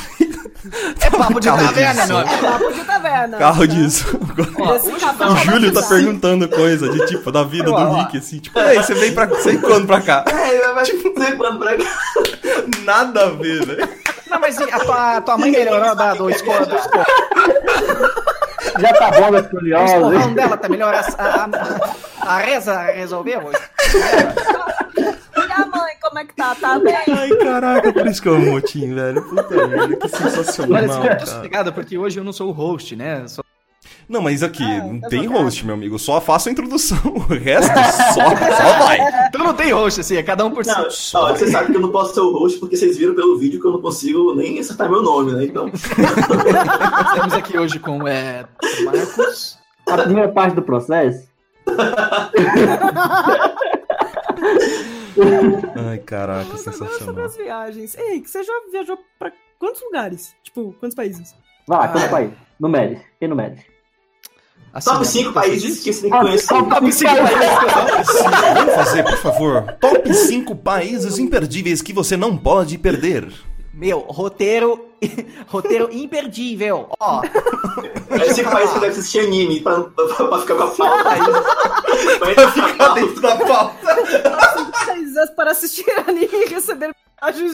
S6: É papo de
S1: Carro
S6: taverna,
S1: de som.
S6: não. é?
S2: Papo de taverna.
S1: Carro
S2: tá?
S1: disso.
S2: Desse cavalo
S1: O Júlio tá
S2: batizado.
S1: perguntando coisa de tipo, da vida
S4: Olha
S1: do
S4: lá.
S1: Rick, assim. Tipo, ei, você vem pra. Você vem quando pra cá?
S5: É, mas você quando pra cá.
S1: Nada a ver, velho.
S6: Não, mas a tua, a tua mãe melhorou da do escola do escola.
S3: Já tá bom das
S6: O escorrão
S3: curiosas.
S6: dela tá melhor. A, a, a- a reza resolveu.
S2: E a mãe, como é que tá? Tá bem?
S1: Ai, caraca, por isso que eu amo o Motim, velho. Puta merda, que
S4: Olha,
S1: sensacional.
S4: assim, eu tô
S1: cara.
S4: sossegado, porque hoje eu não sou o host, né? Só-
S1: Não, mas aqui,
S2: Ah,
S1: não
S2: tá
S1: tem
S2: jogado.
S1: host, meu amigo. Só faço a introdução. O resto só, só vai.
S4: Então não tem host, assim, é cada um por si.
S5: Não, ó, você sabe que eu não posso ser o host porque vocês viram pelo vídeo que eu não consigo nem acertar meu nome, né? Então,
S4: Estamos aqui hoje com é, Marcos.
S3: A primeira parte do processo.
S1: Ai,
S4: Ah,
S1: caraca,
S2: Mas agora sobre
S1: sensacional.
S2: as viagens. Ei, que você já viajou pra quantos lugares? Tipo, quantos países?
S3: Vai lá, conta pra aí. Numere. Quem numere?
S4: Assim,
S5: top
S4: né,
S5: 5
S4: você
S5: países
S4: disse?
S5: que você tem que conhecer.
S3: Ah,
S4: Top 5 países.
S1: Sim, Vamos fazer, por favor, top 5 países imperdíveis que você não pode perder.
S6: Meu, roteiro, roteiro imperdível. Ó,
S5: É cinco países que você deve assistir anime pra, pra, pra ficar com a pauta aí. pra ficar com a pauta.
S1: da pauta.
S2: Países para assistir anime e receber mensagens.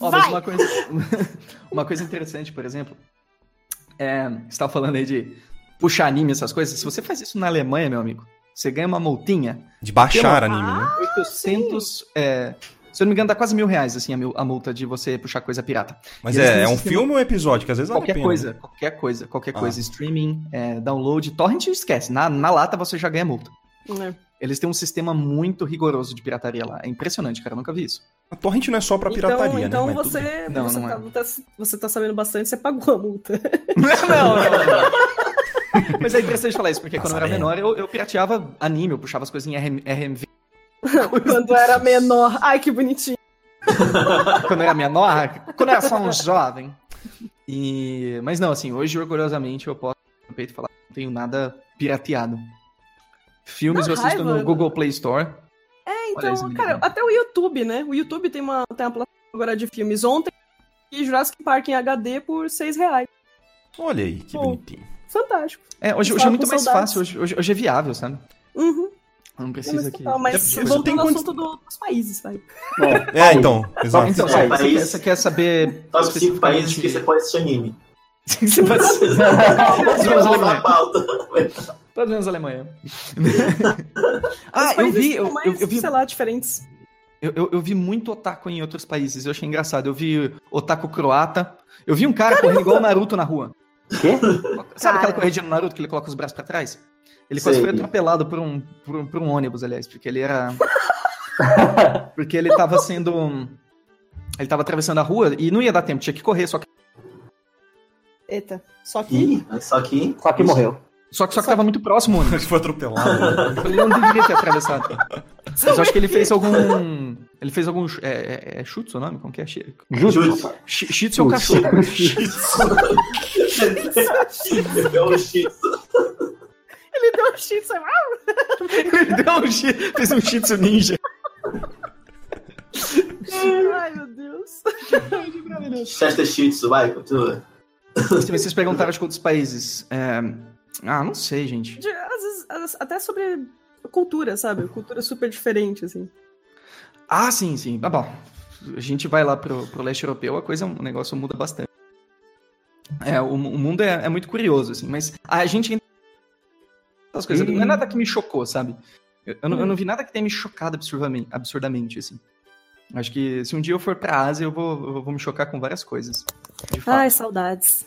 S4: Ó, mas
S7: Vai.
S4: uma coisa, uma coisa interessante, por exemplo, é, você estava falando aí de puxar anime, essas coisas. Se você faz isso na Alemanha, meu amigo, você ganha uma multinha
S1: Ah, De baixar anime, né?
S4: 800, é, Se eu não me engano, dá quase mil reais, assim, a, mil- a multa de você puxar coisa pirata.
S1: Mas
S4: E eles
S1: é,
S4: têm
S1: é um
S4: um sistema-
S1: filme ou um episódio? Que às vezes vale a
S4: Qualquer
S1: pena.
S4: coisa, qualquer coisa, qualquer
S1: Ah.
S4: coisa. Streaming, é, download, torrent, esquece. Na, na lata você já ganha multa.
S2: né?
S4: Eles têm um sistema muito rigoroso de pirataria lá. É impressionante, cara. Eu nunca vi isso.
S1: A torrent não é só pra
S2: então,
S1: pirataria,
S2: então
S1: né? Mas tudo bem.
S2: você,
S4: Não,
S2: você,
S4: não
S2: tá,
S4: é.
S2: tá- você tá sabendo bastante, você pagou a multa.
S4: não, não. Mas é interessante falar isso, porque quando eu era
S1: Passarela.
S4: menor, eu, eu pirateava anime, eu puxava as coisas em RM, RMV.
S2: Quando era menor. Ai, que bonitinho.
S4: quando eu era menor, quando eu era só um jovem. E... Mas não, assim, hoje, orgulhosamente, eu posso no peito falar que não tenho nada pirateado. Filmes
S2: Dá
S4: eu assisto
S2: raiva. né?
S4: no Google Play Store.
S2: É,
S4: Olha isso,
S2: então,
S4: menina.
S2: cara, até o YouTube, né? O YouTube tem uma, tem uma plataforma agora de filmes. Ontem, e Jurassic Park em HD por 6 reais.
S1: Olha aí, que
S2: Pô.
S1: bonitinho.
S2: Fantástico.
S4: É, hoje, hoje é
S2: Fala
S4: muito
S2: com
S4: mais
S2: saudades.
S4: fácil, hoje, hoje, hoje é viável, sabe?
S2: Uhum.
S4: Não
S2: Não, mas tá,
S4: precisa que...
S2: total, mas
S1: Deve-
S2: voltando
S1: tem
S2: ao
S1: quantos-
S2: assunto do- dos países, vai. Tá
S3: É,
S1: É, então, exato.
S4: Então,
S5: Só
S4: você,
S5: país.
S4: você quer- você quer saber
S5: Top 5 países que você
S4: especificamente-
S5: pode assistir anime.
S4: Você pode- Tá Vamos
S5: Vamos
S4: lá,
S5: lá,
S4: Alemanha.
S5: pauta.
S4: Pelo menos Tá Alemanha.
S2: Os
S4: ah, eu
S2: países
S4: vi,
S2: que
S4: eu,
S2: são mais,
S4: eu, eu vi,
S2: sei lá, diferentes.
S4: eu, eu- eu vi muito otaku em outros países. Eu achei engraçado. Eu vi otaku croata. Eu vi um cara correndo igual o Naruto na rua.
S3: Quê?
S4: Sabe
S7: Cara.
S4: aquela corridinha no Naruto que ele coloca os braços pra trás? Ele quase
S5: Sei.
S4: foi atropelado por um, por, um- por um ônibus, aliás, porque ele era. porque ele tava sendo. um- Ele tava atravessando a rua e não ia dar tempo, tinha que correr, só que
S2: Eita, só que.
S4: Hum.
S5: Ih, mas só que.
S3: Só que morreu.
S4: só que, só que tava muito próximo o ônibus.
S1: Ele foi atropelado. né?
S4: Ele não deveria ter atravessado. Mas eu acho que ele fez algum. Ele fez algum. ch- É, é, é chutsu o nome? Como que é? Shi-
S5: Jutsu.
S4: shi- Shitsu é o cachorro.
S5: É um Jutsu.
S2: Ele deu um chip, você vai.
S4: Ele deu um shi- fez um shitsu ninja.
S2: Ai, meu Deus.
S5: Chester Shitsu, vai, continua.
S4: Se vocês perguntaram de outros países. é, Ah, não sei, gente.
S2: De- às vezes, às vezes, até sobre cultura, sabe? Cultura super diferente, assim.
S4: Ah, sim, sim. Ah, bom. A gente vai lá pro, pro leste europeu, a coisa, o negócio muda bastante. É, o, mu- o mundo é, é muito curioso, assim, mas a gente ainda. As coisas, não é nada que me chocou, sabe? Eu, eu não, eu não vi nada que tenha me chocado absurdamente, absurdamente assim. Acho que se um dia eu for pra Ásia, eu vou, eu vou me chocar com várias coisas. De fato.
S2: Ai, saudades.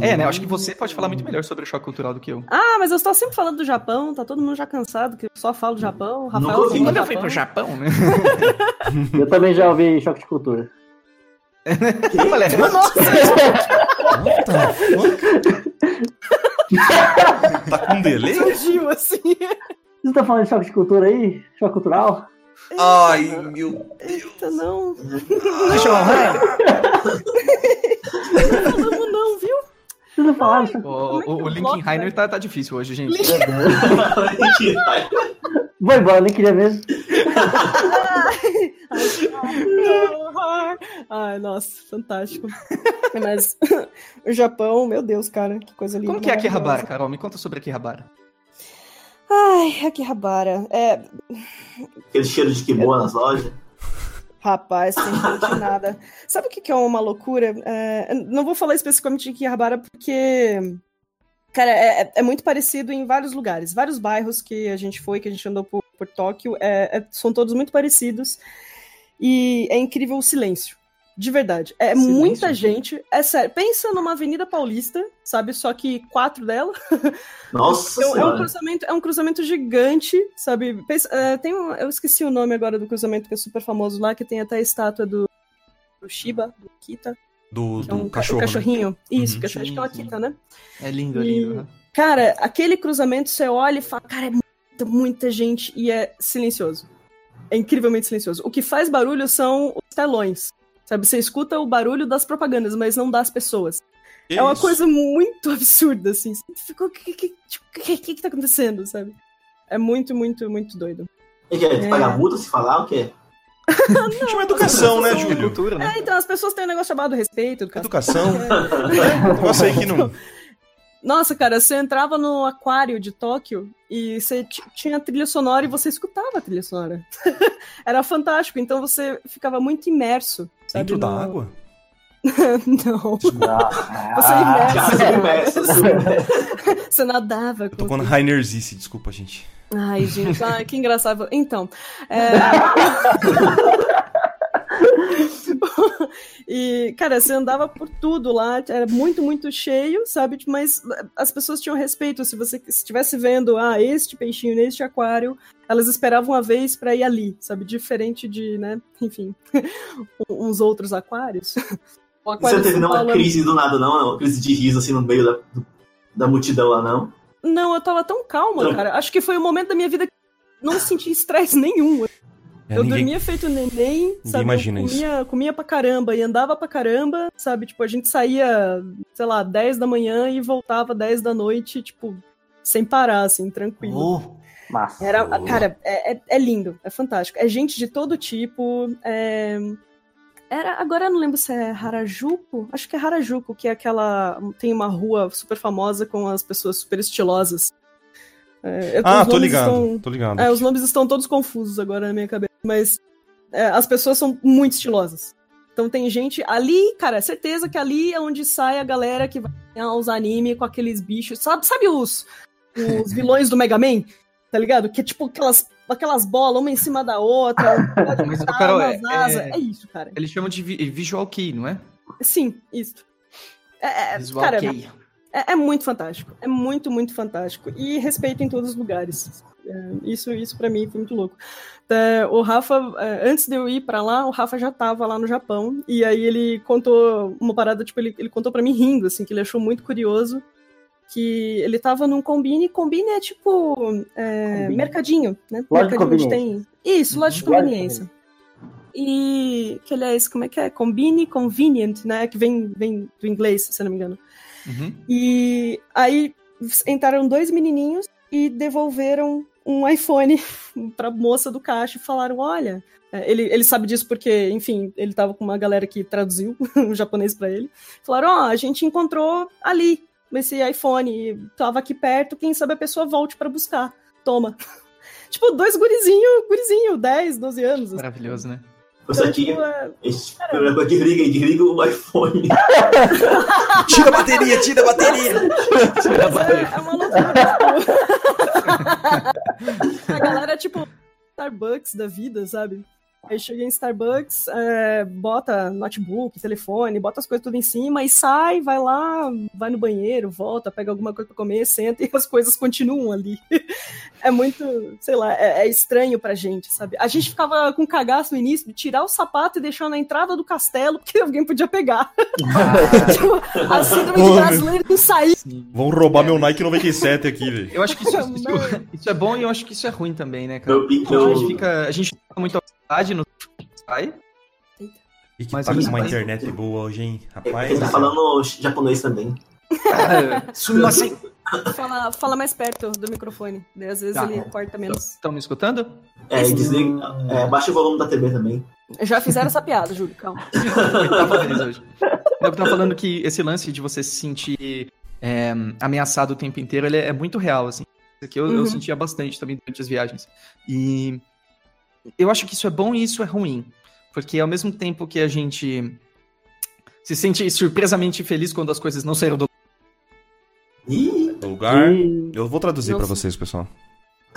S4: é, né? Eu acho que você pode falar muito melhor sobre o choque cultural do que eu.
S2: Ah, mas eu estou sempre falando do Japão, tá todo mundo já cansado, que eu só falo do Japão. O Rafael
S5: Nunca ouvi.
S2: fala do
S6: Quando eu fui
S2: Japão.
S6: pro Japão, né?
S3: Eu também já ouvi choque de cultura.
S4: Olha,
S1: Puta, fuck. tá com delay?
S2: Surgiu, assim.
S3: Vocês estão falando de choque de cultura aí? Choque cultural?
S1: Ai, meu.
S2: Eita, não.
S4: deixa eu honrar.
S2: Não, não, viu?
S3: Vocês não falaram de choque
S4: O, o, o Linkin Rainer tá, tá difícil hoje, gente.
S3: Vou embora, nem queria mesmo.
S2: Ai, nossa, fantástico. Mas o Japão, meu Deus, cara, que coisa linda.
S4: Como que é a Akihabara,
S2: maravilhosa.
S4: Carol? Me conta sobre a Akihabara.
S2: Ai, Akihabara. É,
S5: Aquele cheiro de kimono nas lojas.
S2: Rapaz, sem jeito de nada. Sabe o que que é uma loucura? É, não vou falar especificamente de Kihabara, porque. Cara, é, é- é muito parecido em vários lugares. Vários bairros que a gente foi, que a gente andou por, por Tóquio, é- é- são todos muito parecidos. E é incrível o silêncio. De verdade. É
S4: Silêncio?
S2: muita gente. É sério. Pensa numa Avenida Paulista, sabe? Só que quatro dela.
S5: Nossa
S2: Então, é, um
S5: senhora.
S2: cruzamento, é um cruzamento gigante, sabe? Pensa- é, tem um- eu esqueci o nome agora do cruzamento que é super famoso lá, que tem até a estátua do, do Shiba, do Akita.
S1: Do,
S2: que é um
S1: do
S2: ca-
S1: cachorro.
S2: o
S1: né?
S2: cachorrinho. Isso,
S1: Uhum.
S2: que eu acho que é o
S4: Sim, sim.
S2: Akita, né?
S4: É lindo,
S2: E-
S4: lindo. né?
S2: Cara, aquele cruzamento você olha e fala, cara, é muita, muita gente e é silencioso. É incrivelmente silencioso. O que faz barulho são os telões. Sabe, você escuta o barulho das propagandas, mas não das pessoas.
S1: Que
S2: é uma
S1: isso?
S2: coisa muito absurda, assim. Você fica, o que, que, tipo, o que, que que tá acontecendo, sabe? É muito, muito, muito doido.
S5: O que é?
S2: É.
S5: Pagar multa se falar o quê?
S1: Chama educação, né,
S4: É
S1: Júlio?
S4: cultura, né?
S2: É, então as pessoas têm um negócio chamado respeito, educação.
S1: Educação.
S2: É.
S1: Um negócio aí que não.
S2: Nossa, cara, você entrava no aquário de Tóquio e você t- tinha trilha sonora e você escutava a trilha sonora. Era fantástico, então você ficava muito imerso. Sabe,
S1: Dentro da
S2: no-
S1: água?
S2: Não. Você é
S3: Tipo, Ah,
S5: Já
S2: imerso.
S5: submerso, submerso.
S2: Você nadava. Com
S1: Tô com Rainer Zisse, desculpa, gente.
S2: Ai, gente, ai, que engraçado. Então, é, cara, você andava por tudo lá, era muito, muito cheio, sabe? Mas as pessoas tinham respeito. Se você estivesse vendo, ah, este peixinho neste aquário, elas esperavam a vez para ir ali, sabe? Diferente de, né, enfim, um, uns outros aquários.
S5: O aquário
S2: de
S5: Você teve
S2: São
S5: não uma
S2: Paulo é
S5: crise do nada, não? Uma crise de riso, assim, no meio da, do- da multidão lá, não?
S2: Não, eu tava tão calma,
S5: Não.
S2: cara. Acho que foi o momento da minha vida que eu não senti estresse nenhum.
S1: É,
S2: eu
S1: ninguém-
S2: dormia feito neném, sabe?
S1: imagina
S2: eu
S1: isso.
S2: comia, comia pra caramba e andava pra caramba, sabe? Tipo, a gente saía, sei lá, 10 da manhã e voltava 10 da noite, tipo, sem parar, assim, tranquilo.
S3: Massa.
S2: Era,
S5: Boa.
S2: cara, é, é- é lindo, é fantástico. É gente de todo tipo. é- Era, agora eu não lembro se é Harajuku. Acho que é Harajuku, que é aquela. Tem uma rua super famosa com as pessoas super estilosas. É, eu-
S1: Ah,
S2: os
S1: tô
S2: nomes
S1: ligado,
S2: estão-
S1: tô
S4: Tá
S1: ligado.
S2: é, os nomes estão todos confusos agora na minha cabeça, mas é, as pessoas são muito estilosas. Então tem gente ali, cara, certeza que ali é onde sai a galera que vai aos anime com aqueles bichos. Sabe, sabe os, os vilões do Mega Man? Tá ligado? Que é tipo aquelas, aquelas bolas, uma em cima da outra, pode
S4: Mas,
S2: botar
S4: Carol,
S2: umas
S4: é-
S2: asas.
S4: é-
S2: É isso, cara.
S4: Eles chamam de vi- visual key, não é?
S2: Sim, isso. É, é,
S4: Visual
S2: cara,
S4: key.
S2: é, é muito fantástico. É muito, muito fantástico. E respeito em todos os lugares. É, isso, isso para mim foi muito louco. É, o Rafa, é, antes de eu ir pra lá, o Rafa já tava lá no Japão. E aí ele contou uma parada, tipo, ele, ele contou pra mim rindo, assim, que ele achou muito curioso. Que ele tava num combine. Combine é tipo. é,
S3: Combine.
S2: mercadinho, né?
S3: Loja de
S2: mercadinho onde tem. Isso, loja de
S3: Loja de
S2: conveniência. E que aliás, como é que é? Combine, convenient, né? Que vem, vem do inglês, se eu não me engano.
S4: Uhum.
S2: E aí entraram dois menininhos e devolveram um iPhone pra moça do caixa e falaram: olha, é, ele, ele sabe disso porque, enfim, ele tava com uma galera que traduziu o japonês pra ele. Falaram: ó, a gente encontrou ali esse iPhone, tava aqui perto, quem sabe a pessoa volte pra buscar. Toma. Tipo, dois gurizinho, gurizinho, 10, 12 anos.
S1: Uhum.
S2: assim.
S4: Maravilhoso, né?
S5: Isso aqui,
S2: Tipo, é-
S5: esse programa desliga aí, desliga o iPhone.
S1: Tira a bateria, tira a bateria!
S2: Mas é, é uma loucura. tipo. a galera é tipo Starbucks da vida, sabe? Aí chega em Starbucks, é, bota notebook, telefone, bota as coisas tudo em cima e sai, vai lá, vai no banheiro, volta, pega alguma coisa pra comer, senta e as coisas continuam ali. É muito, sei lá, é, é estranho pra gente, sabe? A gente ficava com cagaço no início de tirar o sapato e deixar na entrada do castelo porque alguém podia pegar. tipo, a síndrome de
S1: Ô, meu.
S2: brasileiro não saiu.
S4: Sim.
S1: Vão roubar meu Nike 97 aqui, velho.
S4: Eu acho que isso, isso- isso é bom e eu acho que isso é ruim também, né, cara?
S5: Meu pico.
S4: A gente fica. A gente fica muito à vontade no sai.
S1: E que
S4: Mas
S1: tá com
S4: eles-
S1: uma internet boa hoje, hein? Rapaz.
S5: Ele tá falando japonês também.
S4: Estão
S2: Fala, fala mais perto do microfone. Daí às vezes
S4: Tá.
S2: ele corta menos.
S4: me escutando?
S5: É, desliga. É, baixa o volume da TV também.
S1: Tá
S2: Já fizeram essa piada, Júlio, calma.
S4: Eu tava feliz tá hoje. Não, Eu tava falando que esse lance de você se sentir é, ameaçado o tempo inteiro, ele é muito real, assim. Isso que eu, eu
S2: Uhum.
S4: sentia bastante também durante as viagens. E eu acho que isso é bom e isso é ruim. Porque ao mesmo tempo que a gente se sente surpresamente feliz quando as coisas não saíram do
S5: Ih,
S1: Lugar.
S5: Hum.
S3: Ih,
S1: Eu vou traduzir
S2: Nossa.
S1: pra vocês, pessoal.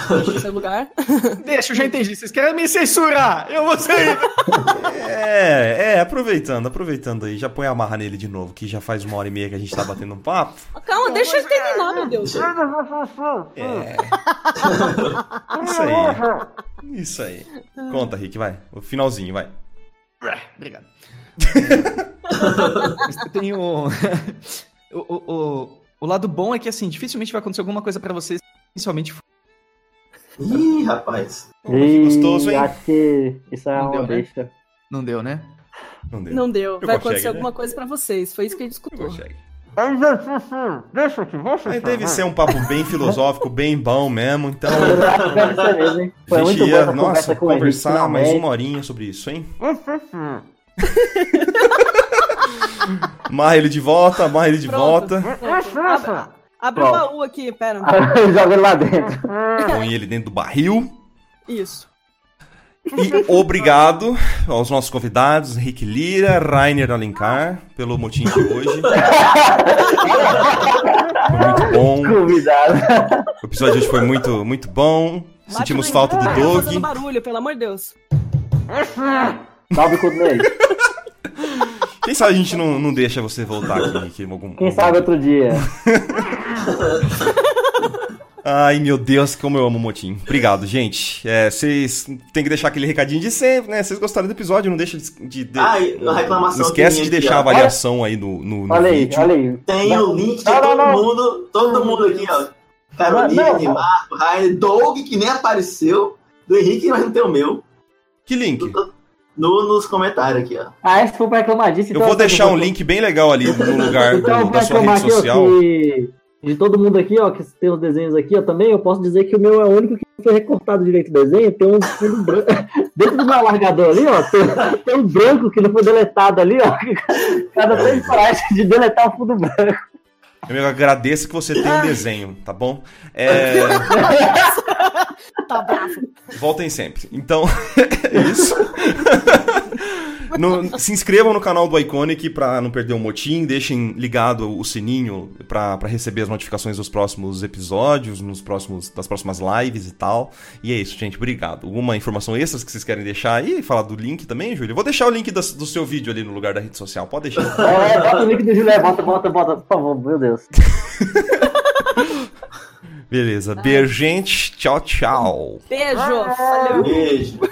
S2: Deixa seu lugar.
S4: Deixa, eu já entendi. Vocês querem me censurar? Eu vou sair.
S1: É, é, aproveitando, aproveitando aí. Já põe a marra nele de novo, que já faz uma hora e meia que a gente tá batendo um papo.
S2: Calma, deixa ele terminar, meu Deus.
S1: É. Isso aí. Isso aí. Conta, Rick, vai. O finalzinho, vai.
S4: Obrigado. Mas tem um o... o, o, o- o lado bom é que, assim, dificilmente vai acontecer alguma coisa pra vocês, principalmente...
S5: ih, rapaz.
S1: Que gostoso, hein?
S3: Acho que isso é
S4: Não
S3: uma
S4: deu, né?
S3: besta.
S4: Não deu, né?
S1: Não deu.
S2: Não deu.
S1: Eu
S2: Vai
S1: consegue,
S2: acontecer
S1: né?
S2: alguma coisa pra vocês. Foi isso que ele escutou.
S1: consegue.
S3: É um
S8: Deixa que você
S1: Mas
S3: né?
S1: deve ser um papo bem filosófico, bem bom mesmo, então.
S3: Eu acho que deve ser mesmo, hein? Foi
S1: a gente
S3: muito boa
S1: ia,
S3: essa
S1: nossa,
S3: conversa com o Henrique,
S1: conversar mais
S3: finalmente.
S1: uma horinha sobre isso, hein? Amarra ele de volta, amarra ele de
S2: Pronto.
S1: volta.
S2: Abre o baú aqui, pera.
S3: Joga ele lá dentro.
S1: Põe ele dentro do barril.
S2: Isso.
S1: E obrigado aos nossos convidados, Henrique Lira, Rainer Alencar, pelo motim de hoje. Foi muito bom.
S3: Convidado.
S1: O episódio de hoje foi muito, muito bom.
S2: Bate
S1: Sentimos
S2: no
S1: falta do
S2: microfone, tá Fazendo
S1: Doug.
S2: barulho, pelo amor de Deus.
S3: Salve o cu nele.
S1: Quem Quem sabe a gente não, não deixa você voltar aqui, aqui em algum,
S3: Quem
S1: algum-
S3: sabe outro dia.
S1: Ai, meu Deus, como eu amo o Motim. Obrigado, gente. É, Vocês têm que deixar aquele recadinho de sempre, né? Vocês gostaram do episódio, não deixa de... de, de-
S5: Ah, e uma reclamação
S1: Não esquece
S5: que
S1: de
S5: tem aqui,
S1: deixar a
S5: ó.
S1: avaliação aí no, no, no
S3: Olha aí,
S1: vídeo.
S3: olha aí.
S5: Tem o link de
S3: Não, não,
S5: todo
S3: não.
S5: mundo, todo mundo aqui, ó. Carolina,
S3: Não, não.
S5: de Marco, Rainer, Doug, que nem apareceu, do Henrique, mas não tem o meu,
S1: Que link?
S3: Então
S5: no, nos comentários aqui, ó.
S3: Ah, esse foi pra reclamar disso.
S1: Eu
S3: então-
S1: vou deixar um link bem legal ali no lugar
S3: Então eu
S1: do-
S3: vou
S1: da sua
S3: reclamar
S1: rede
S3: aqui, ó,
S1: social.
S3: que de todo mundo aqui, ó, que tem os desenhos aqui, ó, também, eu posso dizer que o meu é o único que não foi recortado direito o desenho, tem um fundo branco, dentro do meu alargador ali, ó, tem, tem um branco que não foi deletado ali, ó, cada três coragem de deletar o fundo branco.
S1: Meu amigo, agradeço que você tem um desenho, tá bom? É,
S2: Tá bravo.
S1: voltem sempre. Então, é isso. No- se inscrevam no canal do Iconic pra não perder o motim, deixem ligado o sininho pra pra receber as notificações dos próximos episódios, nos próximos, das próximas lives e tal. E é isso, gente, obrigado. Alguma informação extra que vocês querem deixar aí? Falar do link também, Júlio? Eu vou deixar o link das- do, seu vídeo ali no lugar da rede social, pode deixar.
S3: É, bota o link do Julé, bota, bota, bota, por favor, meu Deus.
S1: Beleza, beijo, gente. Tchau, tchau.
S2: Beijo. Valeu.
S5: Beijo.